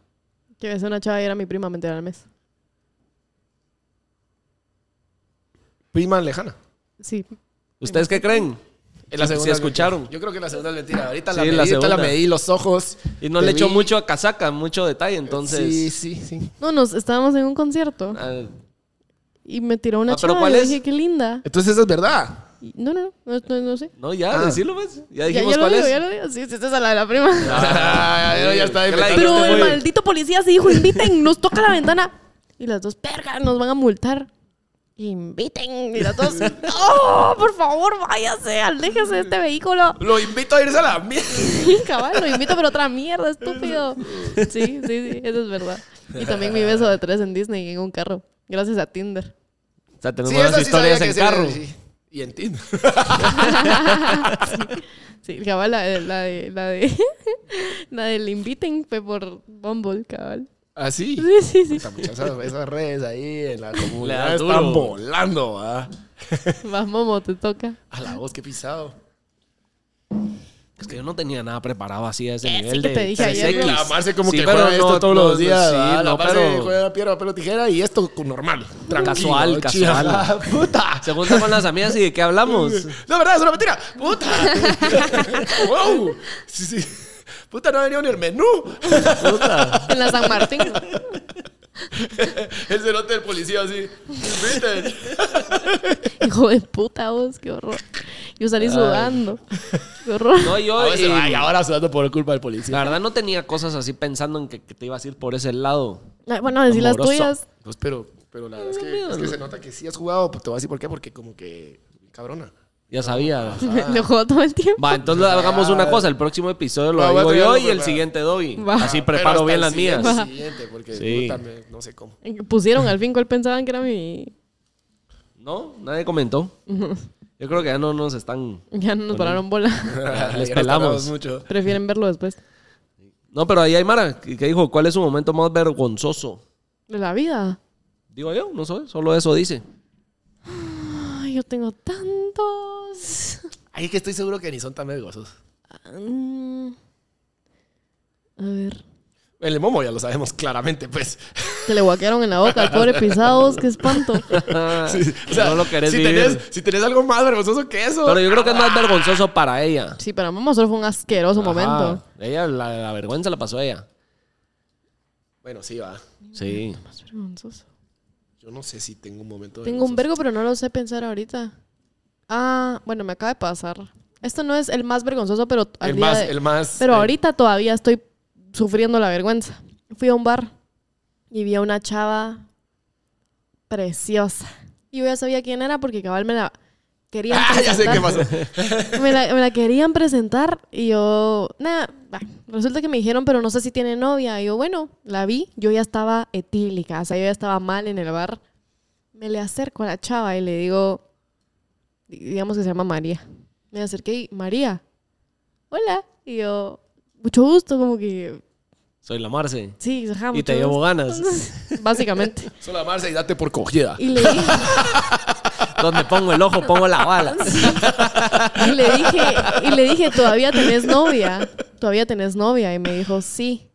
[SPEAKER 1] que besé a una chava y era mi prima, me enteré al mes.
[SPEAKER 3] Prima lejana.
[SPEAKER 1] Sí.
[SPEAKER 2] ¿Ustedes qué creen?
[SPEAKER 3] Es
[SPEAKER 2] Sí, sí
[SPEAKER 3] es
[SPEAKER 2] escucharon.
[SPEAKER 3] mentira. Yo creo que la segunda es mentira. Ahorita la,
[SPEAKER 2] Sí,
[SPEAKER 3] medí,
[SPEAKER 2] la
[SPEAKER 3] ahorita la
[SPEAKER 2] segunda.
[SPEAKER 3] medí los ojos.
[SPEAKER 2] Y no
[SPEAKER 3] te
[SPEAKER 2] le echó
[SPEAKER 3] vi.
[SPEAKER 2] mucho a casaca, mucho detalle, entonces...
[SPEAKER 3] Sí, sí, sí.
[SPEAKER 1] No, nos estábamos en un concierto
[SPEAKER 2] ah,
[SPEAKER 1] y me tiró una
[SPEAKER 2] Ah, ¿pero
[SPEAKER 1] chava
[SPEAKER 2] cuál
[SPEAKER 1] y yo
[SPEAKER 2] es?
[SPEAKER 1] dije, qué linda.
[SPEAKER 3] Entonces esa es verdad.
[SPEAKER 1] Y- no, no, no, no, no sé.
[SPEAKER 2] no, ya,
[SPEAKER 3] Ah.
[SPEAKER 2] decirlo, pues. Ya
[SPEAKER 1] Ya,
[SPEAKER 2] dijimos
[SPEAKER 1] ya lo
[SPEAKER 2] cuál
[SPEAKER 1] digo,
[SPEAKER 2] es.
[SPEAKER 1] ya lo digo. Sí, sí, esta es la de la prima.
[SPEAKER 3] Ah, ya, ya
[SPEAKER 2] ¿Qué
[SPEAKER 3] está
[SPEAKER 2] la
[SPEAKER 3] inventando. este
[SPEAKER 1] Pero
[SPEAKER 2] dijiste,
[SPEAKER 1] el
[SPEAKER 2] güey?
[SPEAKER 1] maldito policía sí dijo, inviten, nos toca la ventana. Y las dos, perga, nos van a multar. Inviten. Y las dos, oh, por favor, váyase, aléjese de este vehículo.
[SPEAKER 3] Lo invito a irse a la mierda.
[SPEAKER 1] Sí, cabal, lo invito, pero otra mierda, estúpido. Sí, sí, sí, eso es verdad. Y también mi beso de tres en Disney en un carro. Gracias a Tinder.
[SPEAKER 2] O sea, tenemos
[SPEAKER 3] Sí,
[SPEAKER 2] buenas
[SPEAKER 3] esa sí sabía
[SPEAKER 2] historias
[SPEAKER 3] que
[SPEAKER 2] en
[SPEAKER 3] sí,
[SPEAKER 2] carro.
[SPEAKER 3] sí. Y en Tinder.
[SPEAKER 1] Sí, cabal, la, de- la de. La de. La del inviten fue por Bumble, cabal.
[SPEAKER 3] Ah, sí.
[SPEAKER 1] Sí, sí, sí.
[SPEAKER 3] Puta, muchas esas, esas redes ahí en la comunidad
[SPEAKER 2] da duro.
[SPEAKER 3] están volando, ¿va?
[SPEAKER 1] Vas, Momo, te toca.
[SPEAKER 3] A la voz, qué pisado.
[SPEAKER 2] Es que yo no tenía nada preparado así a ese
[SPEAKER 1] Eh, sí
[SPEAKER 2] nivel
[SPEAKER 1] que
[SPEAKER 2] de
[SPEAKER 1] te dije ayer,
[SPEAKER 2] 3X.
[SPEAKER 1] ¿no?
[SPEAKER 3] Clamarse como
[SPEAKER 2] Sí,
[SPEAKER 3] que
[SPEAKER 2] pero
[SPEAKER 3] juega esto
[SPEAKER 2] no,
[SPEAKER 3] todos
[SPEAKER 2] no,
[SPEAKER 3] los días,
[SPEAKER 2] sí,
[SPEAKER 3] ¿va?
[SPEAKER 2] no,
[SPEAKER 3] la base
[SPEAKER 2] pero-
[SPEAKER 3] juega piedra, pelo, tijera y esto con normal. tranquilo,
[SPEAKER 2] Casual,
[SPEAKER 3] chido.
[SPEAKER 2] casual.
[SPEAKER 3] Ah, puta.
[SPEAKER 2] Se junta con las amigas y de qué hablamos.
[SPEAKER 3] No, verdad, es una mentira. Puta. wow. Sí, sí. Puta, no ha venido ni el menú.
[SPEAKER 1] En la San Martín.
[SPEAKER 3] El cerote del policía así. Viste.
[SPEAKER 1] Hijo de puta, vos, qué horror. Yo salí sudando. Qué horror.
[SPEAKER 2] No,
[SPEAKER 3] A
[SPEAKER 2] yo.
[SPEAKER 3] veces,
[SPEAKER 2] eh,
[SPEAKER 3] ay, ahora sudando por culpa del policía.
[SPEAKER 2] la verdad no tenía cosas así pensando en que, que te ibas a ir por ese lado.
[SPEAKER 1] Ay, Bueno, decir las
[SPEAKER 2] Amoroso.
[SPEAKER 1] tuyas.
[SPEAKER 3] Pues, pero, pero la verdad es que,
[SPEAKER 2] mira.
[SPEAKER 3] es que se nota que sí has jugado. pues, Te voy a decir por qué, porque como que cabrona.
[SPEAKER 2] Ya sabía.
[SPEAKER 1] Lo juego todo el tiempo.
[SPEAKER 2] Va, entonces hagamos una cosa. El próximo episodio lo
[SPEAKER 3] Va, voy a
[SPEAKER 2] hago
[SPEAKER 3] tener
[SPEAKER 2] yo
[SPEAKER 3] algo
[SPEAKER 2] y el
[SPEAKER 3] preparado.
[SPEAKER 2] siguiente doy.
[SPEAKER 1] Va.
[SPEAKER 2] Así
[SPEAKER 3] Ah,
[SPEAKER 2] preparo
[SPEAKER 3] pero
[SPEAKER 2] bien
[SPEAKER 3] hasta
[SPEAKER 2] las
[SPEAKER 3] el
[SPEAKER 2] mías.
[SPEAKER 3] siguiente, el siguiente, porque
[SPEAKER 2] Sí.
[SPEAKER 3] puta, me- no sé cómo.
[SPEAKER 1] Pusieron al fin cuál pensaban que era mi.
[SPEAKER 2] ¿No? Nadie comentó. Yo creo que ya no nos están...
[SPEAKER 1] Ya no nos pararon bola.
[SPEAKER 2] Les
[SPEAKER 3] Ya nos
[SPEAKER 2] pelamos.
[SPEAKER 3] tardamos mucho.
[SPEAKER 1] Prefieren verlo después.
[SPEAKER 2] No, pero ahí hay Mara que que dijo, ¿cuál es su momento más vergonzoso?
[SPEAKER 1] De la vida.
[SPEAKER 2] Digo yo, no sé, solo eso dice.
[SPEAKER 1] Ay, yo tengo tantos.
[SPEAKER 3] Ay, que estoy seguro que ni son tan vergonzosos.
[SPEAKER 1] Mm. A ver.
[SPEAKER 3] El momo ya lo sabemos claramente, pues.
[SPEAKER 1] Se le guaquearon en la boca al pobre pisados. Qué espanto.
[SPEAKER 3] O sea,
[SPEAKER 2] no lo querés
[SPEAKER 3] si
[SPEAKER 2] vivir.
[SPEAKER 3] tenés, si tenés algo más vergonzoso que eso.
[SPEAKER 2] Pero yo creo que es más vergonzoso para ella.
[SPEAKER 1] Sí, para mamá solo fue un asqueroso momento.
[SPEAKER 2] Ajá. Ella, la, la vergüenza la pasó a ella.
[SPEAKER 3] Bueno, sí, va.
[SPEAKER 2] Sí.
[SPEAKER 1] Más vergonzoso.
[SPEAKER 3] Yo no sé si tengo un momento
[SPEAKER 1] Tengo un
[SPEAKER 3] vergonzoso.
[SPEAKER 1] vergo, pero no lo sé pensar ahorita. Ah, bueno, me acaba de pasar. Esto no es el más vergonzoso, pero al
[SPEAKER 3] El
[SPEAKER 1] día
[SPEAKER 3] más,
[SPEAKER 1] de-
[SPEAKER 3] el más.
[SPEAKER 1] Pero
[SPEAKER 3] eh,
[SPEAKER 1] ahorita todavía estoy sufriendo la vergüenza. Fui a un bar y vi a una chava preciosa. Y yo ya sabía quién era porque cabal me la querían
[SPEAKER 3] Ah, ya sé qué pasó.
[SPEAKER 1] me, la, me la querían presentar y yo, nada, bah, resulta que me dijeron, pero no sé si tiene novia. Y yo, bueno, la vi, yo ya estaba etílica, o sea, yo ya estaba mal en el bar. Me le acerco a la chava y le digo, di- digamos que se llama María. Me acerqué y, María, hola. Y yo, mucho gusto, como que,
[SPEAKER 2] Soy la Marce.
[SPEAKER 1] sí, ajá,
[SPEAKER 2] Y
[SPEAKER 1] mucho
[SPEAKER 2] te llevo
[SPEAKER 1] gusto".
[SPEAKER 2] ganas.
[SPEAKER 1] Básicamente.
[SPEAKER 3] Solo amarse y date por cogida.
[SPEAKER 1] Y le dije...
[SPEAKER 2] Donde pongo el ojo, pongo la bala.
[SPEAKER 1] Y le dije, y le dije, todavía tenés novia, todavía tenés novia. Y me dijo, sí.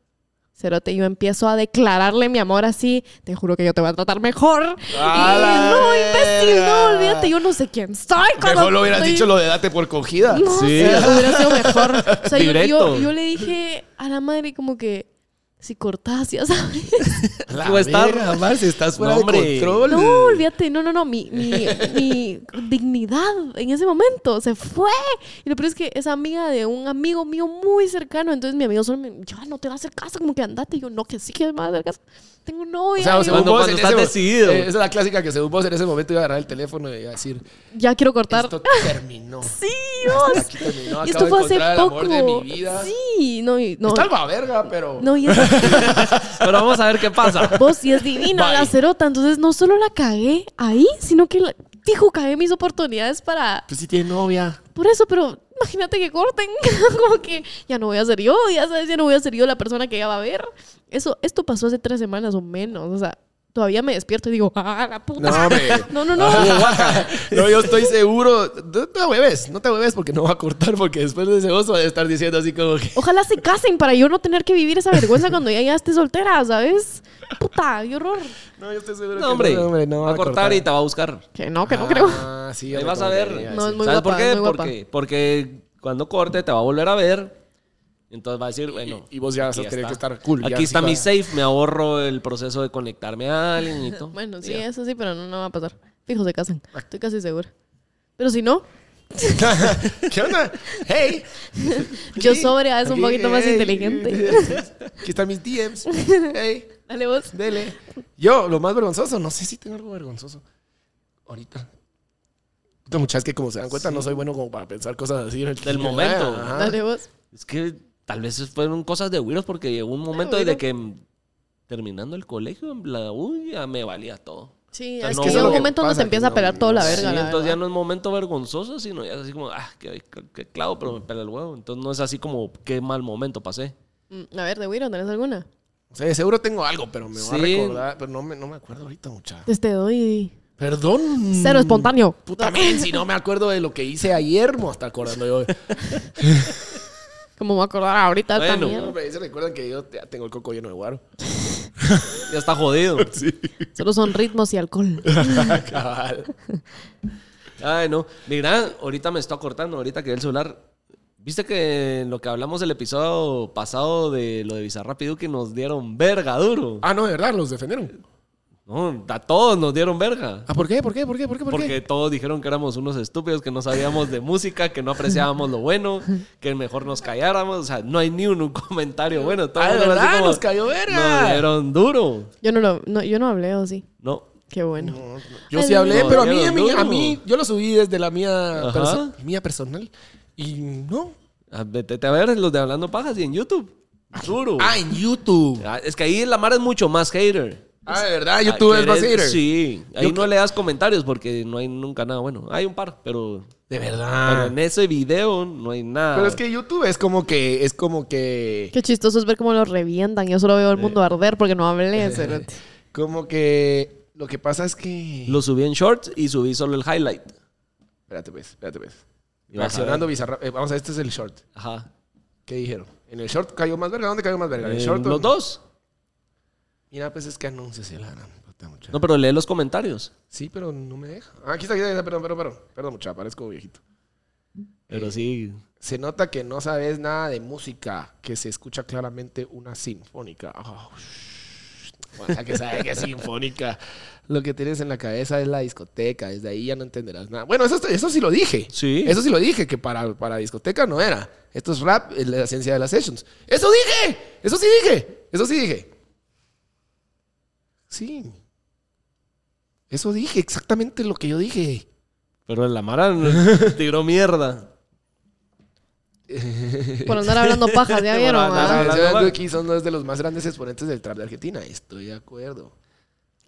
[SPEAKER 1] Cerote, yo empiezo a declararle mi amor así, te juro que yo te voy a tratar mejor.
[SPEAKER 3] ¡A la
[SPEAKER 1] y no, imbécil, no,
[SPEAKER 3] verga!
[SPEAKER 1] olvídate, yo no sé quién soy. cuando
[SPEAKER 3] Mejor lo hubieras
[SPEAKER 1] estoy-
[SPEAKER 3] dicho lo de date por cogida.
[SPEAKER 1] No,
[SPEAKER 2] Sí.
[SPEAKER 1] sí, hubiera sido mejor. O sea, yo- yo,
[SPEAKER 2] Directo.
[SPEAKER 1] yo le dije a la madre como que, si cortás, ya sabes.
[SPEAKER 3] La
[SPEAKER 2] Tú estás-
[SPEAKER 3] verga, Marce, estás fuera
[SPEAKER 2] No, hombre.
[SPEAKER 3] de control.
[SPEAKER 1] No, olvídate, no, no, no, mi, mi, mi dignidad en ese momento se fue. Y lo peor es que es amiga de un amigo mío muy cercano, entonces mi amigo solo me ya no te va a hacer caso, como que andate. Y yo, no, que sí que me va a hacer caso. Tengo novia.
[SPEAKER 3] O sea,
[SPEAKER 1] y yo,
[SPEAKER 3] según
[SPEAKER 2] Cuando-
[SPEAKER 3] vos,
[SPEAKER 2] cuando
[SPEAKER 3] en
[SPEAKER 2] estás
[SPEAKER 3] ese mo-
[SPEAKER 2] decidido.
[SPEAKER 3] eh, esa es la clásica que según vos en ese momento iba a agarrar el teléfono y iba a decir,
[SPEAKER 1] ya quiero cortar.
[SPEAKER 3] esto terminó.
[SPEAKER 1] Sí,
[SPEAKER 3] Hasta
[SPEAKER 1] Dios.
[SPEAKER 3] aquí terminó.
[SPEAKER 1] Y
[SPEAKER 3] Acabo
[SPEAKER 1] esto
[SPEAKER 3] de
[SPEAKER 1] fue hace
[SPEAKER 3] encontrar el
[SPEAKER 1] poco.
[SPEAKER 3] amor de mi vida.
[SPEAKER 1] Sí, no, y- no.
[SPEAKER 3] Está algo a verga, pero...
[SPEAKER 1] No, y es,
[SPEAKER 2] Pero vamos a ver qué pasa.
[SPEAKER 1] vos sí es divina
[SPEAKER 3] Bye.
[SPEAKER 1] la cerota. Entonces, no solo la cagué ahí, sino que la, dijo, cagué mis oportunidades para
[SPEAKER 3] Pues si tiene novia.
[SPEAKER 1] Por eso, pero imagínate que corten. como que ya no voy a ser yo, ya sabes, ya no voy a ser yo la persona que ella va a ver. Eso, esto pasó hace tres semanas o menos. O sea, todavía me despierto y digo, ¡ah, la puta!
[SPEAKER 3] No, hombre.
[SPEAKER 1] No, no, no.
[SPEAKER 3] no, yo estoy seguro. No te hueves, no te hueves porque no va a cortar, porque después de ese oso va a estar diciendo así como que.
[SPEAKER 1] Ojalá se casen para yo no tener que vivir esa vergüenza cuando ella ya esté soltera, ¿sabes? Puta, qué horror.
[SPEAKER 3] No, yo estoy seguro
[SPEAKER 2] No, hombre.
[SPEAKER 3] que no, hombre, no va
[SPEAKER 2] va a cortar y te va a buscar.
[SPEAKER 1] Que no, que no creo.
[SPEAKER 3] Ah, sí, ya
[SPEAKER 2] Ahí
[SPEAKER 3] me
[SPEAKER 2] vas a
[SPEAKER 3] acordé,
[SPEAKER 2] ver.
[SPEAKER 3] ya,
[SPEAKER 1] No,
[SPEAKER 3] sí.
[SPEAKER 1] es muy
[SPEAKER 2] ¿Sabes
[SPEAKER 1] guapa,
[SPEAKER 2] por qué?
[SPEAKER 1] es muy guapa.
[SPEAKER 2] porque, porque cuando corte te va a volver a ver. Entonces va a decir, bueno.
[SPEAKER 3] Y vos ya vas
[SPEAKER 2] aquí
[SPEAKER 3] a tener
[SPEAKER 2] está.
[SPEAKER 3] que estar cool. ya,
[SPEAKER 2] Aquí
[SPEAKER 3] así
[SPEAKER 2] está
[SPEAKER 3] va.
[SPEAKER 2] mi safe, me ahorro el proceso de conectarme a alguien y todo.
[SPEAKER 1] Bueno, sí,
[SPEAKER 2] Y ya.
[SPEAKER 1] eso sí, pero no, no va a pasar. Fijo, se casan.
[SPEAKER 3] Ah.
[SPEAKER 1] Estoy casi segura. Pero si no,
[SPEAKER 3] ¿Qué onda? ¡Hey!
[SPEAKER 1] yo sobre es un poquito más
[SPEAKER 3] Hey.
[SPEAKER 1] inteligente.
[SPEAKER 3] Aquí están mis DMs. ¡Hey!
[SPEAKER 1] Dale vos.
[SPEAKER 3] Dele. Yo, lo más vergonzoso, no sé si tengo algo vergonzoso. Ahorita. Puta, Muchachas que como se dan cuenta, no soy bueno como para pensar cosas así en el
[SPEAKER 2] Del momento.
[SPEAKER 3] Ajá.
[SPEAKER 1] Dale vos.
[SPEAKER 2] Es que tal vez fueron cosas de weirdos porque llegó un momento
[SPEAKER 1] weirdo.
[SPEAKER 2] de que mm, terminando el colegio, en la U, ya me valía todo.
[SPEAKER 1] Sí,
[SPEAKER 2] sea,
[SPEAKER 1] es
[SPEAKER 2] no-
[SPEAKER 1] que
[SPEAKER 2] Eso es
[SPEAKER 1] llega
[SPEAKER 2] lo
[SPEAKER 1] un
[SPEAKER 2] que
[SPEAKER 1] momento donde
[SPEAKER 3] pasa,
[SPEAKER 1] te
[SPEAKER 3] que
[SPEAKER 1] empieza a
[SPEAKER 3] no-
[SPEAKER 1] pelar toda la
[SPEAKER 3] sí,
[SPEAKER 1] verga,
[SPEAKER 2] Sí,
[SPEAKER 1] la
[SPEAKER 2] entonces ya
[SPEAKER 1] verdad.
[SPEAKER 2] no es momento vergonzoso, sino ya es así como, ah, qué, qué- qué clavo, pero me pela el huevo. Entonces no es así como, qué mal momento pasé.
[SPEAKER 1] Mm, A ver, de Wiro, ¿tenés alguna?
[SPEAKER 3] O sea, seguro tengo algo, pero me va a
[SPEAKER 2] Sí.
[SPEAKER 3] recordar. Pero no me, no me acuerdo ahorita, mucha.
[SPEAKER 1] Pues Te doy
[SPEAKER 3] Perdón.
[SPEAKER 1] cero Mm. espontáneo.
[SPEAKER 3] Puta men, si no me acuerdo de lo que hice ayer, me voy a estar acordando yo.
[SPEAKER 1] Como me voy a acordar ahorita de esta
[SPEAKER 2] Bueno,
[SPEAKER 1] mierda.
[SPEAKER 3] No, pero ahí se recuerdan que yo ya tengo el coco lleno de guaro.
[SPEAKER 2] Ya está jodido.
[SPEAKER 1] Solo son ritmos y alcohol.
[SPEAKER 3] Cabal.
[SPEAKER 2] Ay, no. Mira, ahorita me estoy cortando, ahorita que el celular. ¿Viste que en lo que hablamos el episodio pasado de lo de Bizarrapido que nos dieron verga duro?
[SPEAKER 3] Ah, no, de verdad, los defendieron.
[SPEAKER 2] No, a todos nos dieron verga.
[SPEAKER 3] Ah, ¿por qué? ¿Por qué? ¿Por qué? ¿Por qué? ¿Por qué?
[SPEAKER 2] Porque todos dijeron que éramos unos estúpidos, que no sabíamos de música, que no apreciábamos lo bueno, que mejor nos calláramos. O sea, no hay ni un, un comentario bueno. Todo
[SPEAKER 3] Ah,
[SPEAKER 2] el
[SPEAKER 3] de
[SPEAKER 2] mundo así
[SPEAKER 3] verdad,
[SPEAKER 2] como,
[SPEAKER 3] nos cayó
[SPEAKER 2] Nos
[SPEAKER 3] verga.
[SPEAKER 2] dieron duro.
[SPEAKER 1] Yo no lo, no, yo no hablé, o sí.
[SPEAKER 2] No.
[SPEAKER 1] Qué bueno.
[SPEAKER 3] Yo sí hablé,
[SPEAKER 2] No,
[SPEAKER 3] pero a
[SPEAKER 2] ya los
[SPEAKER 3] mí, a mí, a
[SPEAKER 2] duro.
[SPEAKER 3] mí, yo lo subí desde la mía,
[SPEAKER 2] Ajá.
[SPEAKER 3] perso- mía personal. Y no.
[SPEAKER 2] Ah, Vete a ver los de Hablando Pajas y en YouTube. Duro.
[SPEAKER 3] Ah, en YouTube.
[SPEAKER 2] Ah, Es que ahí la Mara es mucho más hater.
[SPEAKER 3] Ah, de verdad, YouTube
[SPEAKER 2] Ah,
[SPEAKER 3] es más
[SPEAKER 2] querés-
[SPEAKER 3] hater.
[SPEAKER 2] Sí. Ahí
[SPEAKER 3] Yo
[SPEAKER 2] no le das comentarios porque no hay nunca nada bueno. Hay un par, pero,
[SPEAKER 3] De
[SPEAKER 2] pero
[SPEAKER 3] verdad.
[SPEAKER 2] en ese video no hay nada.
[SPEAKER 3] Ah. Pero es que YouTube es como que, es como que,
[SPEAKER 1] Qué chistoso es ver cómo lo revientan. Yo solo veo el mundo arder porque no hablé. cerote.
[SPEAKER 3] como que lo que pasa es que...
[SPEAKER 2] Lo subí en shorts y subí solo el highlight.
[SPEAKER 3] Espérate pues, espérate pues.
[SPEAKER 2] Y vas a
[SPEAKER 3] Reaccionando bizarra. eh, vamos a ver, este es el short.
[SPEAKER 2] Ajá.
[SPEAKER 3] ¿Qué dijeron? ¿En el short cayó más verga? ¿Dónde cayó más verga? ¿En el
[SPEAKER 2] Eh,
[SPEAKER 3] short? o
[SPEAKER 2] los
[SPEAKER 3] en-
[SPEAKER 2] dos.
[SPEAKER 3] Mira, pues es que anuncios se la gran puta, mucha.
[SPEAKER 2] No, pero lee los comentarios.
[SPEAKER 3] Sí, pero no me deja. Ah, aquí está, aquí está, aquí está, perdón, perdón, perdón. Perdón, mucha, parezco viejito.
[SPEAKER 2] Pero sí.
[SPEAKER 3] Se nota que no sabes nada de música, que se escucha claramente una sinfónica. Ah, shh. Bueno, ya que sabes que es sinfónica. Lo que tienes en la cabeza es la discoteca, desde ahí ya no entenderás nada. Bueno, eso, eso sí lo dije.
[SPEAKER 2] Sí.
[SPEAKER 3] Eso sí lo dije, que para, para discoteca no era. Esto es rap, es la esencia de las sessions. ¡Eso dije! ¡Eso sí dije! ¡Eso sí dije! Sí. Eso dije, exactamente lo que yo dije.
[SPEAKER 2] Pero la Mara tiró mierda.
[SPEAKER 1] Por andar hablando pajas, ya vieron.
[SPEAKER 2] Por andar
[SPEAKER 1] ¿verdad?
[SPEAKER 2] Ah, hablando-
[SPEAKER 3] Yo
[SPEAKER 2] mal.
[SPEAKER 3] aquí son dos de los más grandes exponentes del trap de Argentina. Estoy de acuerdo.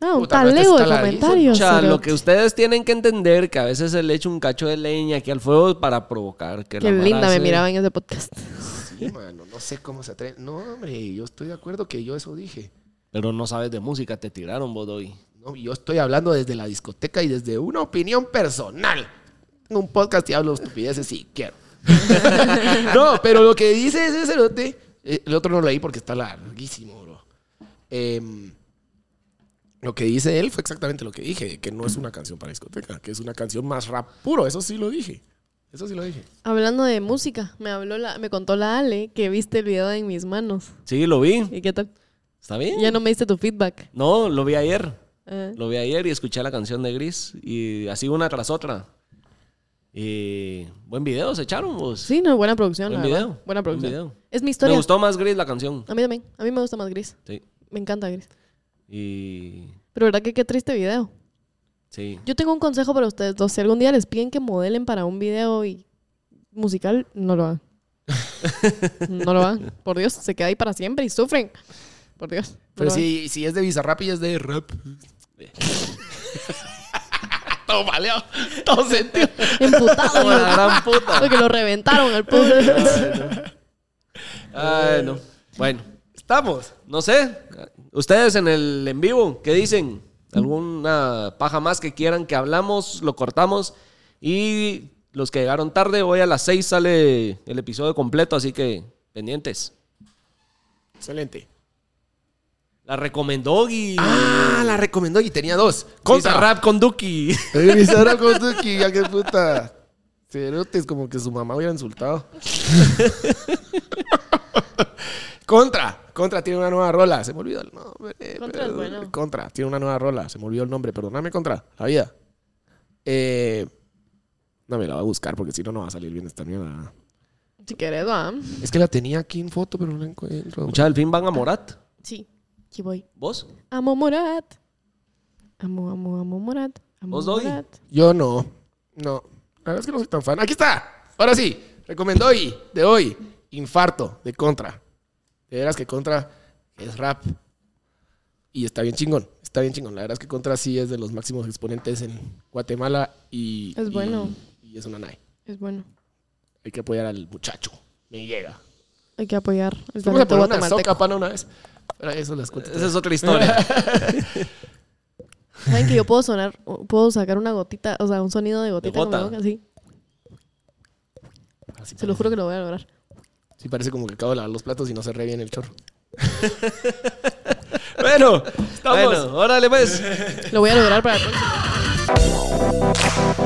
[SPEAKER 1] Ah, un
[SPEAKER 3] Puta, pero este
[SPEAKER 1] talego de
[SPEAKER 3] está larguísimo.
[SPEAKER 1] comentarios.
[SPEAKER 2] Cha, lo
[SPEAKER 1] cerote.
[SPEAKER 2] que ustedes tienen que entender que a veces se le echa un cacho de leña aquí al fuego para provocar que
[SPEAKER 1] Qué
[SPEAKER 2] la Mara
[SPEAKER 1] linda me
[SPEAKER 2] se-
[SPEAKER 1] miraba en ese podcast.
[SPEAKER 3] Sí, mano, no sé cómo se atreve. No, hombre, yo estoy de acuerdo que yo eso dije.
[SPEAKER 2] Pero no sabes de música, te tiraron vos doy.
[SPEAKER 3] No, yo estoy hablando desde la discoteca y desde una opinión personal. Tengo un podcast y hablo estupideces si quiero. no, pero lo que dice ese cerote, eh, el otro no lo leí porque está larguísimo, bro. Em, lo que dice él fue exactamente lo que dije, que no es una canción para discoteca, que es una canción más rap puro, eso sí lo dije. Eso sí lo dije.
[SPEAKER 1] Hablando de música, me habló la, me contó la Ale que viste el video de en mis manos.
[SPEAKER 2] Sí, lo vi.
[SPEAKER 1] ¿Y qué tal?
[SPEAKER 2] ¿Está bien?
[SPEAKER 1] Ya no me diste tu feedback.
[SPEAKER 2] No, lo vi ayer.
[SPEAKER 1] Ah.
[SPEAKER 2] Lo vi ayer y escuché la canción de Gris. Y así una tras otra. Y buen video, se echaron vos.
[SPEAKER 1] Sí, no, buena producción.
[SPEAKER 2] Buen
[SPEAKER 1] la verdad.
[SPEAKER 2] video,
[SPEAKER 1] Buena
[SPEAKER 2] buen
[SPEAKER 1] producción.
[SPEAKER 2] video.
[SPEAKER 1] Es mi historia.
[SPEAKER 2] Me gustó más Gris la canción.
[SPEAKER 1] A mí también. A mí me gusta más gris.
[SPEAKER 2] Sí.
[SPEAKER 1] Me encanta gris.
[SPEAKER 2] Y.
[SPEAKER 1] Pero verdad que qué triste video.
[SPEAKER 2] Sí.
[SPEAKER 1] Yo tengo un consejo para ustedes dos. Si algún día les piden que modelen para un video y musical, no lo hagan. no lo hagan. Por Dios, se queda ahí para siempre y sufren. Por Dios. no
[SPEAKER 3] Pero
[SPEAKER 1] lo hagan.
[SPEAKER 3] si, si es de Bizarrap y es de rap. todo maleado, todo sentido.
[SPEAKER 1] Emputado.
[SPEAKER 2] Como la
[SPEAKER 1] ¿no?
[SPEAKER 2] gran puta.
[SPEAKER 1] Porque lo reventaron al público.
[SPEAKER 2] Ay, no. Eh, Bueno,
[SPEAKER 3] Estamos.
[SPEAKER 2] no sé. Ustedes en el en vivo, ¿qué dicen? ¿Alguna paja más que quieran que hablamos? Lo cortamos. Y los que llegaron tarde, hoy a las 6 sale el episodio completo, así que pendientes.
[SPEAKER 3] Excelente.
[SPEAKER 2] La recomendó y
[SPEAKER 3] Ah, la recomendó y tenía dos.
[SPEAKER 2] Contra Rap con Duki.
[SPEAKER 3] Bizarrap con Duki, ya que puta. Cerotes, como que su mamá hubiera insultado. Contra. Contra tiene una nueva rola. Se me olvidó el nombre.
[SPEAKER 1] Contra es bueno.
[SPEAKER 3] Contra tiene una nueva rola. Se me olvidó el nombre. Perdóname, Contra. La vida. Eh, no me la va a buscar porque si no, no va a salir bien esta mierda.
[SPEAKER 1] si querés, va.
[SPEAKER 3] Es que la tenía aquí en foto, pero no la encuentro.
[SPEAKER 2] Mucha, al fin van a Morat.
[SPEAKER 1] Sí, aquí voy.
[SPEAKER 2] ¿Vos?
[SPEAKER 1] Amo Morat. Amo, amo, amo Morat. Amo
[SPEAKER 2] ¿Vos, Doggy?
[SPEAKER 1] Morat.
[SPEAKER 3] Yo no. No. La verdad es que no soy tan fan. Aquí está. Ahora sí. Recomendó hoy, de hoy. Infarto de Contra. De veras que Contra es rap. Y está bien chingón. Está está bien chingón. La verdad es que Contra sí es de los máximos exponentes en Guatemala y.
[SPEAKER 1] Es
[SPEAKER 3] y-
[SPEAKER 1] bueno.
[SPEAKER 3] Y es una nave.
[SPEAKER 1] Es bueno.
[SPEAKER 3] Hay que apoyar al muchacho. Me llega.
[SPEAKER 1] Hay que apoyar el
[SPEAKER 3] Vamos a
[SPEAKER 1] talento
[SPEAKER 3] poner una
[SPEAKER 1] guatemalteco.
[SPEAKER 3] soca pana una vez. Pero eso las cuento.
[SPEAKER 2] Esa es otra historia.
[SPEAKER 1] ¿Saben que yo puedo sonar, o puedo sacar una gotita, o sea, un sonido de gotita con mi
[SPEAKER 2] gota.
[SPEAKER 1] boca? Sí. Se
[SPEAKER 3] Así
[SPEAKER 1] lo
[SPEAKER 3] parece.
[SPEAKER 1] juro que lo voy a lograr.
[SPEAKER 3] Sí, parece como que acabo de lavar los platos y no se re bien el chorro. bueno, estamos.
[SPEAKER 2] bueno, órale pues.
[SPEAKER 1] Lo voy a lograr para la próxima.